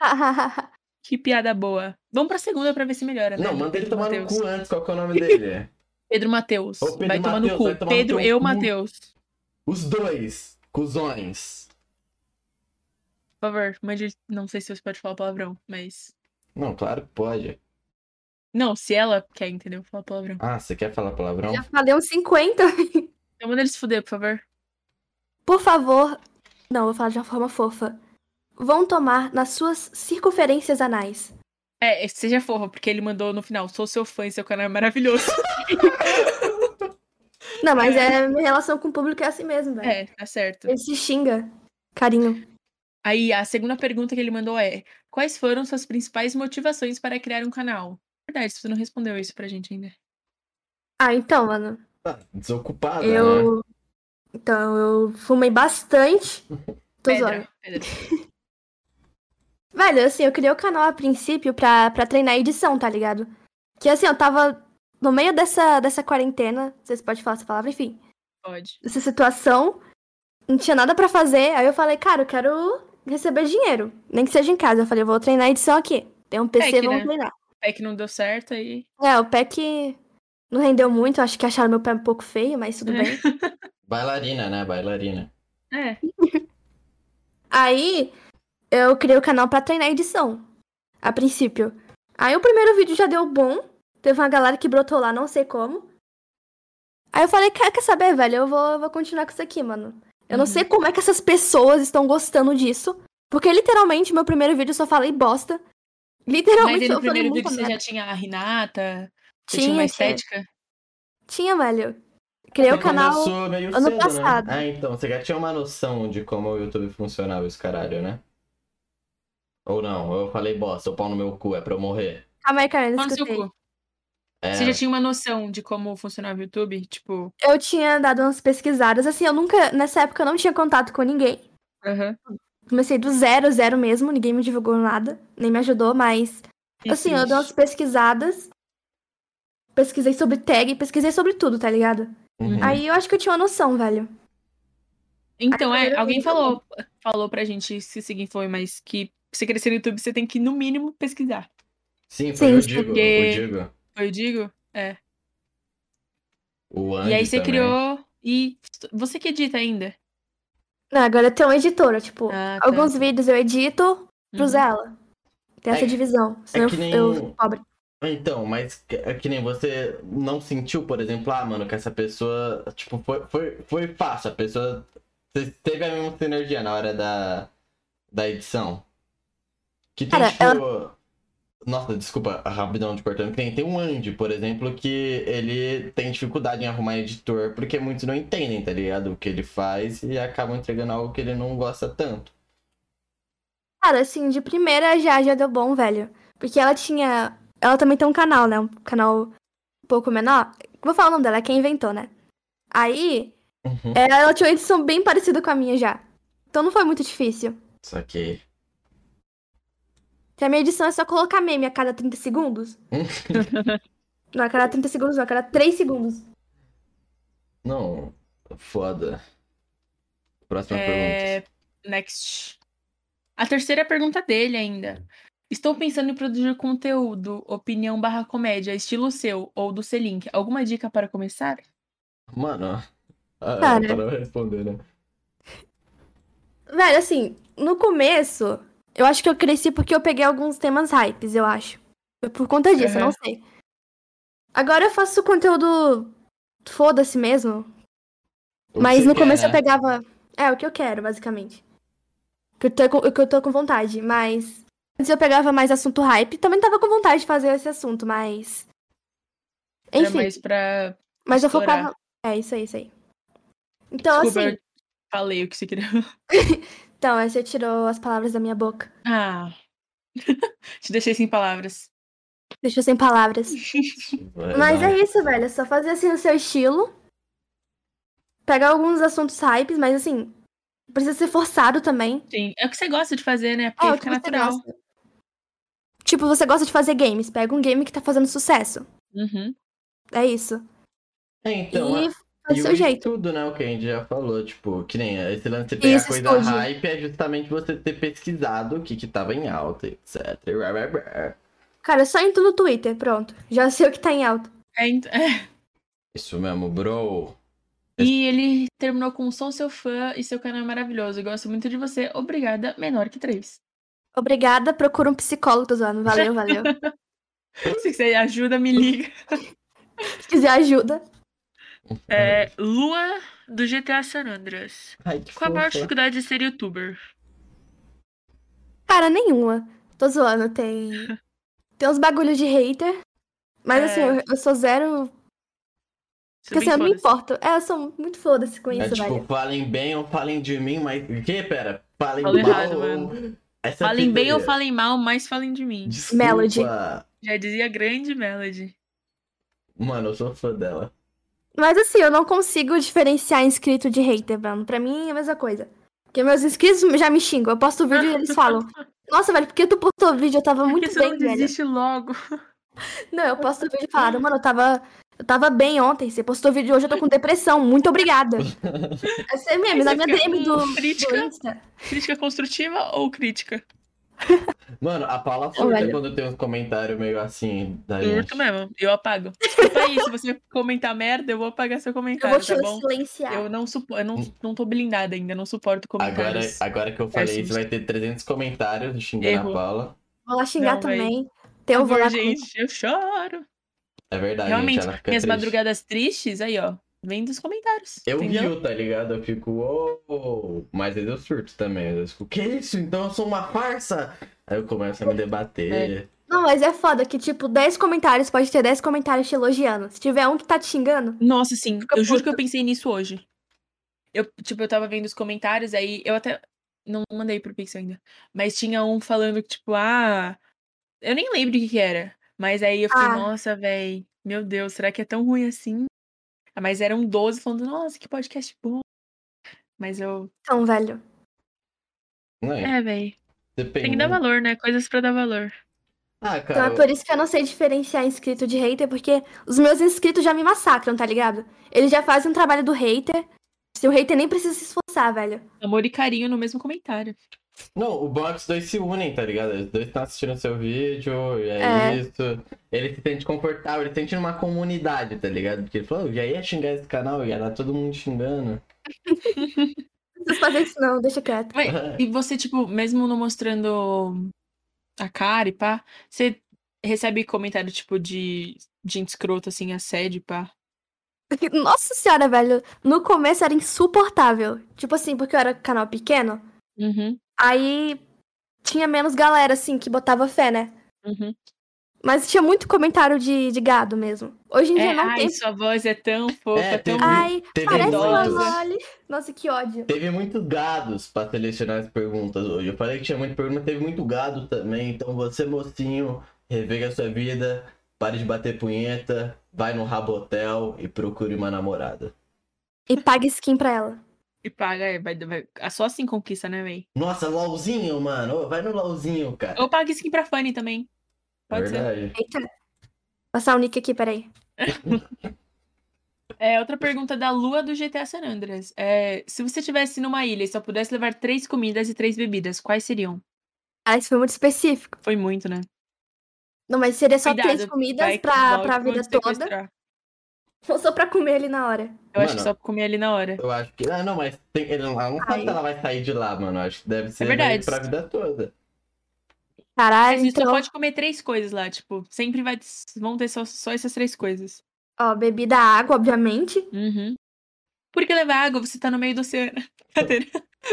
Speaker 1: Ah. Que piada boa. Vamos pra segunda pra ver se melhora. né,
Speaker 2: Não,
Speaker 1: do
Speaker 2: manda ele
Speaker 1: Pedro
Speaker 2: tomar no
Speaker 1: Mateus.
Speaker 2: cu antes. Qual que é o nome dele? [laughs]
Speaker 1: Pedro Matheus.
Speaker 2: Ô, Pedro
Speaker 1: vai tomar no
Speaker 2: Mateus,
Speaker 1: cu.
Speaker 2: vai tomar no
Speaker 1: Pedro,
Speaker 2: teu
Speaker 1: eu,
Speaker 2: cu.
Speaker 1: Matheus.
Speaker 2: Os dois. Cusões.
Speaker 1: Por favor, mande. Não sei se você pode falar palavrão, mas.
Speaker 2: Não, claro que pode.
Speaker 1: Não, se ela quer, entendeu? Falar palavrão.
Speaker 2: Ah, você quer falar palavrão?
Speaker 3: [laughs] Já falei uns 50.
Speaker 1: Então manda eles se fuder, por favor.
Speaker 3: Por favor. Não, vou falar de uma forma fofa. Vão tomar nas suas circunferências anais.
Speaker 1: É, seja forra, porque ele mandou no final. Sou seu fã e seu canal é
Speaker 2: [laughs]
Speaker 1: maravilhoso.
Speaker 3: Não, mas é minha relação com o público é assim mesmo, velho.
Speaker 1: é, tá certo.
Speaker 3: Ele se xinga. Carinho.
Speaker 1: Aí a segunda pergunta que ele mandou é: Quais foram suas principais motivações para criar um canal? Verdade, você não respondeu isso pra gente ainda.
Speaker 3: Ah, então, mano.
Speaker 2: Ah, desocupada, né?
Speaker 3: Eu. Então, eu fumei bastante.
Speaker 1: [laughs]
Speaker 3: Tô zoando.
Speaker 1: Pedra, pedra.
Speaker 3: Velho, assim, eu criei o canal a princípio pra, pra treinar edição, tá ligado? Que assim, eu tava no meio dessa, dessa quarentena, não sei se pode falar essa palavra, enfim,
Speaker 1: Pode.
Speaker 3: dessa situação, não tinha nada pra fazer, aí eu falei, cara, eu quero receber dinheiro, nem que seja em casa. Eu falei, eu vou treinar edição aqui, tem um PC,
Speaker 1: É que,
Speaker 3: vamos
Speaker 1: né?
Speaker 3: treinar.
Speaker 1: É que não deu certo aí.
Speaker 3: É, o PEC não rendeu muito, acho que acharam meu pé um pouco feio, mas tudo
Speaker 1: É.
Speaker 3: bem.
Speaker 2: Bailarina, né? Bailarina.
Speaker 1: É.
Speaker 3: Aí eu criei o canal pra treinar edição, a princípio. Aí o primeiro vídeo já deu bom, teve uma galera que brotou lá, não sei como. Aí eu falei, cara, quer saber, velho? Eu vou, eu vou continuar com isso aqui, mano. Eu não
Speaker 1: Uhum.
Speaker 3: sei como é que essas pessoas estão gostando disso, porque literalmente meu primeiro vídeo eu só falei bosta.
Speaker 1: Mas
Speaker 3: Literalmente
Speaker 1: aí
Speaker 3: eu
Speaker 1: no
Speaker 3: falei
Speaker 1: primeiro
Speaker 3: muito
Speaker 1: vídeo você
Speaker 3: merda.
Speaker 1: já tinha a Renata, você tinha uma
Speaker 3: Tinha, tinha,
Speaker 1: estética.
Speaker 3: tinha, velho. Criei o
Speaker 2: Você
Speaker 3: canal.
Speaker 2: começou meio
Speaker 3: ano
Speaker 2: cedo, né?
Speaker 3: passado.
Speaker 2: Ah, então, você já tinha uma noção de como o YouTube funcionava esse caralho, né? Ou não, eu falei, bosta, o pau no meu cu, é pra eu morrer.
Speaker 3: Calma aí, cara, eu não
Speaker 1: Fala no seu
Speaker 3: escutei.
Speaker 1: cu.
Speaker 2: É,
Speaker 1: Você já tinha uma noção de como funcionava o YouTube? Tipo.
Speaker 3: Eu tinha dado umas pesquisadas, assim, eu nunca. Nessa época eu não tinha contato com ninguém.
Speaker 1: Aham.
Speaker 3: Comecei do zero, zero mesmo, ninguém me divulgou nada, nem me ajudou, mas assim, eu dei umas pesquisadas. Pesquisei sobre tag, pesquisei sobre tudo, tá ligado?
Speaker 2: uhum.
Speaker 1: Ah,
Speaker 3: Aí eu acho que eu tinha uma noção, velho.
Speaker 1: Então,
Speaker 3: Aí
Speaker 1: é,
Speaker 3: eu
Speaker 1: alguém
Speaker 3: vi
Speaker 1: falou, falou pra gente se seguir foi, mas que pra você crescer no YouTube, você tem que, no mínimo, pesquisar.
Speaker 2: Sim, foi o
Speaker 3: Sim,
Speaker 2: Digo,
Speaker 1: porque-
Speaker 2: o Digo.
Speaker 1: Foi, eu digo? É.
Speaker 2: O
Speaker 1: e
Speaker 2: Andy
Speaker 1: aí você
Speaker 2: também.
Speaker 1: criou. E você que edita ainda.
Speaker 3: Não, agora eu tenho uma editora, tipo,
Speaker 1: Ah, tá.
Speaker 3: alguns vídeos eu edito pro
Speaker 1: Uhum.
Speaker 3: Zela. Tem essa
Speaker 2: É-
Speaker 3: divisão. Senão
Speaker 2: que
Speaker 3: eu,
Speaker 2: nem
Speaker 3: eu
Speaker 2: o-
Speaker 3: fico pobre.
Speaker 2: Então, mas que- é que nem você não sentiu, por exemplo, ah, mano, que essa pessoa, tipo, foi, foi, foi fácil, a pessoa te- teve a mesma sinergia na hora da, da edição. Que tem,
Speaker 3: Cara,
Speaker 2: tipo... Nossa, desculpa, rapidão de cortando. que Tem, tem um Andy, por exemplo, que ele tem dificuldade em arrumar editor, porque muitos não entendem, tá ligado? O que ele faz e acabam entregando algo que ele não gosta tanto.
Speaker 3: Cara, assim, de primeira já, já deu bom, velho. Porque ela tinha. Ela também tem um canal, né? Um canal um pouco menor. Vou falar o nome dela, é quem inventou, né? Aí,
Speaker 2: Uhum.
Speaker 3: É, Ela tinha uma edição bem parecida com a minha já. Então não foi muito difícil.
Speaker 2: Só que...
Speaker 3: Porque a minha edição é só colocar meme a cada 30 segundos. Não, a cada 30 segundos, não, a cada 3 segundos.
Speaker 2: Não, foda.
Speaker 4: Próxima
Speaker 1: É,
Speaker 4: pergunta.
Speaker 1: Next. A terceira pergunta dele ainda. Estou pensando em produzir conteúdo, opinião barra comédia, estilo seu ou do Selink. Alguma dica para começar?
Speaker 2: Mano. Ah,
Speaker 3: Cara.
Speaker 2: o cara vai responder, né?
Speaker 3: Velho, assim, no começo, eu acho que eu cresci porque eu peguei alguns temas hypes, eu acho. Foi por conta disso, eu não
Speaker 1: Aham.
Speaker 3: sei. Agora eu faço conteúdo foda-se mesmo.
Speaker 2: O que
Speaker 3: mas
Speaker 2: você
Speaker 3: no
Speaker 2: quer,
Speaker 3: começo
Speaker 2: né?
Speaker 3: eu pegava. É, o que eu quero, basicamente. O que eu tô, com- o que eu tô com vontade, mas. Antes eu pegava mais assunto hype. Também tava com vontade de fazer esse assunto, mas.
Speaker 1: Era
Speaker 3: Enfim,
Speaker 1: mais pra.
Speaker 3: mas eu
Speaker 1: explorar.
Speaker 3: focava. É, isso aí, isso aí. Então,
Speaker 1: Desculpa,
Speaker 3: assim.
Speaker 1: eu falei o que você queria. [laughs]
Speaker 3: Então, aí você tirou as palavras da minha boca.
Speaker 1: Ah. [laughs] Te deixei sem palavras.
Speaker 3: Deixou sem palavras.
Speaker 2: Vai,
Speaker 3: Mas
Speaker 2: vai.
Speaker 3: é isso, velho. É só fazer assim no seu estilo. Pegar alguns assuntos hypes, mas assim, não precisa ser forçado também.
Speaker 1: Sim. É o que você gosta de fazer, né? Porque
Speaker 3: É, o que
Speaker 1: fica
Speaker 3: você
Speaker 1: natural.
Speaker 3: gosta. Tipo, você gosta de fazer games. Pega um game que tá fazendo sucesso.
Speaker 1: Uhum.
Speaker 3: É isso.
Speaker 2: É, então,
Speaker 3: e
Speaker 2: é-
Speaker 3: faz
Speaker 2: e
Speaker 3: do
Speaker 2: o
Speaker 3: seu jeito.
Speaker 2: Tudo, né? O que a gente já falou, tipo, que nem esse lance de pegar
Speaker 3: Isso,
Speaker 2: coisa
Speaker 3: estude.
Speaker 2: hype é justamente você ter pesquisado o que que tava em alta, etc. e blá, blá, blá.
Speaker 3: Cara, só entra no Twitter, pronto. Já sei o que tá em alta.
Speaker 1: É, ent- [laughs] é.
Speaker 2: Isso mesmo, bro.
Speaker 1: E ele terminou com sou seu fã e seu canal é maravilhoso. Eu gosto muito de você. Obrigada, menor que três. [laughs]
Speaker 3: Obrigada, procura um psicólogo, tô zoando. Valeu, valeu.
Speaker 1: Se você ajuda, me liga.
Speaker 3: Se quiser ajuda.
Speaker 1: É, Lua do GTA San Andreas.
Speaker 2: Ai, que
Speaker 1: Qual a maior
Speaker 2: fofa.
Speaker 1: dificuldade de ser youtuber?
Speaker 3: Cara, nenhuma. Tô zoando, tem. Tem uns bagulhos de hater. Mas
Speaker 1: É.
Speaker 3: assim, eu, eu sou zero.
Speaker 1: Você
Speaker 3: Porque assim,
Speaker 1: bem
Speaker 3: eu não me
Speaker 1: foda-se.
Speaker 3: importo. É, eu sou muito foda-se com
Speaker 2: É
Speaker 3: isso,
Speaker 2: tipo,
Speaker 3: velho.
Speaker 2: falem bem ou falem de mim, mas. O quê? Pera? Falem
Speaker 1: Falei
Speaker 2: mal
Speaker 1: errado,
Speaker 2: ou. Essa é a
Speaker 1: Falem bem ou
Speaker 2: teoria.
Speaker 1: falem mal, mas falem de mim.
Speaker 2: Desculpa.
Speaker 3: Melody.
Speaker 1: Já dizia grande Melody.
Speaker 2: Mano, eu sou fã dela.
Speaker 3: Mas assim, eu não consigo diferenciar inscrito de hater, mano. Pra mim é a mesma coisa. Porque meus inscritos já me xingam. Eu posto vídeo e [laughs] eles falam: Nossa, velho, por É que tu postou vídeo? Eu tava
Speaker 1: Por
Speaker 3: muito
Speaker 1: que você
Speaker 3: bem,
Speaker 1: não
Speaker 3: velho.
Speaker 1: desiste logo? [laughs]
Speaker 3: Não, eu posto vídeo e falaram: Mano, eu tava. Eu tava bem ontem. Você postou vídeo hoje, eu tô com depressão.
Speaker 2: [laughs]
Speaker 3: Muito obrigada. Essa é mesmo,
Speaker 1: Aí
Speaker 3: na
Speaker 1: você
Speaker 3: minha
Speaker 1: fica com
Speaker 3: DM do,
Speaker 1: crítica.
Speaker 3: do Insta.
Speaker 1: Crítica construtiva ou crítica?
Speaker 2: Mano, a Paula surta
Speaker 3: velho.
Speaker 2: quando tem uns comentários meio assim da gente.
Speaker 1: Curto mesmo. Eu apago. Desculpa aí, se você comentar merda, eu vou apagar seu
Speaker 3: Eu
Speaker 1: comentário,
Speaker 3: vou te
Speaker 1: tá bom?
Speaker 3: silenciar.
Speaker 1: Eu não supo... eu não, não tô blindada ainda, não suporto
Speaker 2: Agora, é-
Speaker 1: comentários.
Speaker 2: agora que eu falei isso,
Speaker 1: Péssimos.
Speaker 2: vai ter 300 comentários xingando
Speaker 1: Erro.
Speaker 2: a Paula.
Speaker 3: Vou lá xingar
Speaker 1: Não, véi.
Speaker 3: também. Então eu vou lá.
Speaker 1: Por gente, eu choro.
Speaker 2: É verdade,
Speaker 1: Realmente,
Speaker 2: gente, ela fica
Speaker 1: minhas
Speaker 2: triste.
Speaker 1: madrugadas tristes, aí, ó. Vem dos comentários.
Speaker 2: Eu
Speaker 1: entendeu?
Speaker 2: rio, tá ligado? Eu fico, ô, ô, mas aí eu surto também. Eu fico, que isso? Então eu sou uma farsa? Aí eu começo a me debater.
Speaker 3: Não, mas é foda que, tipo, 10 comentários, pode ter 10 comentários te elogiando. Se tiver um que tá te xingando,
Speaker 1: Nossa, sim.
Speaker 3: Fica
Speaker 1: eu juro que eu
Speaker 3: puta.
Speaker 1: pensei nisso hoje. Eu, tipo, eu tava vendo os comentários, aí eu até. Não mandei pro Pix ainda. Mas tinha um falando que, tipo, ah. Eu nem lembro o que, que era. Mas aí eu fiquei,
Speaker 3: Ah.
Speaker 1: nossa, véi. Meu Deus, será que é tão ruim assim? Ah, Mas eram 12 falando, nossa, que podcast bom. Mas eu.
Speaker 3: então, velho.
Speaker 2: Não é?
Speaker 1: É, véi.
Speaker 2: Depende.
Speaker 1: Tem que dar valor, né? Coisas pra dar valor.
Speaker 2: Ah,
Speaker 3: Então
Speaker 2: cara.
Speaker 3: é por isso que eu não sei diferenciar inscrito de hater, porque os meus inscritos já me massacram, tá ligado? Eles já fazem um trabalho do hater. Se o hater nem precisa se esforçar, velho.
Speaker 1: Amor e carinho no mesmo comentário.
Speaker 2: Não, o box dois se unem, tá ligado? Os dois estão assistindo seu vídeo, e é,
Speaker 3: É.
Speaker 2: isso. Ele se sente confortável, ele se sente numa comunidade, tá ligado? Porque ele falou, já ia xingar esse canal, ia dar todo mundo xingando.
Speaker 3: Não precisa fazer isso, não, deixa quieto. [laughs]
Speaker 1: E você, tipo, mesmo não mostrando a cara e pá, você recebe comentário, tipo, de gente escrota, assim, assédio, pá.
Speaker 3: Nossa senhora, velho. No começo era insuportável. Tipo assim, porque eu era canal pequeno,
Speaker 1: Uhum,
Speaker 3: aí tinha menos galera, assim, que botava fé, né?
Speaker 1: uhum.
Speaker 3: Mas tinha muito comentário de, de gado mesmo. Hoje em
Speaker 1: É,
Speaker 3: dia não
Speaker 1: ai,
Speaker 3: tem.
Speaker 1: sua voz é tão fofa,
Speaker 2: É,
Speaker 1: tão...
Speaker 2: teve-
Speaker 3: Ai,
Speaker 2: [laughs] Teve
Speaker 3: parece uma
Speaker 1: muitos.
Speaker 3: Loli. Nossa, que ódio.
Speaker 2: Teve muitos gados pra selecionar as perguntas hoje. Eu falei que tinha muito pergunta, teve muito gado também. Então você, mocinho, reveja a sua vida, pare de bater punheta, vai no rabotel e procure uma namorada.
Speaker 3: E paga skin pra ela.
Speaker 1: E paga, é, vai, vai... ah, só assim conquista, né, véi?
Speaker 2: Nossa, LOLzinho, mano. Ô, vai no LOLzinho, cara.
Speaker 1: Ou paga skin pra Fanny também. Pode ser.
Speaker 2: Verdade.
Speaker 3: Eita. Passar o nick aqui, peraí.
Speaker 1: É, outra pergunta da Lua do GTA San Andreas. É, se você estivesse numa ilha e só pudesse levar três comidas e três bebidas, quais seriam?
Speaker 3: Ah, isso foi muito específico.
Speaker 1: Foi muito, né?
Speaker 3: Não, mas seria só
Speaker 1: Cuidado,
Speaker 3: três comidas
Speaker 1: vai que
Speaker 3: pra,
Speaker 1: o
Speaker 3: pra
Speaker 1: balde
Speaker 3: vida
Speaker 1: pode
Speaker 3: toda.
Speaker 1: sequestrar.
Speaker 3: Ou só pra comer ali na hora.
Speaker 1: Eu acho que
Speaker 2: Mano.
Speaker 1: só comer ali na hora.
Speaker 2: Eu acho que. Ah, não, mas tem- ele, ela não sabe
Speaker 3: Ai.
Speaker 2: se ela vai sair de lá, mano. Acho que deve ser
Speaker 1: É verdade.
Speaker 2: pra vida toda.
Speaker 3: Caralho,
Speaker 1: Mas a gente só
Speaker 3: então.
Speaker 1: pode comer três coisas lá, tipo, sempre vai, vão ter só, só essas três coisas.
Speaker 3: Ó, bebida, água, obviamente.
Speaker 1: Uhum. Porque levar água, você tá no meio do oceano. Brincadeira.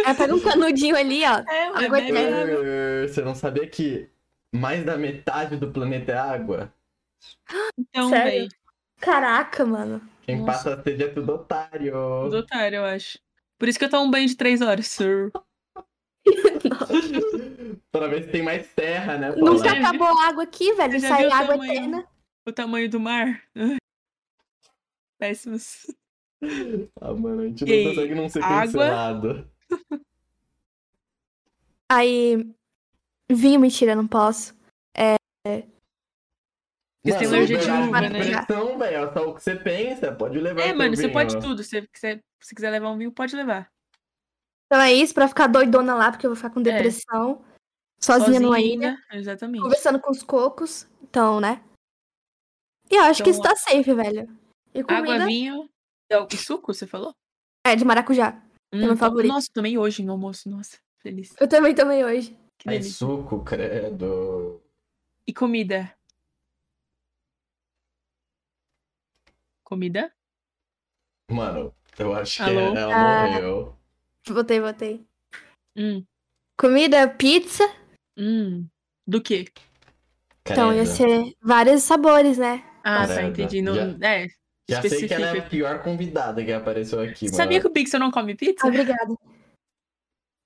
Speaker 3: Aí
Speaker 1: [laughs]
Speaker 3: pega um canudinho ali, ó.
Speaker 1: É,
Speaker 3: Água
Speaker 1: bebe
Speaker 3: é
Speaker 1: água.
Speaker 2: Eh, Você não sabia que mais da metade do planeta é água?
Speaker 1: Então,
Speaker 3: Sério?
Speaker 1: véi,
Speaker 3: Caraca, mano.
Speaker 2: Quem
Speaker 1: Nossa.
Speaker 2: passa sede é tudo otário.
Speaker 1: do otário, eu acho. Por isso que eu tomo um banho de três horas. [laughs] Sir.
Speaker 2: Toda vez tem mais terra, né? Paula?
Speaker 3: Nunca
Speaker 1: Já viu?
Speaker 3: acabou a água aqui, velho.
Speaker 1: já
Speaker 3: Sai
Speaker 1: viu o
Speaker 3: água
Speaker 1: tamanho?
Speaker 3: eterna.
Speaker 1: O tamanho do mar. [laughs] Ai. Péssimos.
Speaker 2: Ah, mano, a gente
Speaker 1: E aí,
Speaker 2: não consegue não ser
Speaker 1: água?
Speaker 2: cancelado.
Speaker 3: Aí. Vinho, mentira, não posso.
Speaker 1: Você tem
Speaker 2: Mano,
Speaker 1: alergia de
Speaker 2: liberdade
Speaker 1: uva, né?
Speaker 2: expressão, velho. É só o que você pensa. Pode levar
Speaker 1: É,
Speaker 2: teu
Speaker 1: mano, você
Speaker 2: vinho.
Speaker 1: pode tudo. Se você quiser, se quiser levar um vinho, pode levar.
Speaker 3: Então é isso, pra ficar doidona lá, porque eu vou
Speaker 1: É.
Speaker 3: ficar com depressão. Sozinha, numa ilha.
Speaker 1: Exatamente.
Speaker 3: Conversando com os cocos. Então, né? E eu acho que
Speaker 1: Então,
Speaker 3: isso tá safe, velho. E comida.
Speaker 1: Água, vinho. Não, e suco, você falou?
Speaker 3: É, de maracujá.
Speaker 1: Hum,
Speaker 3: meu
Speaker 1: então-
Speaker 3: favorito.
Speaker 1: Nossa, tomei hoje no almoço. Nossa, feliz.
Speaker 3: Eu também tomei hoje.
Speaker 1: Que
Speaker 2: Ai,
Speaker 1: delícia.
Speaker 2: suco, credo.
Speaker 1: E comida? Comida?
Speaker 2: Mano, eu acho
Speaker 1: Alô?
Speaker 2: que ela
Speaker 3: Ah.
Speaker 2: morreu.
Speaker 3: Botei, botei.
Speaker 1: Hum,
Speaker 3: Comida, pizza.
Speaker 1: hum. Do quê?
Speaker 3: Então ia
Speaker 2: Credo.
Speaker 3: ser vários
Speaker 1: [laughs]
Speaker 3: sabores, né?
Speaker 1: Ah, tá,
Speaker 2: Credo.
Speaker 1: entendi. Não,
Speaker 2: Já-
Speaker 1: é,
Speaker 2: Já sei que ela é a
Speaker 1: especifica.
Speaker 2: pior convidada que apareceu aqui, mano.
Speaker 1: Sabia que o Pixel não come pizza?
Speaker 3: Obrigada.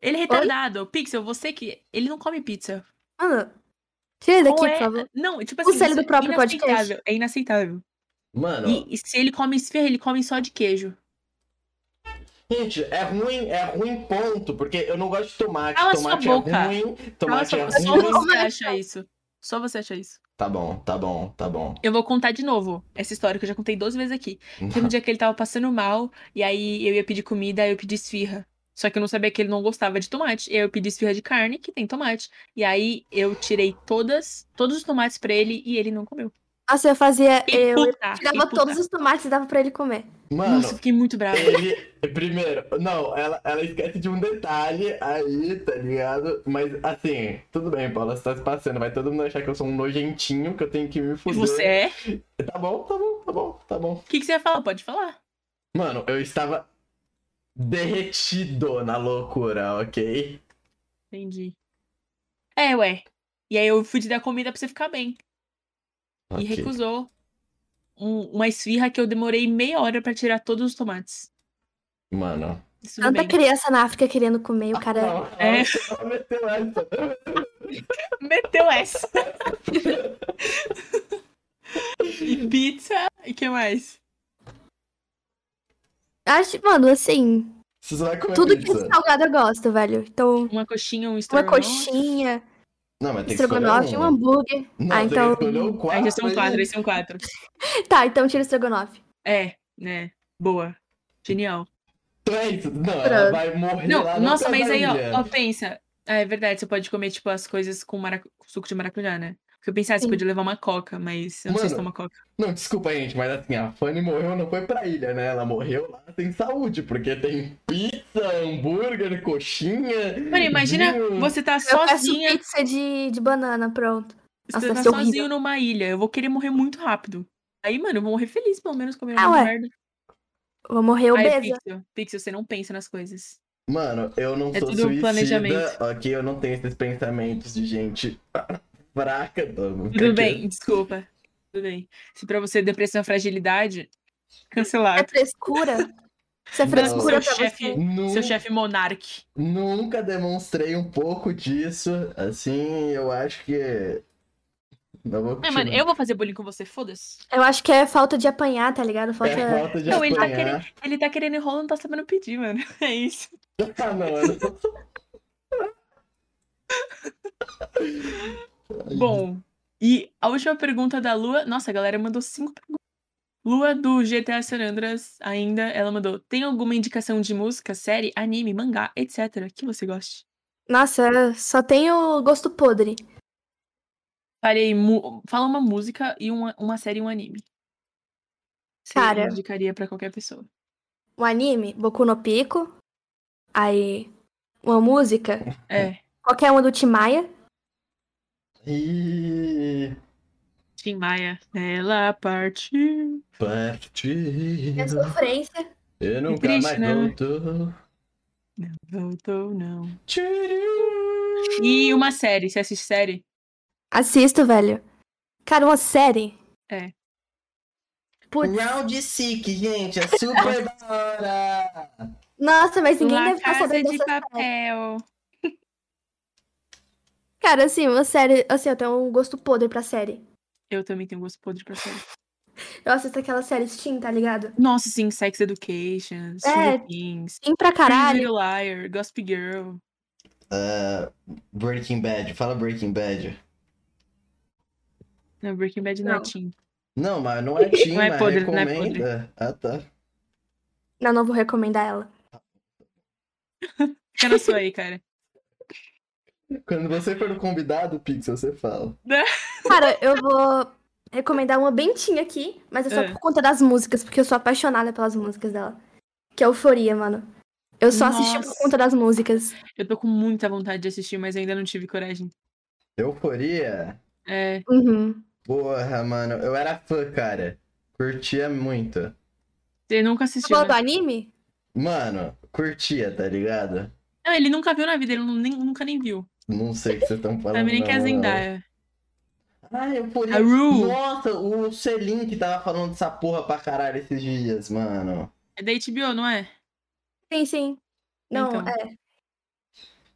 Speaker 1: Ele é retardado. Pixel, você que. Ele não come pizza.
Speaker 3: Mano, tira daqui,
Speaker 1: Ou é-
Speaker 3: por favor.
Speaker 1: Não, tipo assim.
Speaker 3: Conselho
Speaker 1: isso
Speaker 3: do próprio
Speaker 1: é
Speaker 3: podcast.
Speaker 1: inaceitável. É inaceitável.
Speaker 2: Mano,
Speaker 1: E, e se ele come esfirra, ele come só de queijo.
Speaker 2: gente, é ruim, é ruim ponto, porque eu não gosto de tomate.
Speaker 1: Cala sua
Speaker 2: tomate
Speaker 1: boca.
Speaker 2: é ruim,
Speaker 1: Fala
Speaker 2: tomate
Speaker 1: só,
Speaker 2: é
Speaker 1: só
Speaker 2: ruim.
Speaker 1: você acha isso. Só você acha isso.
Speaker 2: Tá bom, tá bom, tá
Speaker 1: [laughs]
Speaker 2: bom.
Speaker 1: Eu vou contar de novo essa história que eu já contei 12 vezes aqui.
Speaker 2: [laughs]
Speaker 1: Teve um dia que ele tava passando mal, e aí eu ia pedir comida, aí eu pedi esfirra. Só que eu não sabia que ele não gostava de tomate. E aí eu pedi esfirra de carne, que tem tomate. E aí eu tirei todas, todos os tomates pra ele e ele não comeu.
Speaker 3: Nossa, eu fazia.
Speaker 1: Fiquei
Speaker 3: Eu
Speaker 1: puta, fiquei
Speaker 3: tirava
Speaker 1: puta.
Speaker 3: todos os tomates e dava pra ele comer.
Speaker 2: Mano,
Speaker 1: Nossa, eu fiquei muito brava.
Speaker 2: ele. Primeiro, não, ela, ela esquece de um detalhe aí, tá ligado? Mas assim, tudo bem, Paula, você tá se passando. Vai todo mundo achar que eu sou um nojentinho, que eu tenho que me
Speaker 1: E
Speaker 2: fuder.
Speaker 1: Você é?
Speaker 2: Tá bom, tá bom, tá bom, tá bom.
Speaker 1: O que, que você ia falar? Pode falar.
Speaker 2: Mano, eu estava derretido na loucura, ok?
Speaker 1: Entendi. É, ué. E aí eu fui te dar comida pra você ficar bem. E
Speaker 2: Ok.
Speaker 1: recusou um- uma esfirra que eu demorei meia hora pra tirar todos os tomates.
Speaker 2: Mano.
Speaker 1: Isso tudo
Speaker 3: Tanta
Speaker 1: bem.
Speaker 3: criança na África querendo comer, o cara.
Speaker 2: Não,
Speaker 1: É.
Speaker 2: ela meteu essa.
Speaker 1: Meteu essa. e pizza. E que mais?
Speaker 3: Acho, mano, assim.
Speaker 2: Você só vai comer
Speaker 3: Tudo que
Speaker 2: pizza.
Speaker 3: é salgado eu gosto, velho. Então,
Speaker 1: Uma coxinha, um
Speaker 3: uma
Speaker 1: estrogonofe.
Speaker 3: coxinha,
Speaker 2: Não, mas tem que escolher
Speaker 3: estrogonofe, um hambúrguer.
Speaker 2: Não,
Speaker 3: Ah,
Speaker 2: tem
Speaker 3: então-
Speaker 2: que escolher o
Speaker 1: Aí
Speaker 2: quatro.
Speaker 1: já são quatro, aí são quatro.
Speaker 3: Tá, então tira o estrogonofe.
Speaker 1: É, né? Boa. Genial.
Speaker 2: Três. Não,
Speaker 3: Pronto.
Speaker 2: ela vai morrer
Speaker 1: Não, tá
Speaker 2: lá na
Speaker 1: nossa, mas aí, ó,
Speaker 2: Tailândia.
Speaker 1: ó, pensa. Ah, é verdade, você pode comer, tipo, as coisas com maracu- suco de maracujá, né? Porque eu pensava, você
Speaker 3: Sim.
Speaker 1: podia levar uma coca, mas eu não sei se toma
Speaker 2: Mano,
Speaker 1: coca.
Speaker 2: Não, desculpa, gente, mas assim, a Fanny morreu, não foi pra ilha, né? Ela morreu lá sem saúde, porque tem pizza, hambúrguer, coxinha.
Speaker 1: Mano, imagina
Speaker 2: vinho.
Speaker 1: você tá
Speaker 3: Eu
Speaker 1: sozinha,
Speaker 3: peço pizza de, de banana, pronto.
Speaker 1: você
Speaker 3: Nossa, deve
Speaker 1: tá
Speaker 3: ser horrível.
Speaker 1: sozinho numa ilha. Eu vou querer morrer muito rápido. Aí, mano, eu vou morrer feliz, pelo menos comendo
Speaker 3: Ah,
Speaker 1: uma
Speaker 3: ué,
Speaker 1: merda.
Speaker 3: Vou morrer
Speaker 1: Aí,
Speaker 3: obesa.
Speaker 1: Pixel, Pixel, você não pensa nas coisas.
Speaker 2: Mano, eu não
Speaker 1: É
Speaker 2: sou
Speaker 1: tudo
Speaker 2: suicida,
Speaker 1: planejamento.
Speaker 2: ok? Eu não tenho esses pensamentos de gente [laughs] fraca. Não,
Speaker 1: Tudo bem, desculpa. Tudo bem. Se pra você depressão é fragilidade,
Speaker 3: É
Speaker 1: cancelado.
Speaker 3: frescura? Isso é frescura
Speaker 1: Seu
Speaker 3: pra
Speaker 1: chefe-
Speaker 3: você?
Speaker 2: Nunca,
Speaker 1: Seu chefe monarque.
Speaker 2: nunca demonstrei um pouco disso. Assim, eu acho que. Não vou
Speaker 1: É, mano,
Speaker 2: continuar.
Speaker 1: eu vou fazer bullying com você, foda-se.
Speaker 3: Eu acho que é falta de apanhar, tá ligado? Falta.
Speaker 2: É falta de
Speaker 1: Não, ele tá
Speaker 2: apanhar.
Speaker 1: Ele tá querendo enrolar, não tá sabendo pedir, mano. [laughs] É isso.
Speaker 2: [laughs] Ah, não, eu não-
Speaker 1: Bom, e a última pergunta da Lua. Nossa, a galera mandou cinco perguntas. Lua do GTA San Andreas ainda, ela mandou: tem alguma indicação de música, série, anime, mangá, etc. que você goste?
Speaker 3: Nossa, só tenho gosto podre.
Speaker 1: Falei, mu- fala uma música e uma, uma série e um anime. Você
Speaker 3: Cara.
Speaker 1: indicaria pra qualquer pessoa.
Speaker 3: Um anime, Boku no Pico. Aí, uma música,
Speaker 1: É,
Speaker 3: qualquer uma do Tim
Speaker 1: Uhum.
Speaker 3: Maia.
Speaker 2: E
Speaker 1: Tim Maia. Ela partiu.
Speaker 2: partir.
Speaker 3: É sofrência.
Speaker 2: Eu nunca
Speaker 1: triste,
Speaker 2: mais
Speaker 1: né?
Speaker 2: volto.
Speaker 1: Não voltou, não.
Speaker 2: Tchururu.
Speaker 1: E uma série, você assiste série?
Speaker 3: Assisto, velho. Cara, uma série.
Speaker 1: É.
Speaker 3: Putz,
Speaker 2: Round Sick, gente, é super da hora.
Speaker 3: nossa, mas ninguém
Speaker 1: La
Speaker 3: deve estar
Speaker 1: Casa
Speaker 3: sabendo
Speaker 1: de
Speaker 3: dessa série.
Speaker 1: Papel.
Speaker 3: Cara, assim, uma série. Assim, eu tenho um gosto podre pra série.
Speaker 1: Eu também tenho gosto podre pra série.
Speaker 3: Eu assisto aquela série Steam, tá ligado?
Speaker 1: Nossa, sim, Sex Education, Stranger Things,
Speaker 3: Steam pra
Speaker 1: Pretty
Speaker 3: É. caralho.
Speaker 1: Little Liar, Gossip Girl.
Speaker 2: Ah, Breaking Bad, fala Breaking Bad.
Speaker 1: Não, Breaking Bad não, é
Speaker 3: Não.
Speaker 1: teen.
Speaker 2: Não, mas
Speaker 1: [laughs]
Speaker 2: não é Tim,
Speaker 1: Não é
Speaker 2: mas
Speaker 1: podre, não é
Speaker 2: recomenda. Ah, tá.
Speaker 3: Não, não vou recomendar ela.
Speaker 1: Fica na sua aí, cara.
Speaker 2: Quando você for o convidado, Pixel, você fala.
Speaker 3: Cara, eu vou recomendar uma bentinha aqui, mas é só
Speaker 1: É.
Speaker 3: por conta das músicas, porque eu sou apaixonada pelas músicas dela. Que é Euforia, mano. Eu só assisti por
Speaker 1: Nossa.
Speaker 3: conta das músicas.
Speaker 1: Eu tô com muita vontade de assistir, mas ainda não tive coragem.
Speaker 2: Euforia?
Speaker 1: É,
Speaker 3: Uhum.
Speaker 2: Porra, mano, eu era fã, cara. Curtia muito.
Speaker 1: ele nunca
Speaker 3: Você
Speaker 1: assistiu.
Speaker 3: falou do
Speaker 1: né?
Speaker 3: anime?
Speaker 2: Mano, curtia, tá ligado?
Speaker 1: Não, ele nunca viu na vida, ele nu- nem- nunca nem viu.
Speaker 2: Não sei o que vocês estão falando.
Speaker 1: Também nem
Speaker 2: não,
Speaker 1: quer [laughs] a
Speaker 2: não.
Speaker 1: Zendaya.
Speaker 2: Ah, euforia.
Speaker 1: A Rue
Speaker 2: Nossa, o Selim que tava falando dessa porra pra caralho esses dias, mano.
Speaker 1: é da HBO, não é?
Speaker 3: Sim, sim. Não,
Speaker 1: Então.
Speaker 3: é.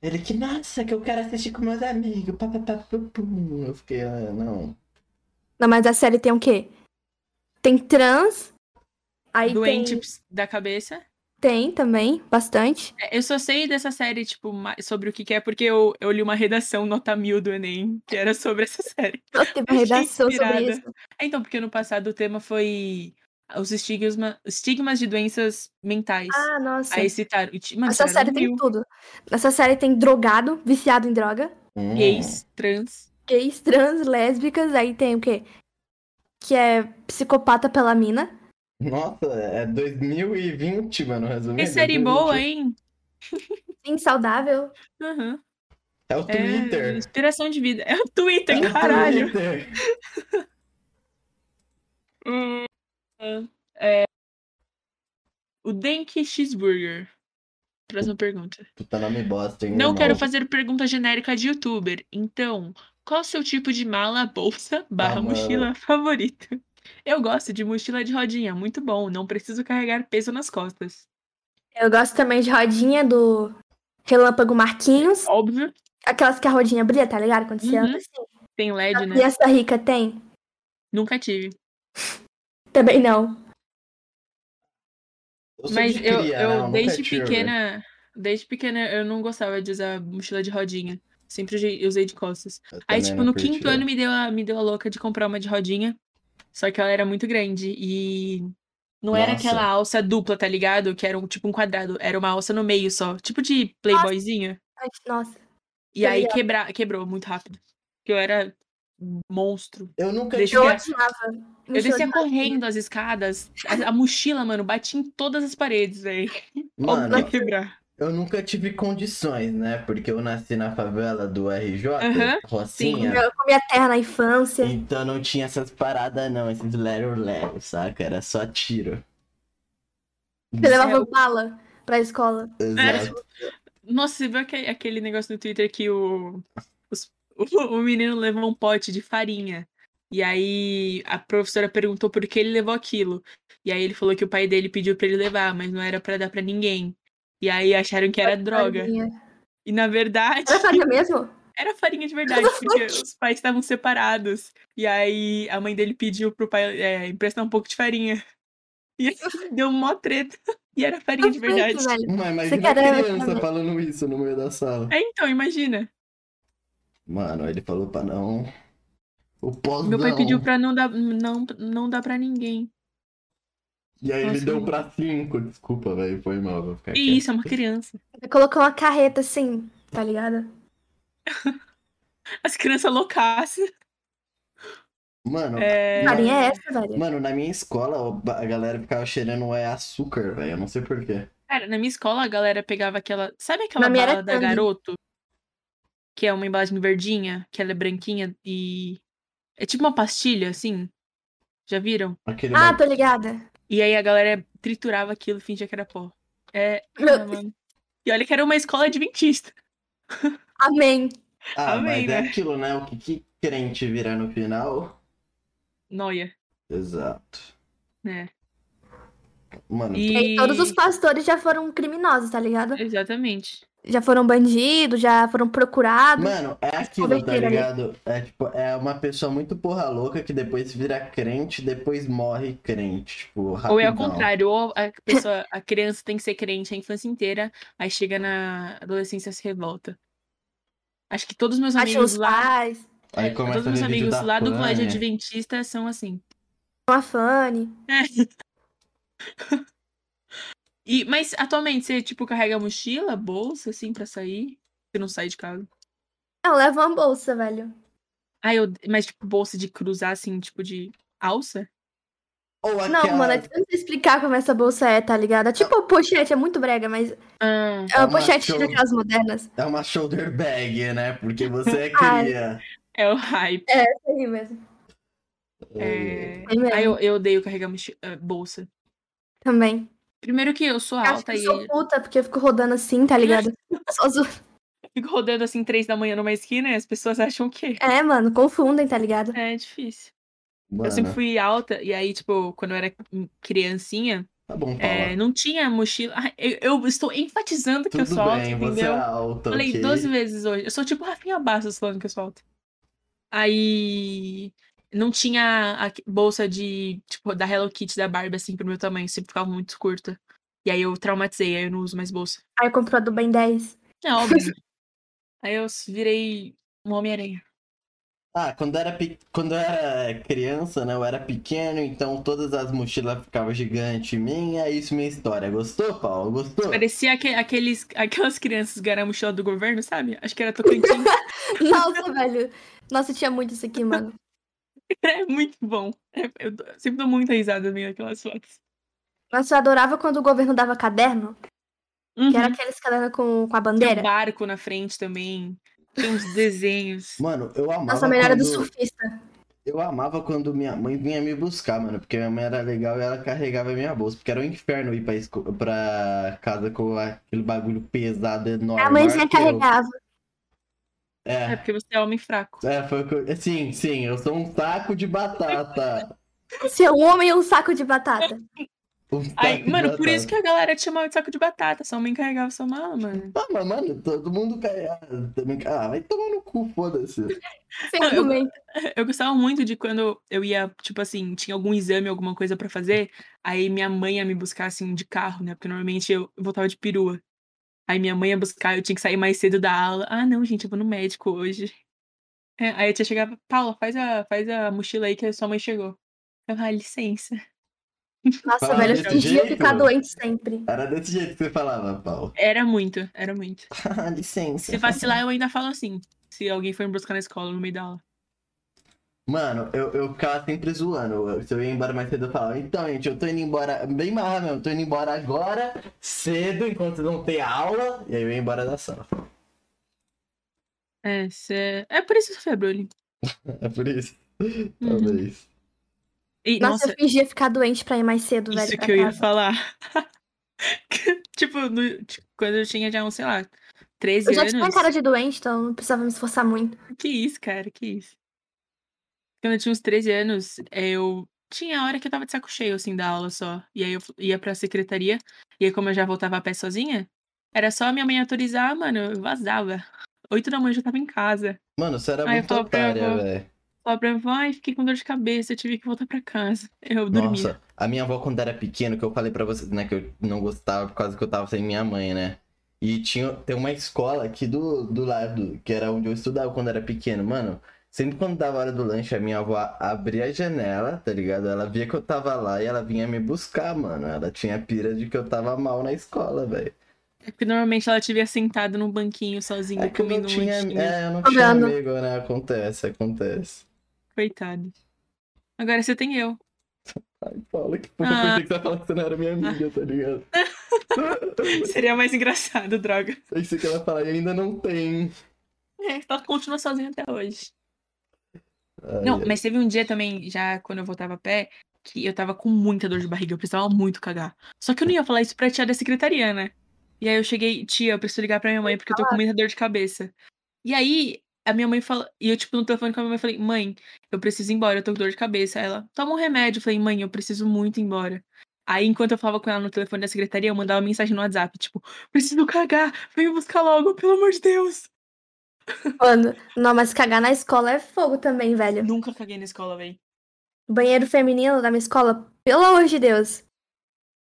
Speaker 2: Ele que, nossa, que eu quero assistir com meus amigos. Pá, pá, pá, pum, pum. Eu fiquei, ah, não.
Speaker 3: Não, mas a série tem o quê? Tem trans. Aí
Speaker 1: Doente
Speaker 3: tem,
Speaker 1: ps- da cabeça.
Speaker 3: tem também, bastante.
Speaker 1: É, Eu só sei dessa série, tipo, ma- sobre o que que é, porque eu, eu li uma redação nota mil do Enem, que era sobre essa [laughs] série.
Speaker 3: Eu teve uma
Speaker 1: Fiquei
Speaker 3: redação sobre
Speaker 1: inspirada.
Speaker 3: isso.
Speaker 1: É, Então, porque no passado o tema foi os estigma, estigmas de doenças mentais.
Speaker 3: Ah, nossa.
Speaker 1: Aí citaram. e ti- Mano,
Speaker 3: Essa
Speaker 1: citaram
Speaker 3: série tem
Speaker 1: mil.
Speaker 3: tudo. Nessa série tem drogado, viciado em droga,
Speaker 2: Hum.
Speaker 1: gays, trans.
Speaker 3: gays, trans, lésbicas, aí tem o quê? Que é psicopata pela mina.
Speaker 2: Nossa, é 2020, mano, resumindo.
Speaker 1: Que É série
Speaker 2: 2020.
Speaker 1: boa, hein?
Speaker 3: Insaudável.
Speaker 1: Aham.
Speaker 2: É o
Speaker 1: É,
Speaker 2: Twitter.
Speaker 1: inspiração de vida. [laughs] É o Twitter,
Speaker 2: É o
Speaker 1: caralho.
Speaker 2: Twitter.
Speaker 1: Hum, é, O Denki Cheeseburger. Próxima pergunta.
Speaker 2: Puta nome bosta, hein?
Speaker 1: Não
Speaker 2: irmão.
Speaker 1: quero fazer pergunta genérica de youtuber. Então, qual o seu tipo de mala, bolsa, barra
Speaker 2: Ah, mano.
Speaker 1: mochila favorito? Eu gosto de mochila de rodinha, muito bom. Não preciso carregar peso nas costas.
Speaker 3: Eu gosto também de rodinha do Relâmpago Marquinhos.
Speaker 1: Óbvio,
Speaker 3: Aquelas que a rodinha brilha, tá ligado? Quando você
Speaker 1: Uhum,
Speaker 3: anda assim.
Speaker 1: tem LED,
Speaker 3: E
Speaker 1: né?
Speaker 3: essa rica tem?
Speaker 1: Nunca tive.
Speaker 3: Também não.
Speaker 2: Eu sou
Speaker 1: Mas
Speaker 2: de
Speaker 1: eu,
Speaker 2: cria,
Speaker 1: eu
Speaker 2: não, nunca
Speaker 1: desde
Speaker 2: tive.
Speaker 1: pequena, desde pequena eu não gostava de usar mochila de rodinha. Sempre usei- usei de costas.
Speaker 2: Eu
Speaker 1: Aí,
Speaker 2: também
Speaker 1: tipo,
Speaker 2: não
Speaker 1: no
Speaker 2: curti,
Speaker 1: quinto
Speaker 2: não.
Speaker 1: ano me deu, a, me deu a louca de comprar uma de rodinha. Só que ela era muito grande e não era
Speaker 2: Nossa.
Speaker 1: aquela alça dupla, tá ligado? Que era um, tipo um quadrado, era uma alça no meio só, tipo de playboyzinho.
Speaker 3: Ai, Nossa.
Speaker 1: E
Speaker 3: tô
Speaker 1: aí
Speaker 3: ligada.
Speaker 1: quebra, quebrou muito rápido. Porque eu era um monstro.
Speaker 2: Eu nunca
Speaker 1: Deixa
Speaker 3: Eu
Speaker 1: eu
Speaker 2: tive.
Speaker 1: ver.
Speaker 3: odiava. Um
Speaker 1: Eu descia correndo as escadas, a, a mochila, mano, batia em todas as paredes, velho. Óbvio que
Speaker 2: Mano,
Speaker 1: ia quebrar.
Speaker 2: eu nunca tive condições, né? Porque eu nasci na favela do RJ,
Speaker 1: Aham,
Speaker 2: Rocinha.
Speaker 3: Eu comia terra na infância.
Speaker 2: Então não tinha essas paradas, não. Esses lero lero, saca? Era só tiro.
Speaker 3: Você levava bala pra escola.
Speaker 2: Exato.
Speaker 1: Nossa, você viu aque- aquele, negócio no Twitter que o, os- [laughs] o, o menino levou um pote de farinha. E aí a professora perguntou por que ele levou aquilo. E aí ele falou que o pai dele pediu pra ele levar, mas não era pra dar pra ninguém. E aí acharam que era droga.
Speaker 3: Farinha.
Speaker 1: E na verdade,
Speaker 3: Era
Speaker 1: [laughs]
Speaker 3: farinha mesmo?
Speaker 1: era farinha de verdade, porque os pais estavam separados. E aí a mãe dele pediu pro pai é, emprestar um pouco de farinha. [laughs] E aí deu mó treta. E era farinha de
Speaker 3: Perfeito,
Speaker 1: verdade.
Speaker 3: velho.
Speaker 2: Mãe, mas
Speaker 3: Você
Speaker 2: uma
Speaker 3: quer-
Speaker 2: criança falando isso no meio da sala.
Speaker 1: É, então, imagina.
Speaker 2: Mano, ele falou pra não. O pós
Speaker 1: Meu pai
Speaker 2: não.
Speaker 1: pediu pra não dar, não, não dar pra ninguém.
Speaker 2: E aí ele
Speaker 1: Nossa,
Speaker 2: deu
Speaker 1: gente.
Speaker 2: pra 5. Desculpa, velho. Foi mal. Vou ficar
Speaker 1: Que
Speaker 2: quieto.
Speaker 1: isso, é uma criança.
Speaker 3: Ele colocou uma carreta assim, tá ligado?
Speaker 1: As crianças loucaças.
Speaker 2: Mano,
Speaker 1: É...
Speaker 3: Carinha é essa, velho.
Speaker 2: mano, na minha escola ó, a galera ficava cheirando é açúcar, velho. Eu não sei porquê.
Speaker 1: Cara, na minha escola a galera pegava aquela. Sabe aquela
Speaker 3: Na minha era é
Speaker 1: bala da
Speaker 3: Tang.
Speaker 1: garoto? Que é uma embalagem verdinha, que ela é branquinha e. É tipo uma pastilha, assim. Já viram?
Speaker 2: Aquele
Speaker 3: Ah,
Speaker 2: ba-
Speaker 3: tô ligada.
Speaker 1: E aí a galera triturava aquilo e fingia que era pó. É.
Speaker 3: Meu
Speaker 1: Ah, mano. E olha que era uma escola adventista.
Speaker 3: Amém.
Speaker 2: ah
Speaker 1: amei,
Speaker 2: mas é
Speaker 1: né?
Speaker 2: aquilo, né? O que, que crente virar no final.
Speaker 1: Noia,
Speaker 2: Exato.
Speaker 1: né?
Speaker 2: Mano,
Speaker 1: E...
Speaker 3: E todos os pastores já foram criminosos, tá ligado?
Speaker 1: Exatamente.
Speaker 3: Já foram bandidos, já foram procurados.
Speaker 2: Mano, é aquilo, tá
Speaker 1: né?
Speaker 3: converteram ali.
Speaker 2: ligado? É tipo, é uma pessoa muito porra louca que depois vira crente, depois morre crente, tipo, rapidão.
Speaker 1: Ou é ao contrário, ou a pessoa, a criança tem que ser crente a infância inteira, aí chega na adolescência se revolta. Acho que todos os meus
Speaker 3: Acham
Speaker 1: amigos
Speaker 3: os
Speaker 1: lá
Speaker 3: pais,
Speaker 1: né?
Speaker 2: Aí começa
Speaker 1: Todos meus
Speaker 2: a ver vídeo
Speaker 1: amigos
Speaker 2: da é.
Speaker 1: lá do
Speaker 2: Fanny.
Speaker 1: colégio adventista são assim.
Speaker 3: acham a Fanny.
Speaker 1: E, mas atualmente você, tipo, carrega mochila, bolsa, assim, pra sair? Você não sai de casa?
Speaker 3: Não, leva uma bolsa, velho.
Speaker 1: Ah, eu... Mas, tipo, bolsa de cruzar, assim, tipo, de alça?
Speaker 2: Ou aquela...
Speaker 3: Não,
Speaker 1: é
Speaker 3: mano, eu não sei explicar como essa bolsa é, tá ligado? É tipo pochete, é muito brega, mas
Speaker 1: Ah,
Speaker 3: é
Speaker 2: É
Speaker 3: uma
Speaker 2: uma
Speaker 3: pochete
Speaker 2: show.
Speaker 3: daquelas modernas.
Speaker 2: É uma shoulder bag, né? Porque você é
Speaker 1: [laughs]
Speaker 3: Ah.
Speaker 2: cria.
Speaker 1: é o hype.
Speaker 3: É aí mesmo.
Speaker 1: É...
Speaker 3: É mesmo.
Speaker 1: Ah, eu, eu odeio carregar mochi- eh, bolsa.
Speaker 3: Também.
Speaker 1: Primeiro que eu sou
Speaker 3: Eu acho que
Speaker 1: alta
Speaker 3: eu
Speaker 1: e
Speaker 3: sou puta porque eu fico rodando assim,
Speaker 1: [laughs]
Speaker 3: tá ligado? Só zo-
Speaker 1: fico rodando, assim, três da manhã numa esquina e as pessoas [laughs] acham que
Speaker 3: É, mano, confundem, tá ligado?
Speaker 1: é difícil.
Speaker 2: Mano,
Speaker 1: Eu sempre fui alta e aí, tipo, quando eu era criancinha,
Speaker 2: tá bom, Paula.
Speaker 1: eh, não tinha mochila. Ah, eu, eu estou enfatizando que eu
Speaker 2: Tudo
Speaker 1: sou alta,
Speaker 2: bem, você é
Speaker 1: entendeu?
Speaker 2: alta,
Speaker 1: Falei
Speaker 2: ok?
Speaker 1: 12 vezes hoje. Eu sou tipo Rafinha Bastos falando que eu sou alta. Aí não tinha a que- bolsa de, tipo, da Hello Kitty da Barbie assim pro meu tamanho, sempre ficava muito curta. E aí eu traumatizei, aí eu não uso mais bolsa.
Speaker 3: Aí eu compro a do
Speaker 1: [laughs]
Speaker 3: Ben 10.
Speaker 1: É
Speaker 2: [laughs]
Speaker 1: óbvio. aí eu s- virei um Homem-Aranha.
Speaker 2: Ah, quando, era pe- quando eu era criança, né? Eu era pequeno, então todas as mochilas ficavam gigantes em mim. É isso minha história. Gostou, Paulo? Gostou?
Speaker 1: Parecia aque- aqueles, aquelas crianças que ganharam a mochila do governo, sabe? Acho que era
Speaker 3: [laughs]
Speaker 1: Tocantins.
Speaker 3: Nossa, velho. Nossa, tinha muito isso aqui, mano.
Speaker 1: é muito bom. É- Eu dou- sempre dou muita risada vendo aquelas fotos.
Speaker 3: Nossa, eu adorava quando o governo dava caderno, que era
Speaker 1: Uhum.
Speaker 3: aqueles cadernos com, com
Speaker 1: Tem
Speaker 3: a
Speaker 1: um
Speaker 3: bandeira.
Speaker 1: barco na frente também. Tem uns desenhos.
Speaker 2: Mano, eu amava
Speaker 3: Nossa, a melhor era do
Speaker 2: quando-
Speaker 3: surfista.
Speaker 2: Eu amava quando minha mãe vinha me buscar, mano, porque minha mãe era legal e ela carregava a minha bolsa, porque era um inferno ir pra, esco- pra casa com aquele bagulho pesado, enorme.
Speaker 3: A mãezinha
Speaker 2: maior que eu.
Speaker 3: carregava.
Speaker 1: É
Speaker 2: É,
Speaker 1: porque você é homem fraco.
Speaker 2: é, foi o que eu... Sim, sim, eu sou um taco de batata.
Speaker 3: Você é um homem e um saco de batata.
Speaker 2: Um taco
Speaker 1: Aí,
Speaker 2: de
Speaker 1: mano, por
Speaker 2: batata.
Speaker 1: isso que a galera te chamava de saco de batata. Sua mãe carregava sua mala, mano.
Speaker 2: Ah, mas, mano, todo mundo carregava. também- Ah, vai tomar no cu, foda-se.
Speaker 1: Não, [laughs]
Speaker 3: Sem
Speaker 1: eu-
Speaker 3: argumento.
Speaker 1: Eu gostava muito de quando eu ia, tipo assim, tinha algum exame, alguma coisa pra fazer. Aí minha mãe ia me buscar, assim, de carro, né? Porque normalmente eu voltava de perua. Aí minha mãe ia buscar, eu tinha que sair mais cedo da aula. Ah, não, gente, eu vou no médico hoje. É, aí a tia chegava, Paula, faz a, faz a mochila aí que a sua mãe chegou. Eu, ah, licença.
Speaker 3: Nossa,
Speaker 2: Fala
Speaker 3: velho, eu
Speaker 2: desse
Speaker 3: fingia
Speaker 2: jeito?
Speaker 3: ficar doente sempre.
Speaker 2: Era desse jeito que você falava,
Speaker 1: [laughs]
Speaker 2: Paulo.
Speaker 1: Era muito, era muito.
Speaker 2: Ah, licença.
Speaker 1: Se vacilar, eu ainda falo assim. Se alguém for me buscar na escola, no meio da aula.
Speaker 2: Mano, eu, eu ficava sempre zoando. Eu- Se eu ia embora mais cedo, eu falava, então, gente, eu tô indo embora, bem mais mesmo, tô indo embora agora, cedo, enquanto não tem aula, e aí eu ia embora da sala. [laughs]
Speaker 1: É, cê- é por isso que você foi bullying.
Speaker 2: É por isso.
Speaker 1: Uhum.
Speaker 2: Talvez.
Speaker 1: E,
Speaker 3: Nossa,
Speaker 1: nossa,
Speaker 3: eu fingia ficar doente pra ir mais cedo, velho,
Speaker 1: isso
Speaker 3: pra
Speaker 1: que eu ia
Speaker 3: casa.
Speaker 1: falar. [laughs] tipo, no- tipo, quando eu tinha já, uns, sei lá, 13
Speaker 3: Eu já
Speaker 1: anos.
Speaker 3: tinha cara de doente, então não precisava me esforçar muito.
Speaker 1: Que isso, cara, que isso. Quando eu tinha uns 13 anos, eu tinha hora que eu tava de saco cheio, assim, da aula só. E aí eu fu- ia pra secretaria. E aí, como eu já voltava a pé sozinha, era só a minha mãe autorizar, mano, eu vazava. Oito da manhã eu já tava em casa.
Speaker 2: Mano, você era
Speaker 1: Ai, eu
Speaker 2: muito
Speaker 1: falo pra
Speaker 2: otária,
Speaker 1: avó.
Speaker 2: velho.
Speaker 1: Só pra vai, fiquei com dor de cabeça, eu tive que voltar pra casa. Eu Tipo, dormia.
Speaker 2: Nossa, a minha avó, quando era pequena, que eu falei pra vocês, né, que eu não gostava por causa que eu tava sem minha mãe, né? E tinha, tem uma escola aqui do, do lado, que era onde eu estudava quando era pequeno, mano. Sempre quando dava hora do lanche, a minha avó abria a janela, tá ligado? Ela via que eu tava lá e ela vinha me buscar, mano. Ela tinha pira de que eu tava mal na escola, velho.
Speaker 1: É porque normalmente ela te via sentado num banquinho sozinha,
Speaker 2: É que eu não
Speaker 1: comendo um
Speaker 2: tinha,
Speaker 1: lanchinho.
Speaker 2: é, eu não
Speaker 3: Tá
Speaker 2: tinha
Speaker 3: vendo?
Speaker 2: amigo, né? Acontece, acontece.
Speaker 1: Coitado. Agora você tem eu.
Speaker 2: Ai, Paula, que pouco
Speaker 1: Ah.
Speaker 2: eu pensei que você ia falar que você não era minha amiga, tá ligado?
Speaker 1: Seria mais engraçado, droga.
Speaker 2: Pensei que ela ia falar, e ainda não tem.
Speaker 1: É, ela continua sozinha até hoje.
Speaker 2: Ai,
Speaker 1: Não, mas teve um dia também, já quando eu voltava a pé, que eu tava com muita dor de barriga, eu precisava muito cagar. Só que eu não ia falar isso pra tia da secretaria, né? E aí eu cheguei, tia, eu preciso ligar pra minha mãe porque eu tô com muita dor de cabeça. E aí a minha mãe fala, e eu tipo no telefone com a minha mãe falei: "Mãe, eu preciso ir embora, eu tô com dor de cabeça". Aí Ela: "Toma um remédio". Eu falei: "Mãe, eu preciso muito ir embora". Aí, enquanto eu falava com ela no telefone da secretaria, eu mandava mensagem no WhatsApp, tipo, preciso cagar, vem me buscar logo, pelo amor de Deus.
Speaker 3: Mano, não, mas cagar na escola é fogo também, velho.
Speaker 1: Nunca caguei na escola, véi.
Speaker 3: Banheiro feminino da minha escola, pelo amor de Deus.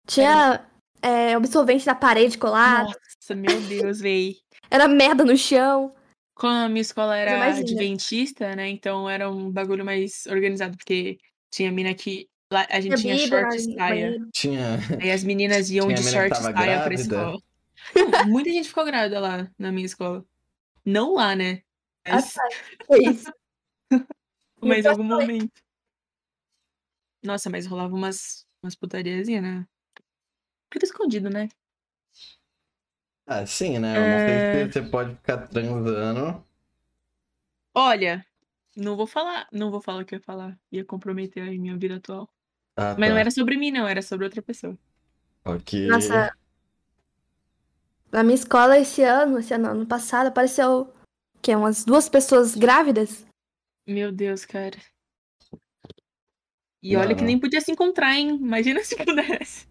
Speaker 3: Tinha é, absorvente na parede colado,
Speaker 1: Nossa, meu Deus, véi.
Speaker 3: era merda no chão.
Speaker 1: Quando a minha escola era
Speaker 3: mais linda.
Speaker 1: adventista, né? Então era um bagulho mais organizado, porque tinha mina que. Lá, a gente tinha
Speaker 3: bebida
Speaker 1: short e
Speaker 3: no
Speaker 1: saia.
Speaker 3: banheiro.
Speaker 2: Tinha. [laughs]
Speaker 1: Aí as meninas iam
Speaker 2: Tinha
Speaker 1: de
Speaker 2: mina que
Speaker 1: short e
Speaker 2: tava
Speaker 1: saia pra
Speaker 2: grávida.
Speaker 1: escola. Não, muita gente ficou grávida lá na minha escola. Não lá, né?
Speaker 3: Ah,
Speaker 1: Mas,
Speaker 3: tá.
Speaker 1: É
Speaker 3: Que isso.
Speaker 1: [laughs] mas em
Speaker 2: Então
Speaker 3: eu
Speaker 1: algum momento. Nossa, mas rolava umas, umas putariazinhas, né? Tudo escondido, né?
Speaker 2: Ah, sim, né? Eu não sei
Speaker 1: É.
Speaker 2: se você pode ficar transando.
Speaker 1: Olha, não vou falar, não vou falar o que eu ia falar. Ia comprometer a minha vida atual.
Speaker 2: Ah,
Speaker 1: Mas
Speaker 2: tá.
Speaker 1: não era sobre mim, não, era sobre outra pessoa.
Speaker 2: Ok.
Speaker 3: Nossa. Na minha escola esse ano, esse ano, ano passado, apareceu que é umas duas pessoas grávidas.
Speaker 1: Meu Deus, cara. E
Speaker 2: Não,
Speaker 1: olha que
Speaker 2: não.
Speaker 1: nem podia se encontrar, hein? Imagina se [laughs] pudesse.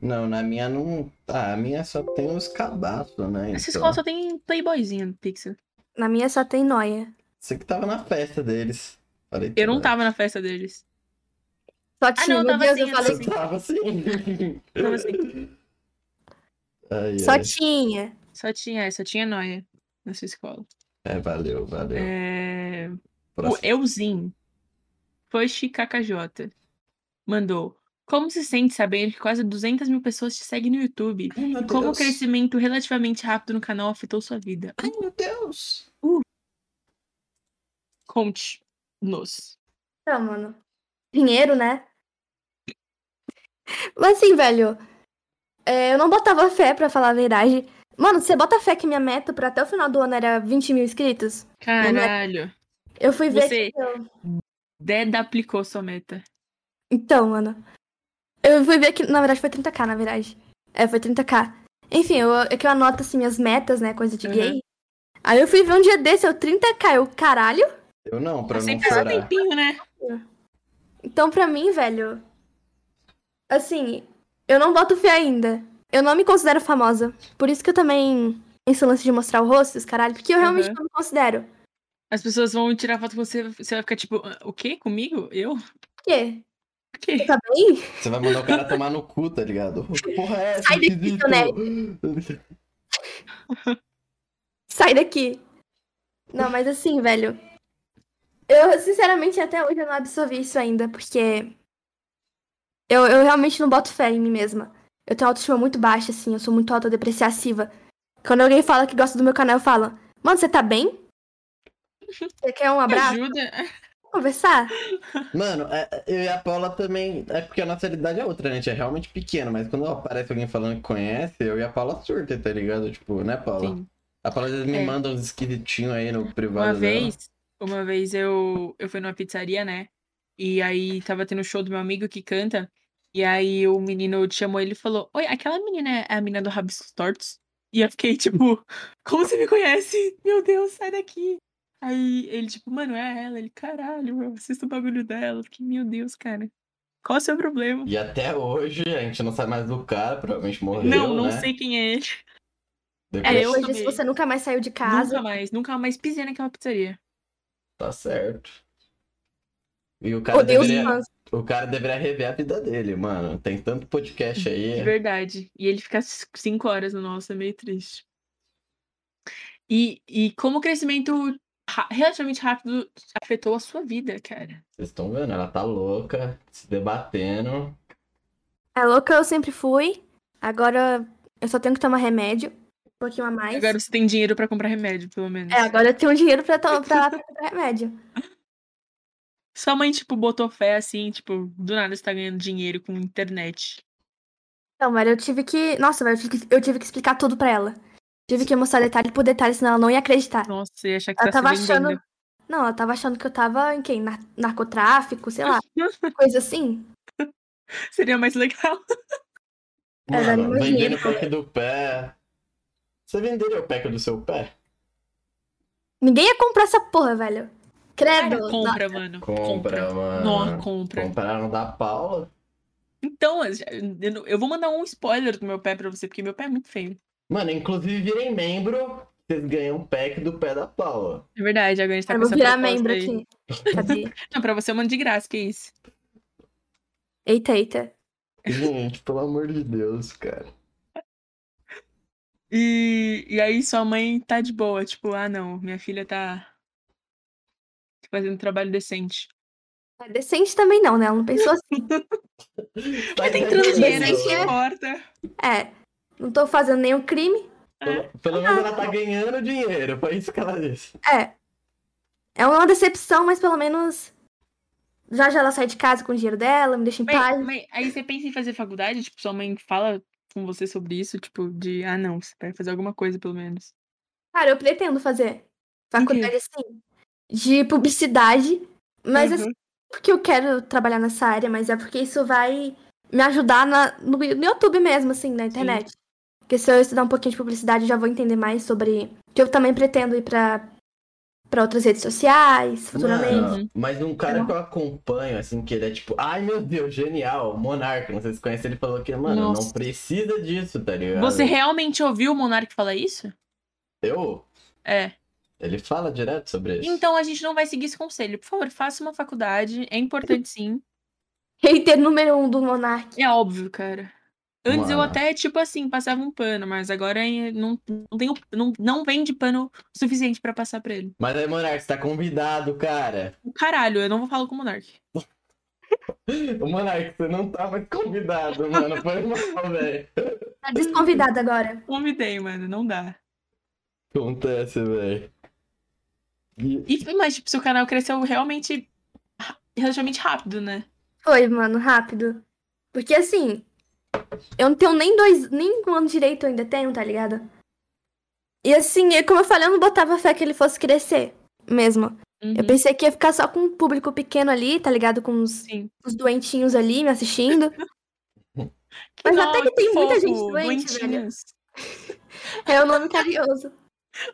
Speaker 2: Não, na minha não. Ah, a minha só tem os cabaços, né?
Speaker 1: Essa
Speaker 2: então.
Speaker 1: escola só tem playboyzinho no Pixel.
Speaker 3: Na minha só tem noia.
Speaker 2: Você que tava na festa deles. Falei
Speaker 1: Eu não
Speaker 2: tudo.
Speaker 1: tava na festa deles.
Speaker 3: Só tinha,
Speaker 1: não,
Speaker 3: meu
Speaker 1: tava
Speaker 3: Deus, eu
Speaker 1: assim,
Speaker 3: falei.
Speaker 2: Você tava assim.
Speaker 1: Tava assim.
Speaker 2: [laughs] Ai,
Speaker 3: Só
Speaker 2: ai.
Speaker 3: tinha.
Speaker 1: Só tinha, é, só tinha noia na sua escola.
Speaker 2: É, valeu, valeu.
Speaker 1: É, O
Speaker 2: Próximo.
Speaker 1: Euzinho foi KKJ. Mandou. Como se sente sabendo que quase 200 mil pessoas te seguem no YouTube?
Speaker 2: Ai, meu
Speaker 1: é, Como o
Speaker 2: Deus.
Speaker 1: crescimento relativamente rápido no canal afetou sua vida?
Speaker 2: Ai, meu Deus.
Speaker 1: Conte-nos. Tá,
Speaker 3: Não, mano. Dinheiro, né? Mas assim, velho. é, eu não botava fé, pra falar a verdade. Mano, você bota fé que minha meta pra até o final do ano era 20 mil inscritos?
Speaker 2: é
Speaker 1: Caralho.
Speaker 3: Eu fui ver.
Speaker 1: Você-
Speaker 3: tipo,
Speaker 1: Deda aplicou sua meta.
Speaker 3: Então, mano. Eu fui ver que. Na verdade, foi 30k, na verdade. É, foi 30k. Enfim, eu, é que eu anoto assim minhas metas, né? Coisa de
Speaker 1: Uhum.
Speaker 3: gay. Aí eu fui ver um dia desse, eu 30k, eu caralho.
Speaker 2: Eu não, pra
Speaker 1: Tá
Speaker 2: não
Speaker 1: sempre um
Speaker 2: chorar.
Speaker 1: tempinho, né?
Speaker 3: Então, pra mim, velho. Assim, eu não boto fé ainda. Eu não me considero famosa. Por isso que eu também. Esse lance de mostrar o rosto, os caralho. Porque eu realmente
Speaker 1: Uhum.
Speaker 3: não me considero.
Speaker 1: As pessoas vão tirar foto com você, você vai ficar tipo, "Ah, o quê? Comigo? Eu? [laughs] O
Speaker 3: Por quê?
Speaker 1: quê?
Speaker 3: Tá bem?
Speaker 2: Você vai mandar o cara tomar no cu, tá
Speaker 1: [laughs]
Speaker 2: ligado? Porra, é essa?
Speaker 3: Sai daqui,
Speaker 2: esquisito? [laughs]
Speaker 3: Sai daqui. Não, mas assim, velho. Eu, sinceramente, até hoje eu não absorvi isso ainda, porque. Eu, eu realmente não boto fé em mim mesma. Eu tenho autoestima muito baixa, assim. Eu sou muito autodepreciativa. Quando alguém fala que gosta do meu canal, eu falo: Mano, você tá bem?
Speaker 1: [laughs]
Speaker 3: Você quer um
Speaker 1: Me
Speaker 3: abraço?
Speaker 1: ajuda.
Speaker 3: Vamos conversar?
Speaker 2: Mano, é- é- eu e a Paula também. É porque a nossa realidade é outra, né? A gente é realmente pequeno, mas quando aparece alguém falando que conhece, eu e a Paula surta, tá ligado? Tipo, né, Paula?
Speaker 1: Sim.
Speaker 2: A Paula às vezes me
Speaker 1: É.
Speaker 2: manda uns esquisitinhos aí no privado.
Speaker 1: Uma
Speaker 2: dela.
Speaker 1: vez, uma vez eu, eu fui numa pizzaria, né? E aí tava tendo o show do meu amigo que canta. E aí o menino te chamou ele e falou: Oi, aquela menina é a menina do Rabiscos Tortos? E eu fiquei tipo, [laughs] como você me conhece? Meu Deus, sai daqui. Aí ele, tipo, mano, é ela. Ele, caralho, meu, assisto o bagulho dela. Eu Fiquei, meu Deus, cara. Qual o seu problema?
Speaker 2: E até hoje a gente não sabe mais do cara, provavelmente morreu.
Speaker 1: Não, não
Speaker 2: né?
Speaker 1: sei quem é ele.
Speaker 2: Depois
Speaker 1: É, eu-
Speaker 3: Depois disso,
Speaker 1: também.
Speaker 3: você nunca mais saiu de casa.
Speaker 1: Nunca mais, nunca mais pisei naquela pizzaria.
Speaker 2: Tá certo. E o
Speaker 1: Oh,
Speaker 2: cara,
Speaker 3: Odeio os
Speaker 2: deveria,
Speaker 3: fãs.
Speaker 2: o cara deveria rever a vida dele, mano. Tem tanto podcast
Speaker 1: De
Speaker 2: aí.
Speaker 1: verdade. E ele fica c- cinco horas no nosso, é meio triste. E, e como o crescimento ra- relativamente rápido afetou a sua vida, cara.
Speaker 2: Vocês estão vendo? Ela tá louca, se debatendo.
Speaker 3: É louca eu sempre fui. Agora eu só tenho que tomar remédio. Um pouquinho a mais.
Speaker 1: Agora você tem dinheiro pra comprar remédio, pelo menos.
Speaker 3: É, agora eu tenho dinheiro pra, to-
Speaker 1: [laughs]
Speaker 3: pra comprar remédio.
Speaker 1: Sua mãe, tipo, botou fé assim, tipo, do nada você tá ganhando dinheiro com internet.
Speaker 3: Então, velho, eu tive que. Nossa, velho, eu tive que, eu tive que explicar tudo pra ela. Tive que mostrar detalhe por detalhe, senão ela não ia acreditar.
Speaker 1: Nossa, você ia achar que
Speaker 3: Ela
Speaker 1: tá
Speaker 3: tava
Speaker 1: se vendendo.
Speaker 3: achando. Não, ela tava achando que eu tava em quem? Nar- narcotráfico,
Speaker 1: [laughs]
Speaker 3: sei lá. Coisa assim.
Speaker 1: Seria mais legal.
Speaker 3: Ela
Speaker 2: Mano,
Speaker 3: não
Speaker 2: vendendo
Speaker 3: imagina.
Speaker 2: o pack do pé. Você venderia o pack do seu pé?
Speaker 3: Ninguém ia comprar essa porra, velho. Credo.
Speaker 1: Cara,
Speaker 3: É, não-
Speaker 1: compra, mano.
Speaker 2: Compra, mano.
Speaker 1: Não, compra.
Speaker 2: Compraram da Paula.
Speaker 1: Então, eu já- eu não- eu vou mandar um spoiler do meu pé pra você, porque meu pé é muito feio.
Speaker 2: Mano, inclusive virem membro, vocês ganham um pack do pé da Paula.
Speaker 1: É verdade, agora a gente tá
Speaker 3: Eu
Speaker 1: com
Speaker 3: vou
Speaker 1: essa
Speaker 3: virar
Speaker 1: proposta
Speaker 3: membro
Speaker 1: aí.
Speaker 3: aqui. Cadê?
Speaker 1: Não, pra você eu mando de graça, que isso.
Speaker 3: Eita, eita.
Speaker 2: Gente, pelo amor de Deus, cara.
Speaker 1: E, e aí sua mãe tá de boa, tipo, ah não, minha filha tá fazendo um trabalho decente.
Speaker 3: É Decente também não, né? Ela não pensou assim.
Speaker 2: Mas
Speaker 1: tá
Speaker 2: é
Speaker 1: entrando dinheiro,
Speaker 3: decente,
Speaker 1: isso que
Speaker 3: né?
Speaker 1: importa.
Speaker 3: É. Não tô fazendo nenhum crime.
Speaker 2: Pelo, pelo menos ela tá ganhando dinheiro, foi isso que ela disse.
Speaker 3: É. É uma decepção, mas pelo menos. Já já ela sai de casa com o dinheiro dela, me deixa em paz.
Speaker 1: Mas, mas aí você pensa em fazer faculdade, tipo, sua mãe fala com você sobre isso, tipo, de, ah não, você vai fazer alguma coisa pelo menos.
Speaker 3: Cara, eu pretendo fazer faculdade assim, de publicidade, mas assim,
Speaker 1: Uhum.
Speaker 3: porque eu quero trabalhar nessa área, mas é porque isso vai me ajudar na- no, no YouTube mesmo, assim, na internet. Porque se eu estudar um pouquinho de publicidade, eu já vou entender mais sobre. Que eu também pretendo ir pra, pra outras redes sociais,
Speaker 2: Ah.
Speaker 3: futuramente. [laughs]
Speaker 2: Mano, mas um cara que eu acompanho, assim, que ele é tipo, ai meu Deus, genial, monarca, não sei se conhece, ele falou que, mano, não
Speaker 1: Nossa.
Speaker 2: precisa disso, tá ligado?
Speaker 1: Você realmente ouviu o Monark falar isso?
Speaker 2: Eu?
Speaker 1: É.
Speaker 2: Ele fala direto sobre isso.
Speaker 1: Então a gente não vai seguir esse conselho. Por favor, faça uma faculdade. É importante sim.
Speaker 3: Hater número um do Monark.
Speaker 1: É óbvio, cara. Antes eu
Speaker 2: Mano.
Speaker 1: até, tipo assim, passava um pano, mas agora eh, não, não, tenho, não, não vem de pano suficiente pra passar pra ele.
Speaker 2: Mas aí, monarca, você tá convidado, cara. [laughs]
Speaker 1: Caralho, eu não vou falar com o Monark.
Speaker 2: O monarca, você não tá mais convidado, mano, foi mal, velho.
Speaker 3: Tá desconvidado agora.
Speaker 1: Convidei, mano, não dá.
Speaker 2: Acontece, velho. E-
Speaker 1: E, mas, tipo, seu canal cresceu realmente ra- relativamente rápido, né?
Speaker 3: Foi, mano, rápido. Porque assim, eu não tenho nem dois, nem um ano direito eu ainda tenho, tá ligado? E assim, é como eu falei, eu não botava fé que ele fosse crescer mesmo.
Speaker 1: Uhum.
Speaker 3: Eu pensei que ia ficar só com um público pequeno ali, tá ligado? Com uns,
Speaker 1: Sim.
Speaker 3: uns doentinhos ali me assistindo. Mas
Speaker 1: dó,
Speaker 3: até que tem muita gente
Speaker 1: fofo,
Speaker 3: doente, velho.
Speaker 1: doentinhas.
Speaker 3: [laughs] É o nome carinhoso.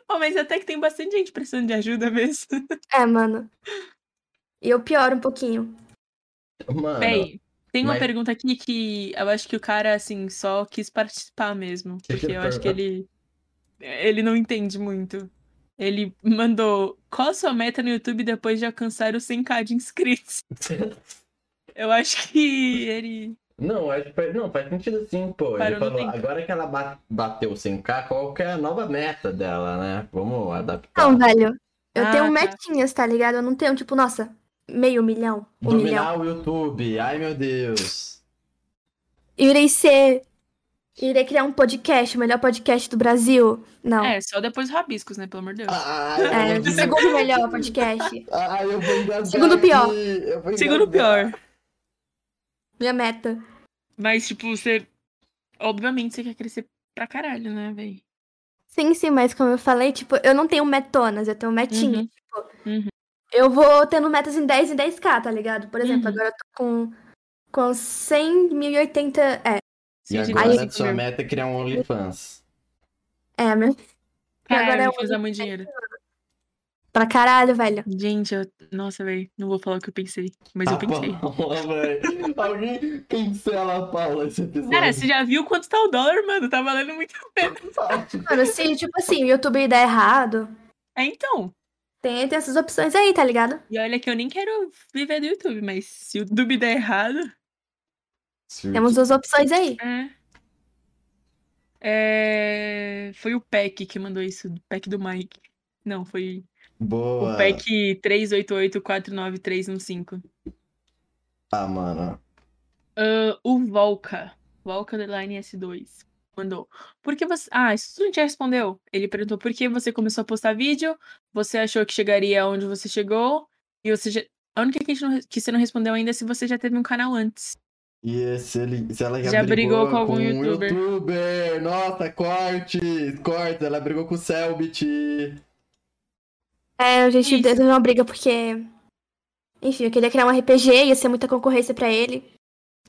Speaker 1: Ó, mas até que tem bastante gente precisando de ajuda mesmo.
Speaker 3: É, mano. E eu pioro um pouquinho.
Speaker 2: Mano,
Speaker 1: Bem, tem uma
Speaker 2: Ah, mas-
Speaker 1: pergunta aqui que eu acho que o cara, assim, só quis participar mesmo.
Speaker 2: que
Speaker 1: Porque
Speaker 2: ele
Speaker 1: eu acho que ele. Ele não entende muito. Ele mandou: qual a sua meta no YouTube depois de alcançar os 100k de inscritos? [laughs] Eu acho que ele.
Speaker 2: Não, acho que faz, não, faz sentido sim, pô. Ele
Speaker 1: Parou no
Speaker 2: falou,
Speaker 1: tempo.
Speaker 2: agora que ela ba- bateu 100k, qual que é a nova meta dela, né? Vamos adaptar.
Speaker 3: Não, velho. Eu
Speaker 1: Ah,
Speaker 3: tenho
Speaker 1: tá.
Speaker 3: metinhas, tá ligado? Eu não tenho, tipo, nossa, meio milhão, um milhão.
Speaker 2: Dominar o YouTube, ai meu Deus.
Speaker 3: Irei ser. Irei criar um podcast, o melhor podcast do Brasil. Não.
Speaker 1: É, só depois os rabiscos, né? Pelo amor de Deus.
Speaker 2: Ai,
Speaker 3: É,
Speaker 2: eu vou-
Speaker 3: segundo melhor podcast.
Speaker 2: ai, eu vou engasgar
Speaker 3: Segundo pior.
Speaker 2: aqui, eu vou
Speaker 1: Segundo
Speaker 2: engasgar.
Speaker 1: pior.
Speaker 3: Minha meta.
Speaker 1: Mas, tipo, você. Obviamente você quer crescer pra caralho, né, véi?
Speaker 3: Sim, sim, mas como eu falei, tipo, eu não tenho metonas, eu tenho metinhas.
Speaker 1: Uhum.
Speaker 3: Tipo,
Speaker 1: Uhum.
Speaker 3: eu vou tendo metas em 10 e 10k, tá ligado? Por exemplo,
Speaker 1: Uhum.
Speaker 3: agora eu tô com, com 100, 1080. É,
Speaker 2: E
Speaker 1: Sim, de
Speaker 2: agora
Speaker 1: novo,
Speaker 2: sua
Speaker 1: meu.
Speaker 2: meta é criar um OnlyFans.
Speaker 3: é, meu.
Speaker 1: Caralho,
Speaker 3: agora é
Speaker 1: agora fazer muito dinheiro.
Speaker 3: Pra caralho, velho.
Speaker 1: Gente, eu... nossa, véi, não vou falar o que eu pensei, mas eu
Speaker 2: Ah,
Speaker 1: pensei.
Speaker 2: Paula, velho. Alguém cancela a Paula esse episódio.
Speaker 1: Cara, você já viu quanto tá o dólar, mano? Tá valendo muito a pena.
Speaker 3: Mano, se, tipo assim, o YouTube dá errado,
Speaker 1: É, então.
Speaker 3: tem, tem essas opções aí, tá ligado?
Speaker 1: E olha que eu nem quero viver do YouTube, mas se o YouTube der errado.
Speaker 3: Temos duas opções aí.
Speaker 1: É. É, Foi o Peck que mandou isso, o Peck do Mike. Não, foi
Speaker 2: Boa.
Speaker 1: O PEC 38849315.
Speaker 2: Ah, mano.
Speaker 1: Ah, o Volca. Volca Underline S2. Mandou. Por que você. Ah, isso tu não já respondeu. Ele perguntou por que você começou a postar vídeo, você achou que chegaria onde você chegou, e você já. A única que, a gente não... que você não respondeu ainda é se você já teve um canal antes.
Speaker 2: E esse, ele, se ela
Speaker 1: Já brigou com algum
Speaker 2: um
Speaker 1: youtuber.
Speaker 2: youtuber. Nossa, corte! Corte, ela brigou com
Speaker 1: [laughs]
Speaker 2: o Selbit.
Speaker 3: É, a gente
Speaker 1: Isso.
Speaker 3: teve uma briga porque. Enfim, eu queria criar um RPG, ia ser muita concorrência pra ele.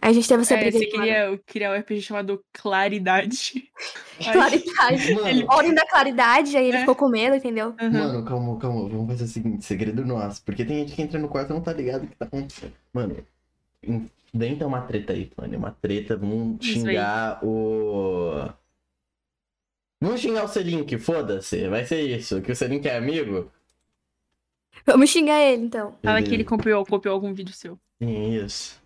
Speaker 3: Aí a gente teve essa
Speaker 1: É,
Speaker 3: briga.
Speaker 1: você
Speaker 3: de uma
Speaker 1: queria criar um RPG chamado
Speaker 3: [laughs]
Speaker 1: Claridade. Aí- [laughs]
Speaker 3: Claridade.
Speaker 2: Mano,
Speaker 3: Ordem da claridade, aí ele
Speaker 1: É.
Speaker 3: ficou com medo, entendeu?
Speaker 1: Aham.
Speaker 2: mano, calma, calma. Vamos fazer o seguinte, segredo nosso. Porque tem gente que entra no quarto e não tá ligado o que tá acontecendo. Mano, em- inventa uma treta aí, mano. é Uma treta, vamos
Speaker 1: Isso aí.
Speaker 2: xingar o... Vamos xingar o Selink, foda-se. Vai ser isso, que o Selink é amigo.
Speaker 3: Vamos xingar ele, então.
Speaker 1: Fala que ele copiou, copiou algum vídeo seu.
Speaker 2: Sim, Isso.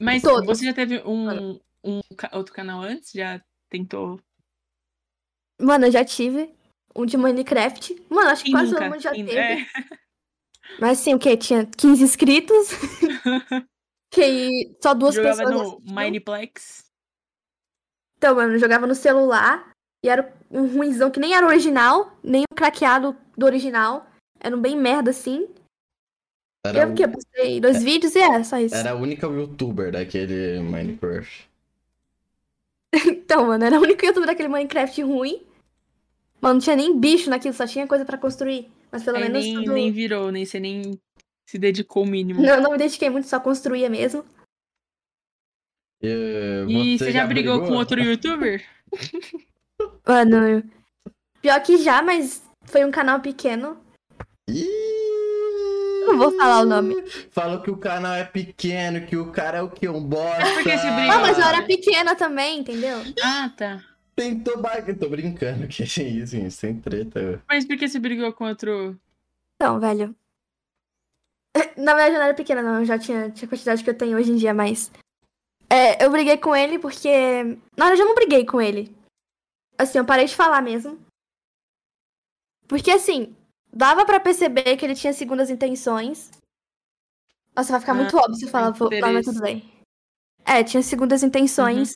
Speaker 1: Mas
Speaker 3: Todos.
Speaker 1: você já teve um, um ca- outro canal antes? Já tentou?
Speaker 3: Mano, eu já tive um de Minecraft. Mano, acho
Speaker 1: Quem
Speaker 3: que quase
Speaker 1: nunca?
Speaker 3: todo mundo já
Speaker 1: Quem-
Speaker 3: teve.
Speaker 1: é.
Speaker 3: Mas assim, o quê? Tinha
Speaker 1: [laughs]
Speaker 3: 15 inscritos. que só duas
Speaker 1: jogava
Speaker 3: pessoas.
Speaker 1: no
Speaker 3: assistiam.
Speaker 1: Mineplex.
Speaker 3: Então, mano, eu jogava no celular. E era um ruinzão que nem era original, nem o craqueado do original. Era um bem merda, assim.
Speaker 2: Era
Speaker 3: eu
Speaker 2: o-
Speaker 3: que postei dois vídeos e é só isso.
Speaker 2: Era a única youtuber daquele Minecraft.
Speaker 3: Então, mano, era o único youtuber daquele Minecraft ruim. Mano, não tinha nem bicho naquilo, só tinha coisa pra construir. Mas pelo
Speaker 1: Aí
Speaker 3: menos
Speaker 1: nem,
Speaker 3: tudo...
Speaker 1: nem virou, nem você nem se dedicou o mínimo.
Speaker 3: Não, não me dediquei muito, só construía mesmo.
Speaker 2: E,
Speaker 1: e você já, brigou, com outro
Speaker 3: [laughs]
Speaker 1: youtuber?
Speaker 3: Mano, pior que já, mas foi um canal pequeno.
Speaker 2: Ih!
Speaker 3: Não vou falar o nome.
Speaker 2: Falou que o canal é pequeno, que o cara é o que? Um bosta.
Speaker 1: porque esse briga-
Speaker 3: Não, Ah, mas eu era pequena também, entendeu?
Speaker 1: Ah, tá.
Speaker 2: Tentou bagar. Tô brincando, [laughs] que é isso, gente, sem treta.
Speaker 1: Mas por que você brigou com outro.
Speaker 3: Então, velho. [laughs] Na verdade, eu não era pequena, não. Eu já tinha, tinha a quantidade que eu tenho hoje em dia, mas. É, eu briguei com ele porque. Na verdade, eu não briguei com ele. Assim, eu parei de falar mesmo. Porque, assim, dava pra perceber que ele tinha segundas intenções. Nossa, vai ficar
Speaker 1: Ah,
Speaker 3: muito óbvio se eu falar, vou, lá, mas
Speaker 1: interesse.
Speaker 3: tudo bem. É, tinha segundas intenções.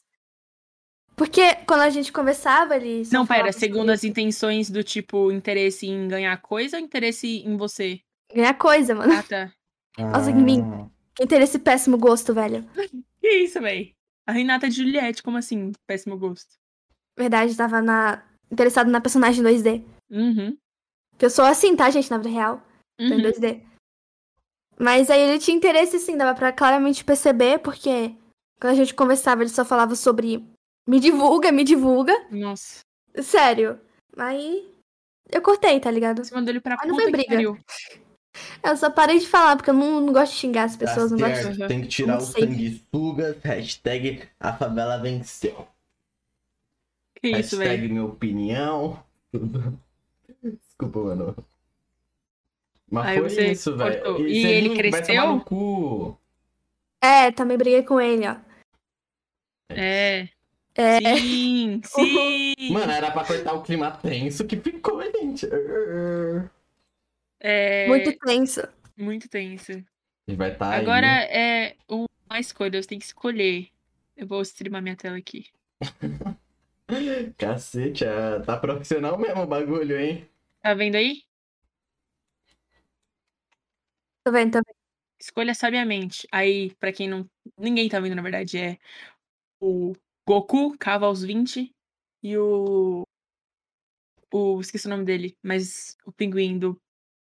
Speaker 3: Porque quando a gente conversava, ele. só
Speaker 1: Uhum. Não, pera,
Speaker 3: falava sobre
Speaker 1: segundo as intenções do tipo interesse em ganhar coisa ou interesse em
Speaker 3: [laughs]
Speaker 1: você?
Speaker 3: Ganhar coisa, mano.
Speaker 1: Ah, tá.
Speaker 3: Nossa, que mim. Que interesse péssimo gosto, velho.
Speaker 1: Que isso, véi? A Renata de Juliette, como assim? Péssimo gosto.
Speaker 3: verdade, tava na... interessado na personagem 2D.
Speaker 1: Uhum.
Speaker 3: Porque eu sou assim, tá, gente, na vida real. Tô em
Speaker 1: uhum.
Speaker 3: 2D. Mas aí ele tinha interesse, sim, dava pra claramente perceber, porque quando a gente conversava, ele só falava sobre me divulga, me divulga.
Speaker 1: Nossa.
Speaker 3: Sério. Aí eu cortei, tá ligado?
Speaker 1: Você mandou ele pra
Speaker 3: Mas não
Speaker 1: puta
Speaker 3: foi
Speaker 1: que
Speaker 3: briga.
Speaker 1: pariu.
Speaker 3: Eu só parei de falar, porque eu não, não gosto de xingar as
Speaker 2: Tá
Speaker 3: pessoas, não gosto
Speaker 2: certo,
Speaker 1: gostam.
Speaker 2: Tem que tirar
Speaker 3: Não
Speaker 2: os
Speaker 3: sei.
Speaker 2: sanguessugas. Hashtag a favela venceu.
Speaker 1: Que isso,
Speaker 2: hashtag
Speaker 1: velho.
Speaker 2: minha opinião. [laughs] Desculpa, mano. Mas
Speaker 1: Aí
Speaker 2: foi
Speaker 1: você
Speaker 2: isso, velho.
Speaker 1: cortou. E ele
Speaker 2: Celinho, vai
Speaker 1: cresceu?
Speaker 2: tomar no cu.
Speaker 3: É, também briguei com ele, ó.
Speaker 1: É.
Speaker 3: É. [laughs]
Speaker 1: Sim, sim.
Speaker 2: Mano, era pra cortar o clima tenso que ficou, gente. [laughs]
Speaker 1: É
Speaker 3: Muito tenso.
Speaker 1: muito tenso.
Speaker 2: E vai estar tá
Speaker 1: Agora
Speaker 2: aí.
Speaker 1: é um- uma escolha, você tem que escolher. Eu vou streamar minha tela aqui.
Speaker 2: Cacete, é- tá profissional mesmo o bagulho, hein?
Speaker 1: Tá vendo aí?
Speaker 3: Tô vendo, tô vendo.
Speaker 1: Escolha sabiamente. Aí, pra quem não. Ninguém tá vendo, na verdade, é o Goku, cava aos 20, e o. O. Esqueci o nome dele, mas o pinguim do.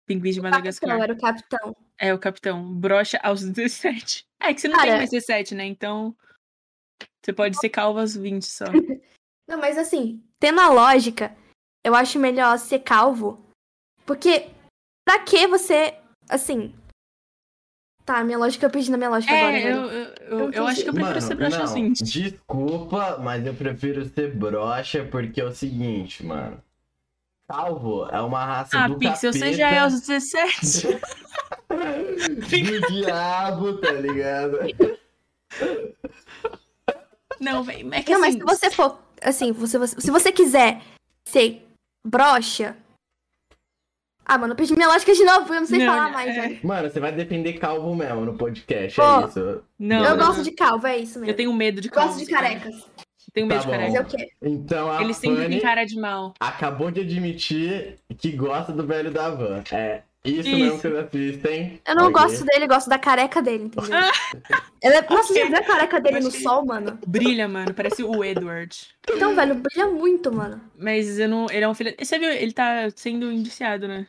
Speaker 1: Pinguim de
Speaker 3: Capitão,
Speaker 1: Madagascar.
Speaker 3: era o capitão.
Speaker 1: É o capitão. Brocha aos 17. [laughs] É que você não tem
Speaker 3: Cara-
Speaker 1: mais 17, né? Então. Você pode ser calvo aos 20
Speaker 3: [laughs]
Speaker 1: só.
Speaker 3: Não, mas assim, tendo a lógica, eu acho melhor ser calvo. Porque pra que você. Assim. Tá, minha lógica, eu perdi na minha lógica agora. né?
Speaker 1: É,
Speaker 3: velho.
Speaker 1: eu, eu, eu, eu
Speaker 3: entendi.
Speaker 1: acho que eu prefiro
Speaker 2: Mano,
Speaker 1: ser assim. brocha aos
Speaker 2: não,
Speaker 1: 20.
Speaker 2: Desculpa, mas eu prefiro ser broxa porque é o seguinte, mano. Calvo é uma raça
Speaker 1: Ah,
Speaker 2: do
Speaker 1: Pixel, você já é aos 17. [laughs]
Speaker 2: do diabo, tá ligado?
Speaker 1: Não, véi, é que
Speaker 3: Não, mas
Speaker 1: assim,
Speaker 3: se você for. Assim, você, você- se você quiser ser broxa, Ah, mano, eu perdi minha lógica de novo, eu não sei
Speaker 1: Não,
Speaker 3: falar
Speaker 1: não,
Speaker 3: mais, né?
Speaker 1: é.
Speaker 3: velho.
Speaker 2: Mano, você vai defender calvo mesmo no podcast,
Speaker 3: Ó,
Speaker 2: é isso.
Speaker 1: Não.
Speaker 3: Eu
Speaker 1: não,
Speaker 3: gosto
Speaker 1: não.
Speaker 3: de calvo, é isso mesmo.
Speaker 1: Eu tenho medo de
Speaker 3: Gosto
Speaker 1: calvos,
Speaker 3: de
Speaker 1: cara.
Speaker 3: carecas.
Speaker 1: Tenho medo
Speaker 2: Tá
Speaker 1: de
Speaker 2: bom.
Speaker 1: careca.
Speaker 3: Mas eu quero.
Speaker 2: Então a
Speaker 1: Eles sempre
Speaker 2: Fanny
Speaker 1: têm cara de mal.
Speaker 2: acabou de admitir que gosta do velho da van. É isso,
Speaker 1: Isso.
Speaker 2: mesmo que vocês assistem.
Speaker 3: Eu não
Speaker 2: Ok.
Speaker 3: gosto dele, eu gosto da careca
Speaker 1: [laughs]
Speaker 3: dele, entendeu? Ela é... Nossa, você
Speaker 1: Ok.
Speaker 3: viu a careca dele no
Speaker 1: Ok.
Speaker 3: sol, mano?
Speaker 1: Brilha, mano. Parece o Edward.
Speaker 3: Então, velho, brilha muito, mano.
Speaker 1: Mas eu não. Ele é um filho. Você viu? Ele tá sendo indiciado, né?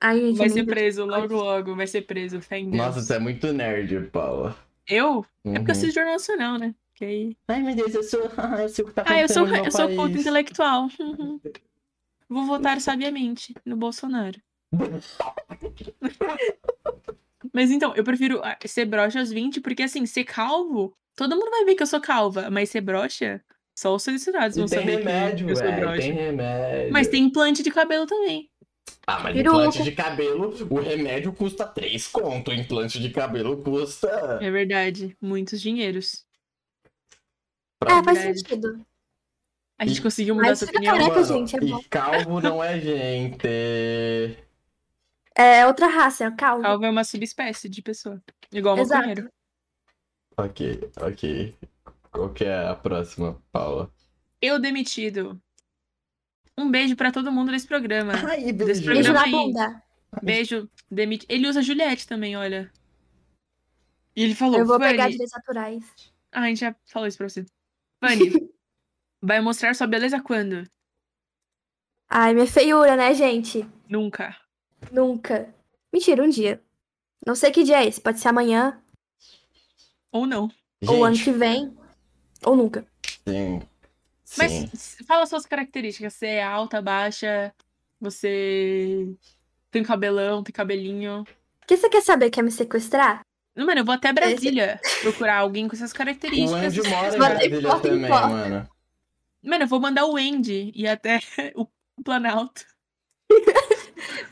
Speaker 3: Ai, gente,
Speaker 1: Vai
Speaker 3: eu
Speaker 1: ser
Speaker 3: nem-
Speaker 1: preso logo, logo. Vai ser preso. Fé em Deus.
Speaker 2: Nossa, você é muito nerd, Paula.
Speaker 1: Eu?
Speaker 2: Uhum.
Speaker 1: É porque eu assisto Jornal Nacional, né? Que aí-
Speaker 2: Ai, meu Deus, eu sou. [laughs] eu sei o que tá
Speaker 1: Ah, eu sou,
Speaker 2: acontecendo no meu
Speaker 1: eu sou
Speaker 2: país.
Speaker 1: culto intelectual. [laughs] Uhum. Vou votar sabiamente no Bolsonaro. [laughs] Mas então, eu prefiro ah, ser broxa aos 20, porque assim, ser calvo, todo mundo vai ver que eu sou calva, mas ser broxa, só os solicitados
Speaker 2: E
Speaker 1: vão
Speaker 2: tem
Speaker 1: saber
Speaker 2: remédio,
Speaker 1: que eu sou
Speaker 2: velho.
Speaker 1: broxa.
Speaker 2: Tem remédio.
Speaker 1: Mas tem implante de cabelo também.
Speaker 2: Ah, mas
Speaker 3: Peruca.
Speaker 2: implante de cabelo, o remédio custa 3 conto. O implante de cabelo custa.
Speaker 1: É verdade, muitos dinheiros.
Speaker 3: É, faz
Speaker 1: Verdade.
Speaker 3: sentido.
Speaker 1: A gente
Speaker 2: E-
Speaker 1: conseguiu mudar
Speaker 3: Mas
Speaker 1: essa
Speaker 3: fica
Speaker 1: opinião.
Speaker 3: careca,
Speaker 2: Mano,
Speaker 3: gente, é bom.
Speaker 2: E calvo não
Speaker 3: [laughs]
Speaker 2: é gente.
Speaker 3: É outra raça, é o calvo.
Speaker 1: Calvo é uma subespécie de pessoa. Igual o
Speaker 3: Exato.
Speaker 1: maconheiro.
Speaker 2: Ok, ok. Qual que é a próxima, Paula?
Speaker 1: Eu demitido. Um beijo pra todo mundo nesse programa.
Speaker 2: Ai,
Speaker 1: Desse
Speaker 3: Beijo na
Speaker 1: Aí.
Speaker 3: bunda.
Speaker 1: Beijo, demite. Ele usa Juliette também, olha. E ele falou,
Speaker 3: Eu vou
Speaker 1: Fanny.
Speaker 3: pegar direitos naturais.
Speaker 1: Ah, a gente já falou isso pra você.
Speaker 3: [laughs]
Speaker 1: Fanny, vai mostrar sua beleza quando?
Speaker 3: Ai, minha feiura, né, gente?
Speaker 1: Nunca.
Speaker 3: Nunca. Mentira, um dia. Não sei que dia é esse. Pode ser amanhã,
Speaker 1: Ou não.
Speaker 3: ou ano
Speaker 2: Gente,
Speaker 3: que vem, ou nunca.
Speaker 2: sim.
Speaker 1: Mas
Speaker 2: Sim.
Speaker 1: s- fala suas características. Você é alta, baixa, você tem cabelão, tem cabelinho.
Speaker 3: O que você quer saber? Quer me sequestrar?
Speaker 1: Não, Mano, eu vou até Brasília procurar alguém com essas características.
Speaker 2: O Andy
Speaker 1: essas
Speaker 2: mora em
Speaker 1: coisas.
Speaker 3: Mas tem
Speaker 2: Brasília
Speaker 3: foto em
Speaker 2: é também,
Speaker 3: foto.
Speaker 2: mano.
Speaker 1: Mano, eu vou mandar o Andy e até [laughs] o Planalto.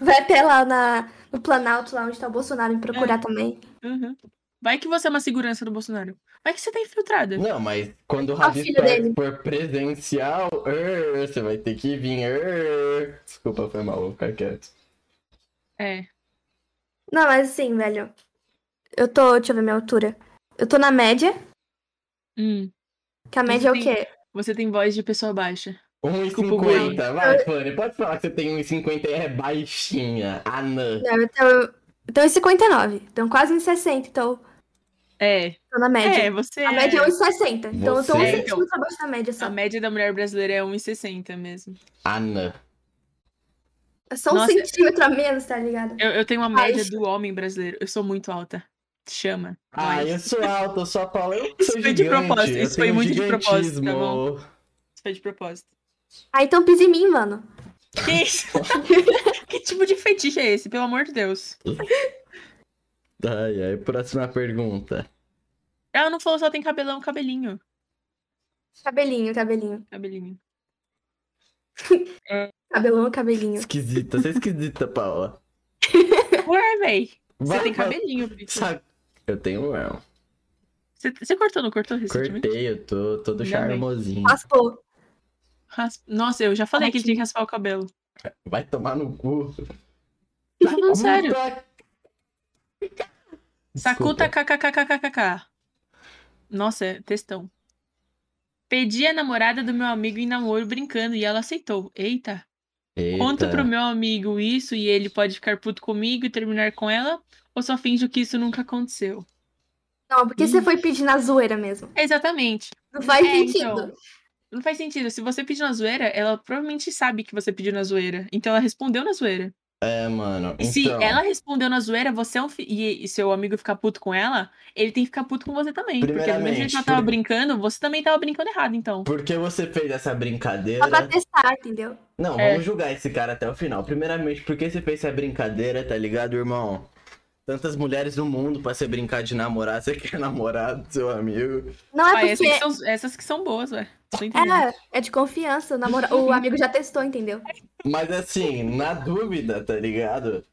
Speaker 3: Vai até lá na, no Planalto, lá onde tá o Bolsonaro, me
Speaker 1: É.
Speaker 3: procurar também.
Speaker 1: Uhum. Vai que você é uma segurança do Bolsonaro. Vai que você tá infiltrada.
Speaker 2: Não, mas quando o
Speaker 3: Ah,
Speaker 2: Rabis
Speaker 3: filho dele.
Speaker 2: for presencial, er, você vai ter que vir. er. Desculpa, foi mal, vou ficar quieto.
Speaker 1: É.
Speaker 3: Não, mas assim, velho. Eu tô. Deixa eu ver minha altura. Eu tô na média,
Speaker 1: Hum,
Speaker 3: que a
Speaker 1: Mas
Speaker 3: média é o
Speaker 1: tem-
Speaker 3: quê?
Speaker 1: você tem voz de pessoa baixa. Desculpa,
Speaker 2: 1,50, vai, Fanny. Pode falar que você tem 1,50 e é baixinha. Anã.
Speaker 3: Não, eu tô. Eu tô em 59. Então quase em 60, então
Speaker 1: É.
Speaker 3: tô na média.
Speaker 1: É, você
Speaker 3: A
Speaker 1: é.
Speaker 3: média é 1,60. Então eu tô um
Speaker 2: Você- é
Speaker 3: centímetro abaixo da média só.
Speaker 1: A média da mulher brasileira é 1,60 mesmo.
Speaker 2: Anã.
Speaker 3: É só um
Speaker 1: Nossa.
Speaker 3: centímetro a menos, tá ligado?
Speaker 1: Eu, eu tenho uma
Speaker 3: Ai,
Speaker 1: média
Speaker 3: isso-
Speaker 1: do homem brasileiro. Eu sou muito alta. Chama.
Speaker 2: Ah,
Speaker 1: Nós.
Speaker 2: eu sou alta, eu sou a Paula. Eu
Speaker 1: Isso
Speaker 2: sou
Speaker 1: foi de
Speaker 2: gigante,
Speaker 1: propósito,
Speaker 2: eu
Speaker 1: isso foi
Speaker 2: tenho
Speaker 1: muito de propósito, tá
Speaker 2: gigantismo.
Speaker 1: bom? Isso foi de propósito.
Speaker 3: Ah, então pisa em mim, mano.
Speaker 1: Que isso? que tipo de fetiche é esse, pelo amor de Deus?
Speaker 2: Ai, ai, próxima pergunta.
Speaker 1: Ela não falou só tem cabelão, cabelinho.
Speaker 3: Cabelinho, cabelinho.
Speaker 1: Cabelinho.
Speaker 3: Cabelão, cabelinho.
Speaker 2: Esquisita, você é esquisita, Paula.
Speaker 1: Ué, véi. Você
Speaker 2: Vai,
Speaker 1: tem
Speaker 2: vai.
Speaker 1: cabelinho, bicho.
Speaker 2: Sabe- Eu tenho mesmo.
Speaker 1: Você, você é cortou, não cortou recentemente?
Speaker 2: Cortei, eu tô todo
Speaker 1: Ainda bem.
Speaker 2: charmosinho.
Speaker 3: Raspou.
Speaker 1: Raspa- Nossa, eu já falei que ele tinha que raspar o cabelo.
Speaker 2: Vai tomar no cu.
Speaker 1: Tô falando sério.
Speaker 2: Puta-
Speaker 1: Sakuta
Speaker 2: Desculpa.
Speaker 1: kkkkkkk. Nossa, é textão. Pedi a namorada do meu amigo em namoro brincando e ela aceitou. Eita.
Speaker 2: Eita.
Speaker 1: Conto pro meu amigo isso e ele pode ficar puto comigo e terminar com ela? Ou só finjo que isso nunca aconteceu?
Speaker 3: Não, porque você foi pedir na zoeira mesmo.
Speaker 1: Exatamente.
Speaker 3: Não faz
Speaker 1: É,
Speaker 3: sentido.
Speaker 1: então. Não faz sentido. Se você pediu na zoeira, ela provavelmente sabe que você pediu na zoeira. Então ela respondeu na zoeira.
Speaker 2: É, mano.
Speaker 1: E se
Speaker 2: então,
Speaker 1: ela respondeu na zoeira, você é um fi... e, e seu amigo ficar puto com ela, ele tem que ficar puto com você também. Porque do mesmo jeito que ela
Speaker 2: Primeiramente,
Speaker 1: tava
Speaker 2: por-
Speaker 1: brincando, você também tava brincando errado, então.
Speaker 2: Por que você fez essa brincadeira?
Speaker 3: Só pra testar, entendeu?
Speaker 2: Não,
Speaker 1: É.
Speaker 2: vamos julgar esse cara até o final. Primeiramente, por que você fez essa brincadeira, tá ligado, irmão? Tantas mulheres no mundo pra você brincar de namorar, você [laughs] quer namorar do seu amigo.
Speaker 3: Não
Speaker 1: Ah,
Speaker 3: é
Speaker 1: essas, que
Speaker 3: porque.
Speaker 1: são, essas que são boas, ué. Tô entendendo.
Speaker 3: É, é de confiança. O, namora...
Speaker 1: Uhum.
Speaker 3: o amigo já testou, entendeu?
Speaker 2: Mas assim, na dúvida, tá ligado?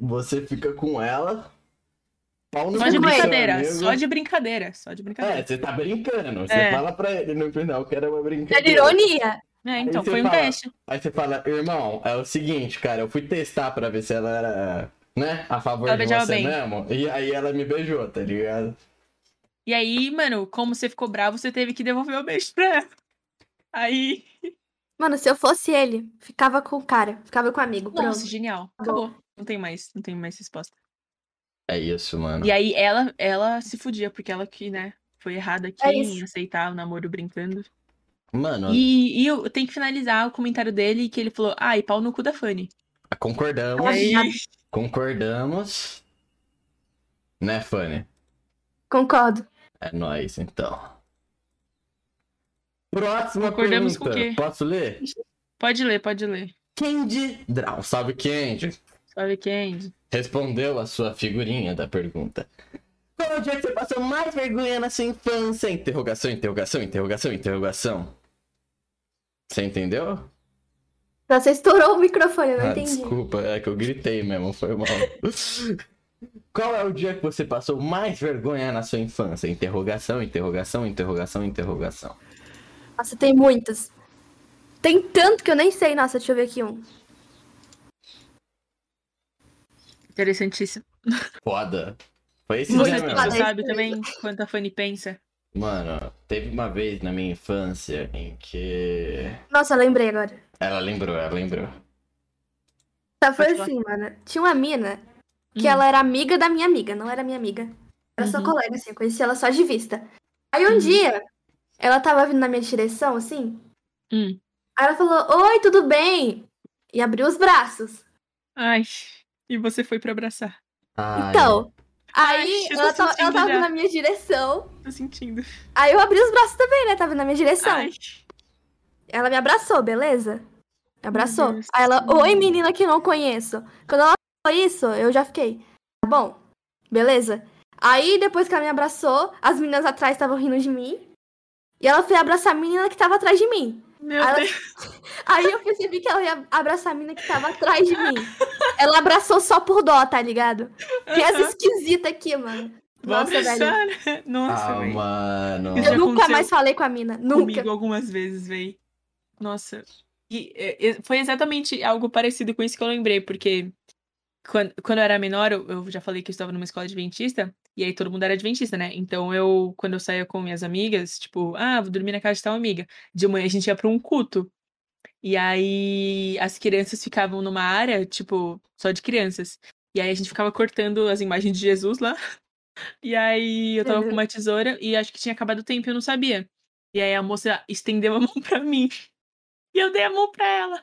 Speaker 2: Você fica com ela. Pau no
Speaker 1: Só
Speaker 2: cu
Speaker 1: de
Speaker 2: do seu
Speaker 1: brincadeira,
Speaker 2: amigo.
Speaker 1: só de brincadeira, só de
Speaker 2: É,
Speaker 1: brincadeira.
Speaker 2: você tá brincando. Você
Speaker 1: É.
Speaker 2: fala pra ele no final que era uma brincadeira.
Speaker 3: É de ironia.
Speaker 1: É, então,
Speaker 2: você
Speaker 1: foi um
Speaker 2: fala-
Speaker 1: teste.
Speaker 2: Aí você fala, irmão, é o seguinte, cara, eu fui testar pra ver se ela era, né, a favor
Speaker 1: Ela
Speaker 2: de
Speaker 1: beijava
Speaker 2: você
Speaker 1: bem.
Speaker 2: mesmo. E aí ela me beijou, tá ligado?
Speaker 1: E aí, mano, como você ficou bravo, você teve que devolver o beijo pra ela. Aí.
Speaker 3: Mano, se eu fosse ele, ficava com o cara, ficava com o amigo. Pronto.
Speaker 1: Nossa, genial. Acabou. Não tem mais, não tem mais resposta.
Speaker 2: É isso, mano.
Speaker 1: E aí ela, ela se fudia, porque ela que, né, foi errada aqui
Speaker 3: É
Speaker 1: em
Speaker 3: isso.
Speaker 1: aceitar o namoro brincando.
Speaker 2: Mano,
Speaker 1: E, e eu tenho que finalizar o comentário dele, que ele falou, ai, pau no cu da Fanny.
Speaker 2: concordamos.
Speaker 3: Ela
Speaker 1: Aí-
Speaker 3: já-
Speaker 2: Concordamos. Né, Fanny?
Speaker 3: Concordo.
Speaker 2: É nóis, então. Próxima
Speaker 1: Concordamos
Speaker 2: pergunta.
Speaker 1: com o quê?
Speaker 2: Posso ler?
Speaker 1: Pode ler, pode ler.
Speaker 2: Candy Draw. Salve, Candy.
Speaker 1: Sabe é, quem?
Speaker 2: Respondeu a sua figurinha da pergunta. Qual é o dia que você passou mais vergonha na sua infância? Interrogação, interrogação, interrogação, interrogação. Você entendeu?
Speaker 3: Então, Você estourou o microfone, eu não
Speaker 2: Ah,
Speaker 3: entendi.
Speaker 2: desculpa, é que eu gritei mesmo, foi mal. [laughs] Qual é o dia que você passou mais vergonha na sua infância? Interrogação, interrogação, interrogação, interrogação.
Speaker 3: Nossa, tem muitas. Tem tanto que eu nem sei. Nossa, deixa eu ver aqui um.
Speaker 1: Interessantíssimo.
Speaker 2: Foda. Foi esse
Speaker 1: Você
Speaker 2: dia mesmo.
Speaker 3: fala-
Speaker 1: sabe também quanto a Fanny pensa?
Speaker 2: Mano, teve uma vez na minha infância em que.
Speaker 3: Nossa, eu lembrei agora.
Speaker 2: Ela lembrou, ela lembrou.
Speaker 3: Tá, foi
Speaker 1: Pode falar.
Speaker 3: assim, mano. Tinha uma mina que
Speaker 1: Hum.
Speaker 3: ela era amiga da minha amiga, não era minha amiga. Era só
Speaker 1: Uhum.
Speaker 3: colega, assim, eu conhecia ela só de vista. Aí um
Speaker 1: Uhum.
Speaker 3: dia, ela tava vindo na minha direção, assim.
Speaker 1: Hum.
Speaker 3: Aí ela falou, oi, tudo bem? E abriu os braços.
Speaker 1: Ai, e você foi pra abraçar.
Speaker 2: Ai,
Speaker 3: Então, aí
Speaker 1: Ai, eu tô
Speaker 3: ela, tava, ela
Speaker 1: sentindo
Speaker 3: tava
Speaker 1: já.
Speaker 3: vindo na minha direção.
Speaker 1: Tô sentindo.
Speaker 3: Aí eu abri os braços também, né? Tava vindo na minha direção.
Speaker 1: Ai,
Speaker 3: Ela me abraçou, beleza? Me abraçou.
Speaker 1: Deus.
Speaker 3: Aí ela, oi menina que não conheço. Quando ela falou isso, eu já fiquei, tá bom, beleza? Aí depois que ela me abraçou, as meninas atrás estavam rindo de mim. E ela foi abraçar a menina que tava atrás de mim.
Speaker 1: meu
Speaker 3: Ela-
Speaker 1: Deus.
Speaker 3: [laughs] Aí eu percebi que ela ia abraçar a menina que tava atrás de mim. Ela abraçou só por dó, tá ligado? Que essa
Speaker 1: Aham.
Speaker 3: esquisita aqui, mano.
Speaker 1: Vou
Speaker 3: Nossa, velho.
Speaker 1: abraçar, né? Nossa,
Speaker 2: Ah,
Speaker 1: velho.
Speaker 2: mano.
Speaker 1: Isso é
Speaker 3: Eu
Speaker 1: já
Speaker 3: nunca
Speaker 1: aconteceu
Speaker 3: mais falei com a mina. Nunca.
Speaker 1: comigo algumas vezes, véi. Nossa. E é, é, foi exatamente algo parecido com isso que eu lembrei, porque quando, quando eu era menor, eu, eu já falei que eu estava numa escola adventista, e aí todo mundo era adventista, né? Então eu, quando eu saía com minhas amigas, tipo, ah, vou dormir na casa de tal amiga. De manhã a gente ia para um culto. E aí as crianças ficavam numa área, tipo, só de crianças. E aí a gente ficava cortando as imagens de Jesus lá. [laughs] E aí eu tava com
Speaker 3: Uhum.
Speaker 1: uma tesoura e acho que tinha acabado o tempo, e eu não sabia. E aí a moça estendeu a [laughs] mão pra mim. E eu dei a mão pra
Speaker 3: [laughs]
Speaker 1: ela.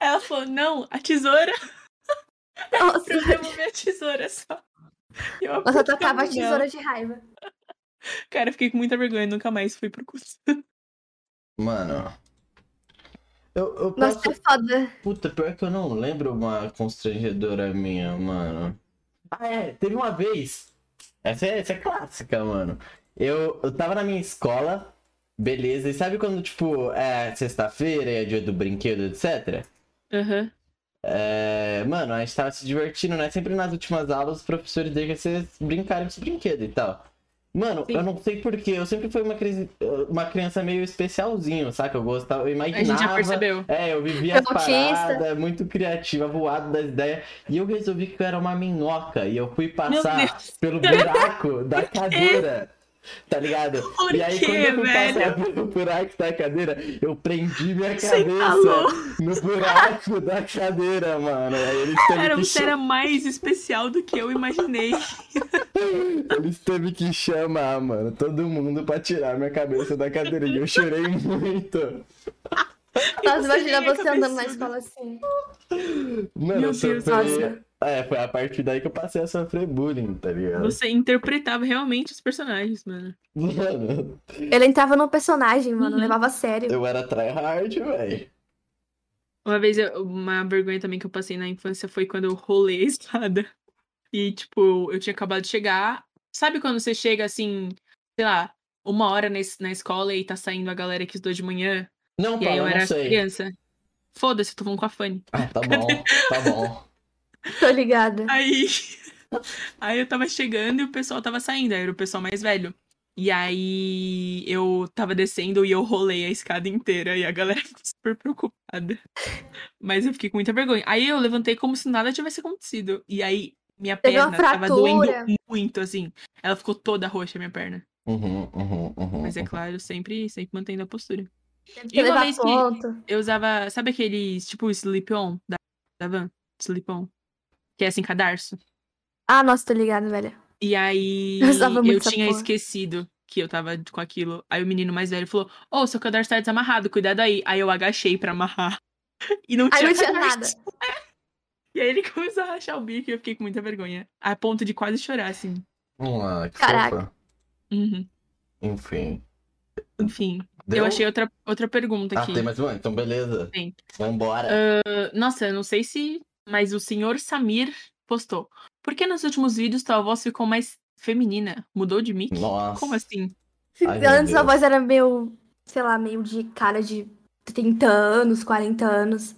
Speaker 1: Ela falou, não, a tesoura, [laughs] eu
Speaker 3: Nossa,
Speaker 1: [laughs] devolvi a tesoura só. E Eu
Speaker 3: Nossa, eu
Speaker 1: apertei
Speaker 3: tocava a
Speaker 1: mão dela.
Speaker 3: tesoura de raiva.
Speaker 1: Cara, eu fiquei com muita vergonha, nunca mais fui pro curso.
Speaker 2: Mano. Eu, eu posso.
Speaker 3: Nossa, é foda.
Speaker 2: Puta, pior que eu não lembro uma constrangedora minha, mano. Ah, é, teve uma vez. Essa é, essa é clássica, mano. Eu, eu tava na minha escola, beleza, e sabe quando, tipo, é sexta-feira, é dia do brinquedo, etc?
Speaker 1: Aham.
Speaker 2: É, mano, a gente tava se divertindo, né? Sempre nas últimas aulas os professores deixam vocês brincarem com esse brinquedo e tal. Mano,
Speaker 1: Sim.
Speaker 2: eu não sei porquê, eu sempre fui uma, cri- uma criança meio especialzinho, saca? Eu gostava, eu
Speaker 1: A gente já
Speaker 2: imaginava.
Speaker 1: percebeu.
Speaker 2: É, eu vivia as
Speaker 3: Autista.
Speaker 2: paradas, muito criativa, voado das ideias. E eu resolvi que eu era uma minhoca. E eu fui
Speaker 1: Meu
Speaker 2: passar
Speaker 1: Deus. [laughs]
Speaker 2: pelo buraco da cadeira. Tá ligado?
Speaker 1: Por
Speaker 2: e aí,
Speaker 1: quê,
Speaker 2: quando eu fui passar
Speaker 1: velho?
Speaker 2: [laughs] pelo buraco da cadeira, eu prendi minha
Speaker 1: Você
Speaker 2: cabeça
Speaker 1: falou.
Speaker 2: no buraco da cadeira, mano. Aí eles teve
Speaker 1: Cara,
Speaker 2: que
Speaker 1: você era mais especial do que eu imaginei.
Speaker 2: [laughs] eles teve que chamar, mano, todo mundo pra tirar minha cabeça da cadeira. E eu chorei muito.
Speaker 3: Nossa,
Speaker 1: você
Speaker 3: imagina
Speaker 1: nem é
Speaker 3: você andando na
Speaker 1: cabeçudo.
Speaker 3: escola assim.
Speaker 2: Mano,
Speaker 1: Meu
Speaker 2: eu
Speaker 1: Deus,
Speaker 2: sofri-
Speaker 3: nossa.
Speaker 2: É, foi a partir daí que eu passei a sofrer bullying, tá ligado?
Speaker 1: Você interpretava realmente os personagens, mano.
Speaker 2: [laughs] Mano,
Speaker 3: Ele entrava no personagem, mano,
Speaker 1: Uhum.
Speaker 3: levava a sério.
Speaker 2: eu era tryhard, velho.
Speaker 1: Uma vez, eu- uma vergonha também que eu passei na infância foi quando eu rolei a escada. E, tipo, eu tinha acabado de chegar. Sabe quando você chega assim, sei lá, uma hora na, es- na escola e tá saindo a galera que estudou de manhã?
Speaker 2: Não,
Speaker 1: e aí
Speaker 2: Paulo,
Speaker 1: eu
Speaker 2: eu
Speaker 1: era
Speaker 2: não sei.
Speaker 1: criança. Foda-se, eu tô falando com a Fanny.
Speaker 2: Ah, tá bom,
Speaker 1: [laughs]
Speaker 2: tá bom.
Speaker 3: Tô ligada.
Speaker 1: Ah, Aí. Aí eu tava chegando e o pessoal tava saindo, aí era o pessoal mais velho. E aí eu tava descendo e eu rolei a escada inteira e a galera [laughs] ficou super preocupada. Mas eu fiquei com muita vergonha. Aí eu levantei como se nada tivesse acontecido. E aí minha
Speaker 3: Teve uma
Speaker 1: perna tava doendo
Speaker 3: fratura.
Speaker 1: muito, assim. Ela ficou toda roxa, minha perna.
Speaker 2: Uhum, uhum, uhum.
Speaker 1: Mas é claro, sempre, sempre mantendo a postura.
Speaker 3: Teve
Speaker 1: E
Speaker 3: que
Speaker 1: uma
Speaker 3: levar
Speaker 1: vez que-
Speaker 3: ponto.
Speaker 1: Eu usava, sabe aqueles, tipo, slip-on da, da van? Slip-on. Que é assim, cadarço.
Speaker 3: Ah, nossa, tô ligado, velho.
Speaker 1: E aí
Speaker 3: [laughs] Eu usava muito
Speaker 1: eu
Speaker 3: essa
Speaker 1: tinha
Speaker 3: porra.
Speaker 1: esquecido que eu tava com aquilo. Aí o menino mais velho falou: Ô, seu cadarço tá desamarrado, cuidado aí. Aí eu agachei pra amarrar. [laughs] E não
Speaker 3: Aí
Speaker 1: tinha,
Speaker 3: não tinha
Speaker 1: cadarço. [laughs] E aí ele começou a rachar o bico e eu fiquei com muita vergonha. A ponto de quase chorar, assim.
Speaker 2: Ah, que
Speaker 3: Caraca.
Speaker 2: fofa.
Speaker 1: Uhum.
Speaker 2: Enfim.
Speaker 1: Enfim,
Speaker 2: Deu?
Speaker 1: eu achei outra, outra pergunta
Speaker 2: Ah,
Speaker 1: aqui.
Speaker 2: tem mais uma? Então, beleza.
Speaker 1: Tem.
Speaker 2: Vambora.
Speaker 1: Ah, Nossa, eu não sei se. Mas o senhor Samir postou. Por que nos últimos vídeos tua voz ficou mais feminina? Mudou de mic?
Speaker 2: Nossa.
Speaker 1: Como assim?
Speaker 2: Ai, meu
Speaker 3: Antes sua
Speaker 2: Deus.
Speaker 3: voz era meio, sei lá, meio de cara de 30 anos, 40 anos.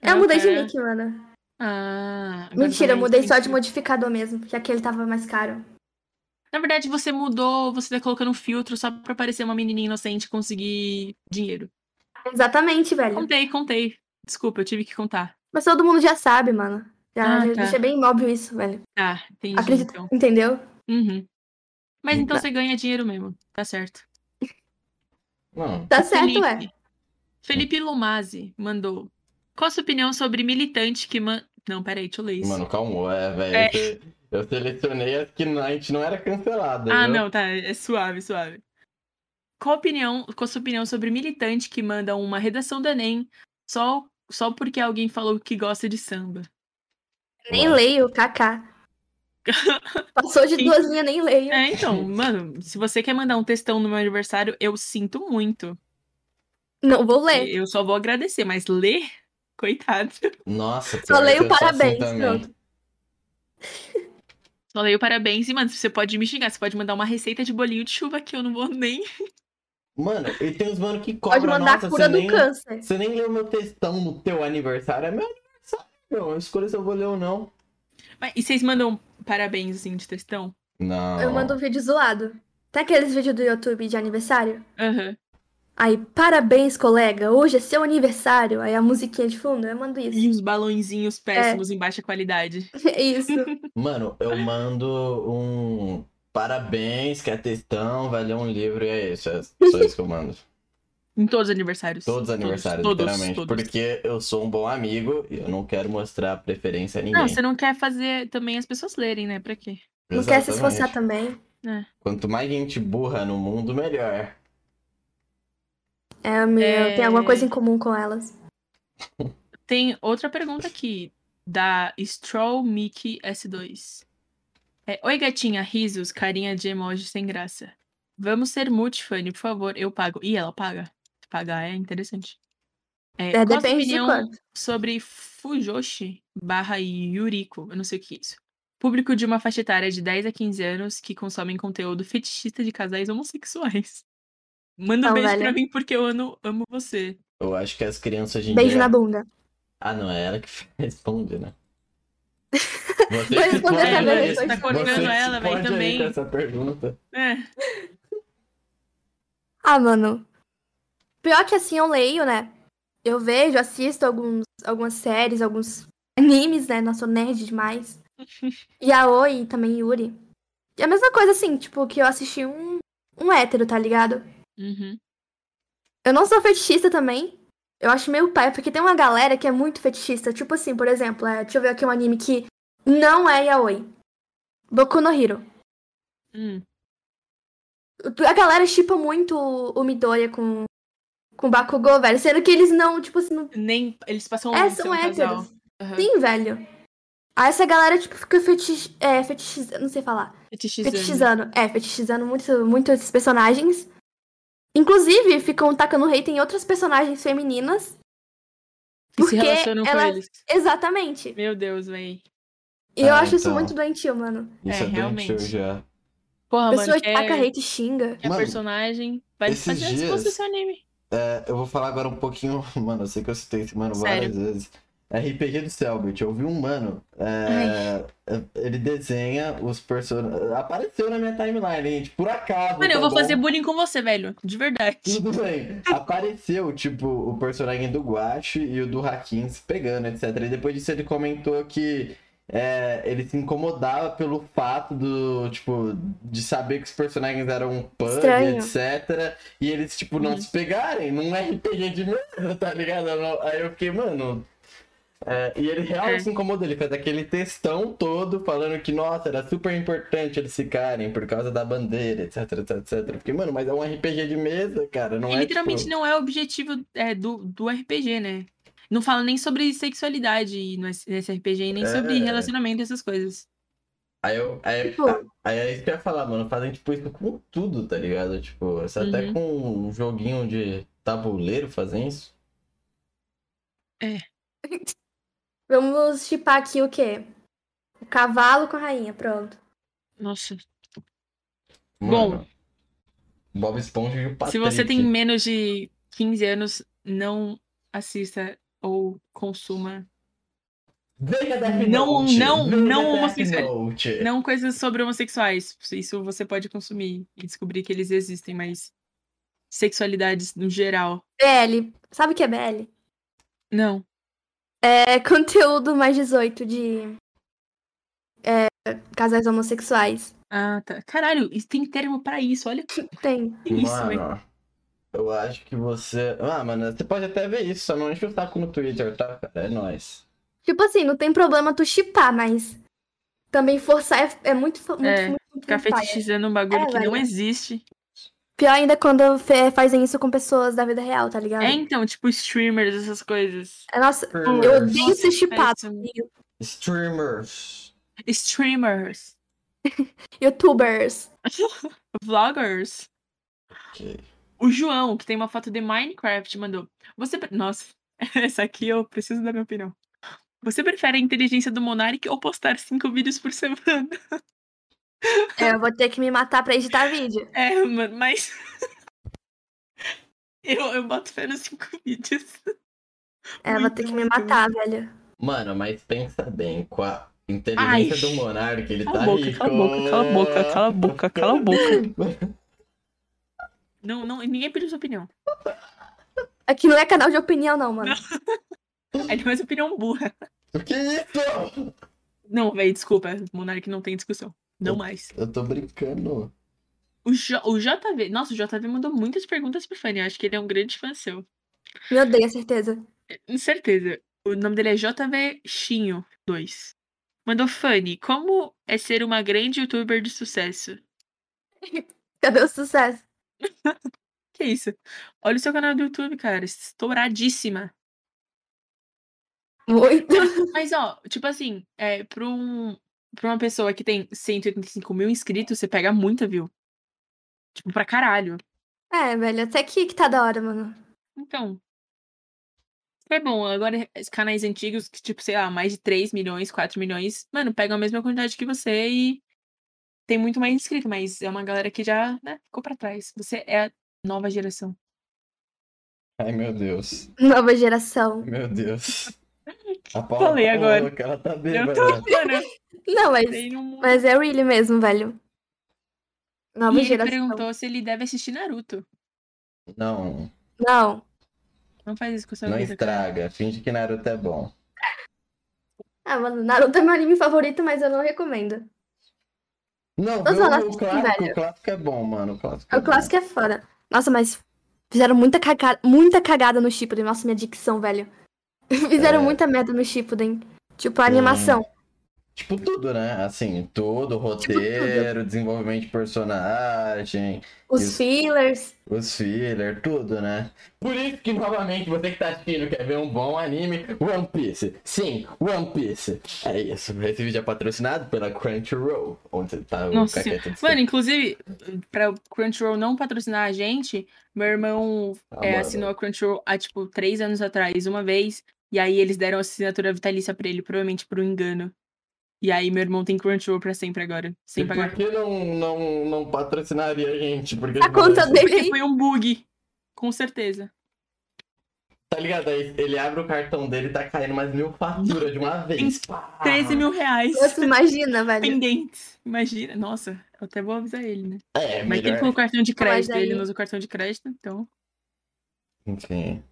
Speaker 3: Eu
Speaker 1: Ah,
Speaker 3: mudei de
Speaker 1: cara.
Speaker 3: nick, mano.
Speaker 1: Ah, agora
Speaker 3: Mentira, eu
Speaker 1: mais
Speaker 3: mudei só de
Speaker 1: sentido.
Speaker 3: modificador mesmo, já que ele tava mais caro.
Speaker 1: Na verdade, você mudou, você tá colocando um filtro só pra parecer uma menininha inocente e conseguir dinheiro.
Speaker 3: Exatamente, velho.
Speaker 1: Contei, contei. Desculpa, eu tive que contar.
Speaker 3: Mas todo mundo já sabe, mano. Já,
Speaker 1: Ah,
Speaker 3: já
Speaker 1: tá.
Speaker 3: deixa bem óbvio isso, velho.
Speaker 1: Tá, entendi
Speaker 3: Acredito,
Speaker 1: então.
Speaker 3: entendeu?
Speaker 1: Uhum. Mas então
Speaker 3: Tá.
Speaker 1: você ganha dinheiro mesmo, tá certo.
Speaker 2: Não.
Speaker 3: Tá certo,
Speaker 1: Felipe.
Speaker 3: ué.
Speaker 1: Felipe Lumazzi mandou. Qual a sua opinião sobre militante que man... Não, peraí, deixa eu ler isso.
Speaker 2: Mano, calma, é, velho.
Speaker 1: É.
Speaker 2: Eu se- Eu selecionei as que não- a gente não era cancelada.
Speaker 1: Ah,
Speaker 2: viu?
Speaker 1: não, tá. É suave, suave. Qual a opinião, qual a sua opinião sobre militante que manda uma redação do Enem só, só porque alguém falou que gosta de samba?
Speaker 3: Nem
Speaker 2: Ué.
Speaker 3: leio,
Speaker 1: [laughs]
Speaker 3: KK. Passou de
Speaker 1: Sim.
Speaker 3: duas linhas, nem
Speaker 1: [laughs]
Speaker 3: leio.
Speaker 1: É, então, mano, se você quer mandar um textão no meu aniversário, eu sinto muito.
Speaker 3: Não vou ler.
Speaker 1: Eu só vou agradecer, mas ler, [laughs] coitado.
Speaker 2: Nossa, pior
Speaker 3: Só
Speaker 2: que
Speaker 3: leio
Speaker 2: eu sou assim
Speaker 3: parabéns,
Speaker 2: também.
Speaker 3: pronto.
Speaker 1: Só leio parabéns e, mano, você pode me xingar, você pode mandar uma receita de bolinho de chuva que eu não vou nem.
Speaker 2: Mano, e tem uns mano que cobra,
Speaker 3: Pode mandar
Speaker 2: nossa,
Speaker 3: a cura
Speaker 2: você
Speaker 3: do
Speaker 2: nem,
Speaker 3: câncer.
Speaker 2: Você nem leu meu textão no teu aniversário. É meu aniversário, meu. Eu escolho se eu vou ler ou não.
Speaker 1: [laughs] Mas- E vocês mandam parabéns, assim, de textão?
Speaker 2: Não.
Speaker 3: Eu mando um vídeo zoado. Tem aqueles vídeos do YouTube de aniversário?
Speaker 1: Aham.
Speaker 3: Aí, parabéns, colega, hoje é seu aniversário. Aí a musiquinha de fundo, eu mando isso. [laughs]
Speaker 1: E os balõezinhos péssimos em baixa qualidade.
Speaker 3: É isso.
Speaker 2: Mano, eu mando um parabéns, que é textão, vai ler um livro e é isso. É só isso que eu
Speaker 3: [laughs]
Speaker 2: mando.
Speaker 1: Em todos os aniversários.
Speaker 2: Todos os aniversários,
Speaker 1: todos,
Speaker 2: literalmente.
Speaker 1: todos.
Speaker 2: Porque eu sou um bom amigo e eu não quero mostrar preferência a ninguém.
Speaker 1: Não, você não quer fazer também as pessoas lerem, né? Pra quê?
Speaker 3: Não quer
Speaker 2: Exatamente.
Speaker 3: se esforçar também.
Speaker 2: Quanto mais gente burra no mundo, melhor.
Speaker 3: É, meu,
Speaker 1: É.
Speaker 3: tem alguma coisa em comum com elas.
Speaker 1: Tem outra pergunta aqui, da Stroll Mickey S2. É, Oi, gatinha, risos, carinha de emoji sem graça. Vamos ser multifane, por favor, eu pago. Ih, ela paga. Pagar é interessante. É,
Speaker 3: É,
Speaker 1: qual a sua
Speaker 3: depende de
Speaker 1: opinião
Speaker 3: quanto.
Speaker 1: sobre Fujoshi barra Yuriko, eu não sei o que é isso. Público de uma faixa etária de 10 a 15 anos que consomem conteúdo fetichista de casais homossexuais. Manda um
Speaker 3: Não,
Speaker 1: beijo pra
Speaker 3: velho.
Speaker 1: mim porque eu amo, amo você.
Speaker 2: Eu acho que as crianças hoje em
Speaker 3: Beijo
Speaker 2: dia...
Speaker 3: na bunda.
Speaker 2: Ah, não, é ela que [laughs] responde,
Speaker 1: [laughs]
Speaker 2: né? Você
Speaker 3: Vou responder
Speaker 2: pode
Speaker 1: também,
Speaker 2: aí,
Speaker 1: eu tô
Speaker 2: você
Speaker 1: escolhendo
Speaker 2: que
Speaker 1: Tá ela,
Speaker 2: se
Speaker 1: véi,
Speaker 2: pode aí
Speaker 1: também.
Speaker 2: com essa pergunta.
Speaker 1: É.
Speaker 3: Ah, mano. Pior que assim eu leio, né? Eu vejo, assisto alguns, algumas séries, alguns animes, né? Nossa, eu nerd demais. Yaoi e também Yuri. E a mesma coisa assim, tipo, que eu assisti um, um hétero, tá ligado?
Speaker 1: Uhum.
Speaker 3: Eu não sou fetichista também. Eu acho meio pai, porque tem uma galera que é muito fetichista. Tipo assim, por exemplo, é, deixa eu ver aqui um anime que não é yaoi. Boku no Hero.
Speaker 1: Hum.
Speaker 3: A galera chipa muito o o Midoriya com, com o Bakugou, velho. Sendo que eles não, tipo assim, não...
Speaker 1: Nem. Eles passam
Speaker 3: É,
Speaker 1: longe,
Speaker 3: são
Speaker 1: são um casal.
Speaker 3: héteros.
Speaker 1: Aham.
Speaker 3: Sim, velho. Aí essa galera, tipo, fica fetich... é, fetichizando, não sei falar.
Speaker 1: Fetichizando.
Speaker 3: Fetichizando. É, fetichizando muito, muito esses personagens. Inclusive, ficam tacando hate em outras personagens femininas.
Speaker 1: E se
Speaker 3: Porque
Speaker 1: relacionam com
Speaker 3: ela-
Speaker 1: eles.
Speaker 3: Exatamente.
Speaker 1: Meu Deus, véi.
Speaker 3: E eu
Speaker 2: Ah,
Speaker 3: acho isso
Speaker 2: então.
Speaker 3: muito doentio, mano.
Speaker 2: Isso
Speaker 1: É,
Speaker 2: é, bem
Speaker 1: realmente.
Speaker 2: show já.
Speaker 1: Porra,
Speaker 3: A pessoa tá
Speaker 1: mano.
Speaker 3: taca
Speaker 1: Quer,
Speaker 3: hate e xinga.
Speaker 1: quer
Speaker 2: Mano,
Speaker 1: é personagem. Vai
Speaker 2: esses
Speaker 1: fazer as
Speaker 2: dias-
Speaker 1: coisas do seu anime.
Speaker 2: [laughs] É, eu vou falar agora um pouquinho... Mano, eu sei que eu citei esse mano várias vezes. RPG do Selbit, eu vi um mano. é, ele desenha os personagens. Apareceu na minha timeline, hein, tipo, por acaso.
Speaker 1: Mano, eu
Speaker 2: tá
Speaker 1: vou
Speaker 2: bom?
Speaker 1: fazer bullying com você, velho. De verdade.
Speaker 2: Tudo bem. Apareceu, tipo, o personagem do Guache e o do Hakim se pegando, etc. E depois disso ele comentou que é, ele se incomodava pelo fato do, tipo, de saber que os personagens eram um pub,
Speaker 3: Estranho.
Speaker 2: etc. E eles, tipo, não se pegarem. Não é RPG de merda, [laughs] tá ligado? Aí eu fiquei, mano. é, e ele realmente
Speaker 1: É.
Speaker 2: se incomodou, ele fez aquele textão todo falando que, nossa, era super importante eles ficarem por causa da bandeira, etc, etc, etc. Eu Fiquei, mano, mas é um RPG de mesa, cara, não
Speaker 1: E
Speaker 2: é,
Speaker 1: literalmente
Speaker 2: tipo...
Speaker 1: não é o objetivo é, do, do RPG, né? Não fala nem sobre sexualidade no S- nesse RPG, nem sobre
Speaker 2: É.
Speaker 1: relacionamento, essas coisas.
Speaker 2: Aí eu. Aí,
Speaker 3: Tipo-
Speaker 2: aí é isso que eu ia falar, mano. Fazem tipo isso com tudo, tá ligado? Tipo, isso até
Speaker 1: Uhum.
Speaker 2: com um joguinho de tabuleiro fazem isso.
Speaker 3: Vamos chipar aqui o quê? O cavalo com a rainha, pronto.
Speaker 1: Nossa. Bom.
Speaker 2: Mano, Bob Esponja e o Patrick.
Speaker 1: Se você tem menos de 15 anos, não assista ou consuma.
Speaker 2: Veja Death
Speaker 1: Não-
Speaker 2: Note,
Speaker 1: não-
Speaker 2: veja
Speaker 1: não
Speaker 2: Death
Speaker 1: homossexuais.
Speaker 2: Note.
Speaker 1: Não coisas sobre homossexuais. Isso você pode consumir e descobrir que eles existem, mas sexualidades no geral.
Speaker 3: BL. Sabe o que é BL?
Speaker 1: Não.
Speaker 3: É conteúdo mais 18 de é, casais homossexuais.
Speaker 1: Ah, tá. Caralho, isso tem termo pra isso. Olha que
Speaker 3: Tem.
Speaker 1: isso, velho.
Speaker 2: Mano, eu acho que você. Ah, mano, você pode até ver isso, só não enche o saco no Twitter, tá, cara? É nóis.
Speaker 3: Tipo assim, não tem problema tu chipar, mas também forçar é, é muito, fo- muito,
Speaker 1: É,
Speaker 3: muito, muito
Speaker 1: Ficar
Speaker 3: paia.
Speaker 1: fetichizando um bagulho
Speaker 3: É,
Speaker 1: que
Speaker 3: velho.
Speaker 1: não existe.
Speaker 3: Pior ainda quando fe- fazem isso com pessoas da vida real, tá ligado?
Speaker 1: É, então, tipo, streamers, essas coisas. É
Speaker 3: É, Nossa, eu
Speaker 2: Streamers.
Speaker 3: odeio ser chipado.
Speaker 1: Péssimo.
Speaker 2: Streamers.
Speaker 1: Streamers.
Speaker 3: Youtubers.
Speaker 1: Vloggers.
Speaker 2: Ok.
Speaker 1: O João, que tem uma foto de Minecraft, mandou. Você. pre- Nossa, [laughs] essa aqui eu preciso da minha opinião. Você prefere a inteligência do Monark ou postar cinco vídeos por semana?
Speaker 3: É, eu vou ter que me matar pra editar vídeo.
Speaker 1: É, mano, mas. [laughs] eu, eu boto fé nos cinco vídeos.
Speaker 3: É, eu vou ter que me matar, velho.
Speaker 2: Mano, mas pensa bem, com a inteligência
Speaker 1: Ai.
Speaker 2: do Monark, ele
Speaker 1: Cala
Speaker 2: tá
Speaker 1: a boca,
Speaker 2: rico.
Speaker 1: cala a boca, cala a boca, cala a boca, cala a boca. Não, não, ninguém pediu sua opinião.
Speaker 3: Aqui não é canal de opinião, não, mano.
Speaker 1: É de mais opinião burra.
Speaker 2: O [laughs] que é isso?
Speaker 1: Não, velho, desculpa. Monark não tem discussão. Não mais.
Speaker 2: Eu tô brincando.
Speaker 1: O, J- o JV. Nossa, o JV mandou muitas perguntas pro Fanny. Eu acho que ele é um grande fã seu.
Speaker 3: Me odeia, certeza.
Speaker 1: Com certeza. O nome dele é JV Chinho 2. Mandou Fanny, como é ser uma grande youtuber de sucesso?
Speaker 3: Cadê o sucesso?
Speaker 1: Que isso? Olha o seu canal do YouTube, cara. Estouradíssima.
Speaker 3: Muito.
Speaker 1: Mas, ó, tipo assim, é, pra, um, pra uma pessoa que tem 185 mil inscritos, você pega muita view. Tipo, pra caralho.
Speaker 3: É, velho, até que, que tá da hora, mano.
Speaker 1: Então. É bom, agora os canais antigos, que, tipo, sei lá, mais de 3 milhões, 4 milhões, mano, pegam a mesma quantidade que você e tem muito mais inscrito, mas é uma galera que já, né, ficou pra trás. Você é a nova geração.
Speaker 2: Ai, meu Deus.
Speaker 3: Nova geração.
Speaker 2: Meu Deus. A
Speaker 1: Falei
Speaker 2: tá
Speaker 1: agora.
Speaker 2: louca, ela tá
Speaker 1: Eu
Speaker 2: bêbada.
Speaker 1: tô, mano,
Speaker 3: Não, mas,
Speaker 1: tem um...
Speaker 3: mas é really mesmo, velho. Nova
Speaker 1: E ele
Speaker 3: geração.
Speaker 1: perguntou se ele deve assistir Naruto.
Speaker 2: Não,
Speaker 3: Não.
Speaker 1: Não faz isso com sua
Speaker 2: não
Speaker 1: vida, cara.
Speaker 2: estraga. Finge que Naruto é bom.
Speaker 3: Ah, mano, Naruto é meu anime favorito, mas eu não recomendo.
Speaker 2: Não,
Speaker 3: Todos
Speaker 2: vê
Speaker 3: nós
Speaker 2: o,
Speaker 3: assistimos,
Speaker 2: clássico,
Speaker 3: velho.
Speaker 2: o clássico é bom, mano. O clássico é,
Speaker 3: O clássico é foda. Nossa, mas fizeram muita cagada, muita cagada no Shippuden. Nossa, minha dicção, velho. [laughs] Fizeram
Speaker 2: É.
Speaker 3: muita merda no Shippuden. Tipo, a
Speaker 2: Sim.
Speaker 3: animação.
Speaker 2: bom. Tipo tudo, né? Assim, tudo,
Speaker 3: Tipo tudo.
Speaker 2: roteiro, desenvolvimento de personagem,
Speaker 3: Os
Speaker 2: Isso.
Speaker 3: fillers.
Speaker 2: Os filler, tudo, né? Por isso que, novamente, você que tá assistindo quer ver um bom anime, One Piece. Sim, One Piece. É isso. Esse vídeo é patrocinado pela Crunchyroll. Onde você tá
Speaker 1: Nossa
Speaker 2: o caquete de-
Speaker 1: Mano, inclusive, pra Crunchyroll não patrocinar a gente, meu irmão
Speaker 2: Ah,
Speaker 1: é,
Speaker 2: mano.
Speaker 1: assinou a Crunchyroll há, tipo, três anos atrás, uma vez. E aí eles deram a assinatura vitalícia pra ele, provavelmente por um engano. E aí meu irmão tem Crunchyroll pra sempre agora,
Speaker 2: E
Speaker 1: sem
Speaker 2: por
Speaker 1: pagar.
Speaker 2: que não, não, não
Speaker 1: um
Speaker 2: patrocinaria a gente? Porque
Speaker 3: A conta dele
Speaker 1: Foi um bug, com certeza.
Speaker 2: Tá ligado? Aí ele abre o cartão dele e tá caindo mais mil faturas de uma vez. Pá!
Speaker 1: 13 mil reais.
Speaker 3: Nossa, é imagina, velho.
Speaker 1: Pendentes. Imagina. Nossa, eu até vou avisar ele, né?
Speaker 2: É,
Speaker 1: Mas tem
Speaker 2: melhor.
Speaker 1: que o cartão de crédito,
Speaker 3: daí-
Speaker 1: ele não usa o cartão de crédito, então.
Speaker 2: Enfim.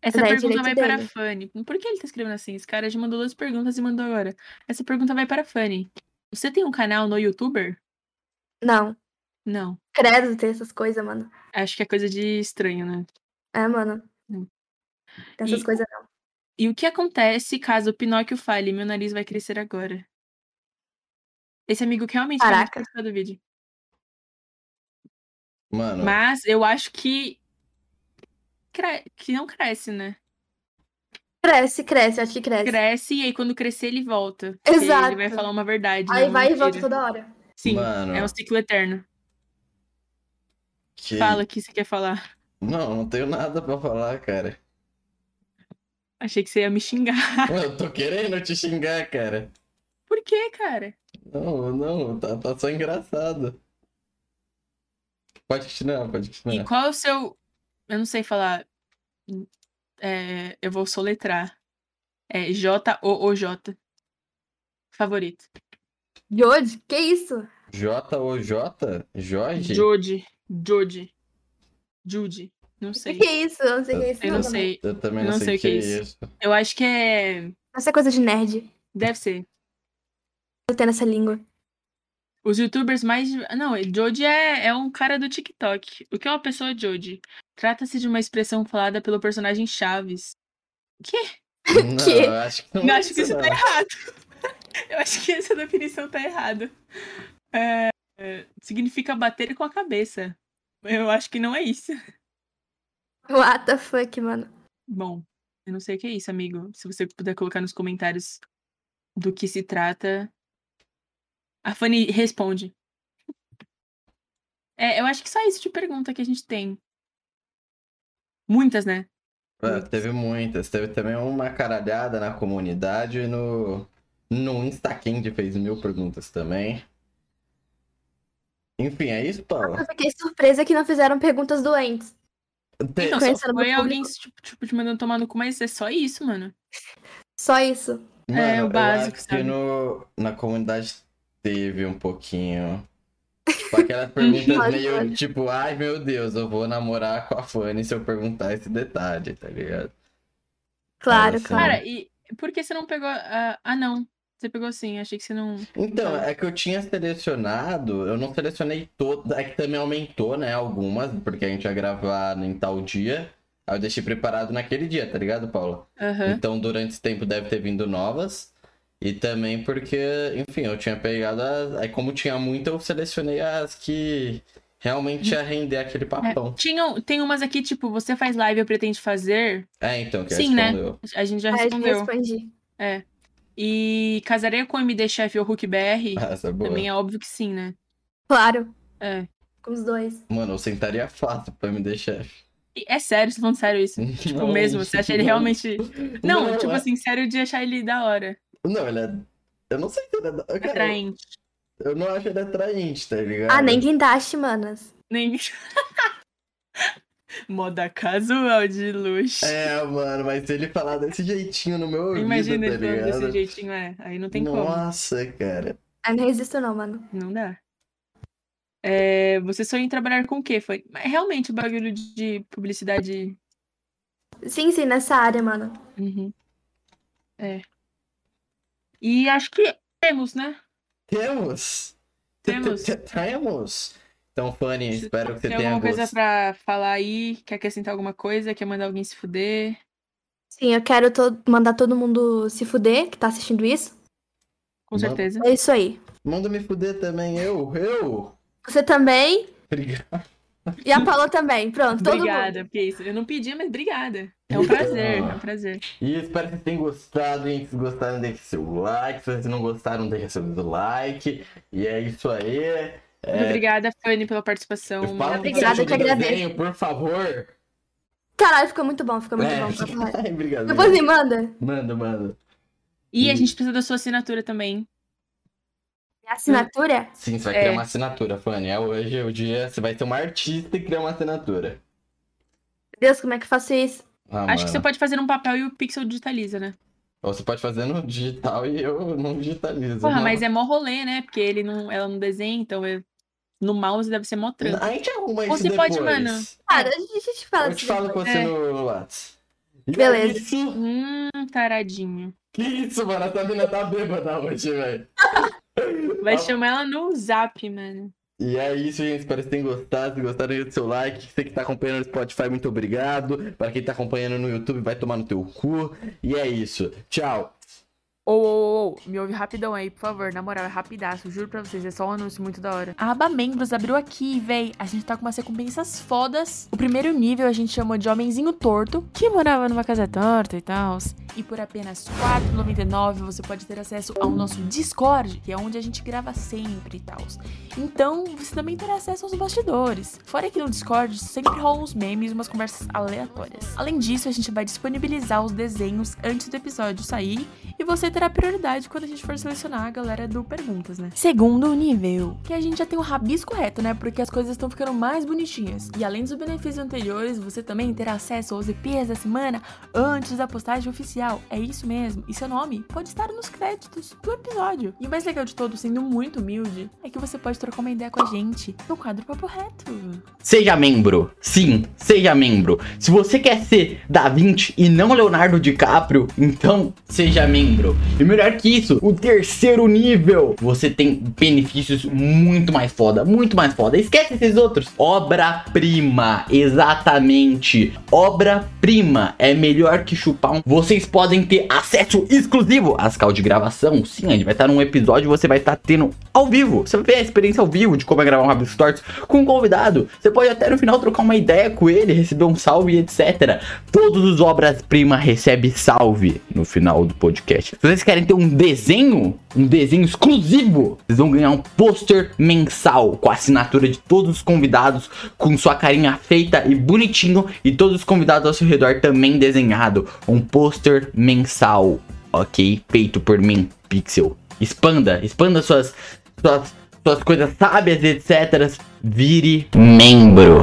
Speaker 1: Essa
Speaker 3: Daí é
Speaker 1: pergunta
Speaker 3: direito
Speaker 1: vai para a
Speaker 3: dele.
Speaker 1: Fanny. Por que ele tá escrevendo assim? Esse cara já mandou duas perguntas e mandou agora. Essa pergunta vai para a Fanny. Você tem um canal no YouTuber?
Speaker 3: Não.
Speaker 1: Não.
Speaker 3: Credo ter essas coisas, mano.
Speaker 1: Acho que é coisa de estranho, né?
Speaker 3: É, mano.
Speaker 1: Não.
Speaker 3: Tem essas
Speaker 1: E-
Speaker 3: coisas
Speaker 1: E o que acontece caso o Pinóquio fale? Meu nariz vai crescer agora. Esse amigo que realmente quer muito
Speaker 3: Caraca.
Speaker 1: participar do vídeo.
Speaker 2: Mano,
Speaker 1: Mas eu acho que. cre- Que não cresce, né?
Speaker 3: Cresce, cresce, acho que cresce.
Speaker 1: Cresce e aí quando crescer ele volta. Porque Ele vai
Speaker 3: Exato.
Speaker 1: falar uma verdade.
Speaker 3: Aí
Speaker 1: não
Speaker 3: vai e
Speaker 1: mentira.
Speaker 3: volta toda hora.
Speaker 1: Sim,
Speaker 2: Mano.
Speaker 1: é um ciclo eterno.
Speaker 2: que-
Speaker 1: Fala o que você quer falar.
Speaker 2: Não, não tenho nada pra falar, cara.
Speaker 1: Achei que você ia me xingar. [laughs]
Speaker 2: Eu tô querendo te xingar, cara.
Speaker 1: Por quê, cara?
Speaker 2: Não, não, tá, tá só engraçado. Pode continuar, pode
Speaker 1: E
Speaker 2: continuar.
Speaker 1: qual é o seu. Eu não sei falar. É, eu vou soletrar. É J-O-O-J. Favorito.
Speaker 3: Jode, que isso?
Speaker 2: J-O-J? Jorge?
Speaker 1: Jode. Jode. Jude. Não
Speaker 3: Que
Speaker 1: sei.
Speaker 3: que é isso? Eu não sei o que é isso.
Speaker 1: Eu não
Speaker 3: também.
Speaker 1: sei.
Speaker 2: Eu também
Speaker 1: Eu
Speaker 2: não, sei o que é isso.
Speaker 1: Eu acho que é.
Speaker 3: Essa é coisa de nerd.
Speaker 1: Deve ser.
Speaker 3: Eu tenho nessa língua.
Speaker 1: Os youtubers mais. Não, é- Jody é, é um cara do TikTok. O que é uma pessoa Jody? Trata-se de uma expressão falada pelo personagem Chaves.
Speaker 2: Não,
Speaker 3: Que?
Speaker 2: eu acho que não,
Speaker 1: Eu
Speaker 2: é
Speaker 1: acho que isso
Speaker 2: não.
Speaker 1: tá errado. [laughs] Eu acho que essa definição tá errada. É, é, significa bater com a cabeça. Eu acho que não é isso.
Speaker 3: What the fuck, mano.
Speaker 1: Bom, eu não sei o que é isso, amigo. Se você puder colocar nos comentários do que se trata. A Fanny responde. É, eu acho que só isso de pergunta que a gente tem. Muitas, né?
Speaker 2: Ah, teve muitas. Teve também uma caralhada na comunidade e no, no Instakind fez mil perguntas também. Enfim, é isso, Paula?
Speaker 3: Eu fiquei surpresa que não fizeram perguntas doentes.
Speaker 2: Te-
Speaker 1: Então, só
Speaker 3: Conhecendo meu
Speaker 1: foi alguém tipo, tipo, te mandando tomar no cu, mas é só isso, mano.
Speaker 3: Só isso.
Speaker 1: É, o
Speaker 2: eu
Speaker 1: básico,
Speaker 2: acho
Speaker 1: sabe?
Speaker 2: que no, na comunidade teve um pouquinho. Tipo,
Speaker 1: [laughs]
Speaker 2: aquelas perguntas
Speaker 3: Mas
Speaker 2: meio
Speaker 3: olha.
Speaker 2: tipo, ai meu Deus, eu vou namorar com a Fanny se eu perguntar esse detalhe, tá ligado?
Speaker 3: Claro,
Speaker 2: Ah, sim.
Speaker 3: claro.
Speaker 1: Cara, e por que você não pegou. a- ah, não. Você pegou sim, achei que você não.
Speaker 2: Então, é que eu tinha selecionado, eu não selecionei todas, é que também aumentou, né, algumas, porque a gente ia gravar em tal dia. Aí eu deixei preparado naquele dia, tá ligado, Paula?
Speaker 1: Aham.
Speaker 2: Então, durante esse tempo deve ter vindo novas. E também porque, enfim, eu tinha pegado. As... Aí, como tinha muita, eu selecionei as que realmente ia render aquele papão.
Speaker 1: Tinham, tem umas aqui, tipo, você faz live, eu pretendo fazer.
Speaker 2: É, então, que
Speaker 1: Sim, né?
Speaker 2: respondeu.
Speaker 1: A gente já
Speaker 3: Aí eu te
Speaker 1: respondeu.
Speaker 3: respondi.
Speaker 1: E casaria com o MD Chef ou Hulk BR?
Speaker 2: Ah, Essa é boa.
Speaker 1: Também é óbvio que sim, né?
Speaker 3: Claro,
Speaker 1: É.
Speaker 3: com os dois.
Speaker 2: Mano, eu sentaria fácil pra me deixar.
Speaker 1: E é sério, tô falando sério isso. [laughs] Tipo, mesmo, você acha ele realmente.
Speaker 2: [laughs]
Speaker 1: Não,
Speaker 2: Não,
Speaker 1: tipo
Speaker 2: é-
Speaker 1: assim, sério de achar ele da hora.
Speaker 2: Não, ele é. Eu não sei se ele é. da- Cara,
Speaker 1: Atraente.
Speaker 2: eu não acho ele atraente, tá ligado?
Speaker 3: Ah, nem guindaste, manas.
Speaker 1: Nem. [laughs] Moda casual de luxo.
Speaker 2: É, mano, mas se ele falar desse jeitinho no meu ouvido,
Speaker 1: Imagina
Speaker 2: tá
Speaker 1: ele falando
Speaker 2: ligado?
Speaker 1: desse jeitinho, é. Aí não tem como.
Speaker 2: Nossa, cara.
Speaker 3: Aí não resisto não, mano.
Speaker 1: Não dá. É, você sonha em trabalhar com o quê? Foi Mas realmente o bagulho de de publicidade.
Speaker 3: Sim, sim, nessa área, mano.
Speaker 1: Uhum. É. E acho que temos, né?
Speaker 2: Temos!
Speaker 1: Temos.
Speaker 2: Te- te- Temos! Então, Fanny, espero que você
Speaker 1: Tem
Speaker 2: tenha
Speaker 1: alguma coisa
Speaker 2: gostado.
Speaker 1: pra falar aí? Quer acrescentar alguma coisa? Quer mandar alguém se fuder?
Speaker 3: Sim, eu quero to- mandar todo mundo se fuder que tá assistindo isso.
Speaker 1: Com
Speaker 2: Manda.
Speaker 1: certeza.
Speaker 3: É isso aí.
Speaker 2: Manda me fuder também, eu, eu!
Speaker 3: Você também
Speaker 2: Obrigado.
Speaker 3: e a Paula também. Pronto, todo
Speaker 1: Obrigada, porque isso. Eu não pedi, mas obrigada. É um prazer,
Speaker 2: Ah.
Speaker 1: é um prazer.
Speaker 2: E espero que vocês tenham gostado, hein? Se gostaram, deixe seu like. Se vocês não gostaram, deixe seu dislike. E é isso aí.
Speaker 1: Muito obrigada, Fanny, pela participação.
Speaker 2: É. Eu falo o que você
Speaker 3: obrigada,
Speaker 2: achou
Speaker 3: eu
Speaker 2: do
Speaker 3: que agradeço.
Speaker 2: desenho, por favor.
Speaker 3: mundo. Caralho, ficou muito bom, ficou muito
Speaker 2: É.
Speaker 3: bom. papo reto.
Speaker 2: Ai, obrigado.
Speaker 3: Depois me manda.
Speaker 2: Manda, manda.
Speaker 1: E a gente precisa da sua assinatura também.
Speaker 3: Minha assinatura?
Speaker 2: Sim, você vai
Speaker 1: É.
Speaker 2: criar uma assinatura, Fanny. É hoje é o dia. Você vai ser uma artista e criar uma assinatura.
Speaker 3: Deus, como é que eu faço isso?
Speaker 5: Ah,
Speaker 6: Acho que você
Speaker 5: mano.
Speaker 6: pode fazer um papel e o pixel digitaliza, né?
Speaker 5: Ou você pode fazer no digital e eu não digitalizo.
Speaker 6: Porra,
Speaker 5: não.
Speaker 6: mas é mó rolê, né? Porque ele não, ela não desenha, então é- no mouse deve ser mó trampo.
Speaker 5: A gente arruma
Speaker 6: Ou
Speaker 5: isso
Speaker 6: você
Speaker 5: depois.
Speaker 6: pode, mano.
Speaker 3: Cara, a gente te fala assim.
Speaker 5: Eu te
Speaker 3: disso
Speaker 5: falo com
Speaker 3: depois.
Speaker 5: você
Speaker 6: É.
Speaker 5: no Whats. E é
Speaker 3: Beleza.
Speaker 5: isso.
Speaker 6: Hum, taradinho.
Speaker 5: Que isso, mano? Essa mina tá bêbada hoje, velho.
Speaker 6: Vai
Speaker 5: Ah.
Speaker 6: chamar ela no zap, mano.
Speaker 5: E é isso, gente. Espero que vocês tenham gostado. Se gostaram, deixa o seu like. Você que tá acompanhando no Spotify, muito obrigado. Pra quem tá acompanhando no YouTube, vai tomar no teu cu. E é isso. Tchau.
Speaker 1: Ô, ô, ô, me ouve rapidão aí, por favor. Na moral, é rapidaço. Juro pra vocês, é só um anúncio muito da hora. A aba membros abriu aqui, véi. A gente tá com umas recompensas fodas. O primeiro nível a gente chamou de Homenzinho Torto, que morava numa casa torta e tal. E por apenas R$4,99 você pode ter acesso ao nosso Discord, que é onde a gente grava sempre e tal. Então, você também terá acesso aos bastidores. Fora que no Discord sempre rolam uns memes e umas conversas aleatórias. Além disso, a gente vai disponibilizar os desenhos antes do episódio sair e você terá prioridade quando a gente for selecionar a galera do Perguntas, né? Segundo nível, que a gente já tem o rabisco reto, né? Porque as coisas estão ficando mais bonitinhas. E além dos benefícios anteriores, você também terá acesso aos EPs da semana antes da postagem oficial. É isso mesmo. E seu nome pode estar nos créditos do episódio. E o mais legal de todo, sendo muito humilde, é que você pode trocar uma ideia com a gente no quadro Papo Reto.
Speaker 2: Seja membro. Sim, seja membro. Se você quer ser Da Vinci e não Leonardo DiCaprio, então seja membro. E melhor que isso, o terceiro nível. Você tem benefícios muito mais foda, muito mais foda. Esquece esses outros. Obra-prima, exatamente. Obra-prima é melhor que chupar um. Vocês podem ter acesso exclusivo às cal de gravação. Sim, a gente vai estar num episódio e você vai estar tendo ao vivo. Você vai ver a experiência ao vivo de como é gravar um Rabisco Tortos com um convidado. Você pode até no final trocar uma ideia com ele, receber um salve, etc. Todos os obras-prima recebem salve no final do podcast. Se vocês querem ter um desenho, um desenho exclusivo, vocês vão ganhar um pôster mensal com a assinatura de todos os convidados, com sua carinha feita e bonitinho, e todos os convidados ao seu redor também desenhado. Um pôster mensal, ok? Feito por mim, Pixel. Expanda, expanda suas, suas, suas coisas sábias, etc. Vire membro.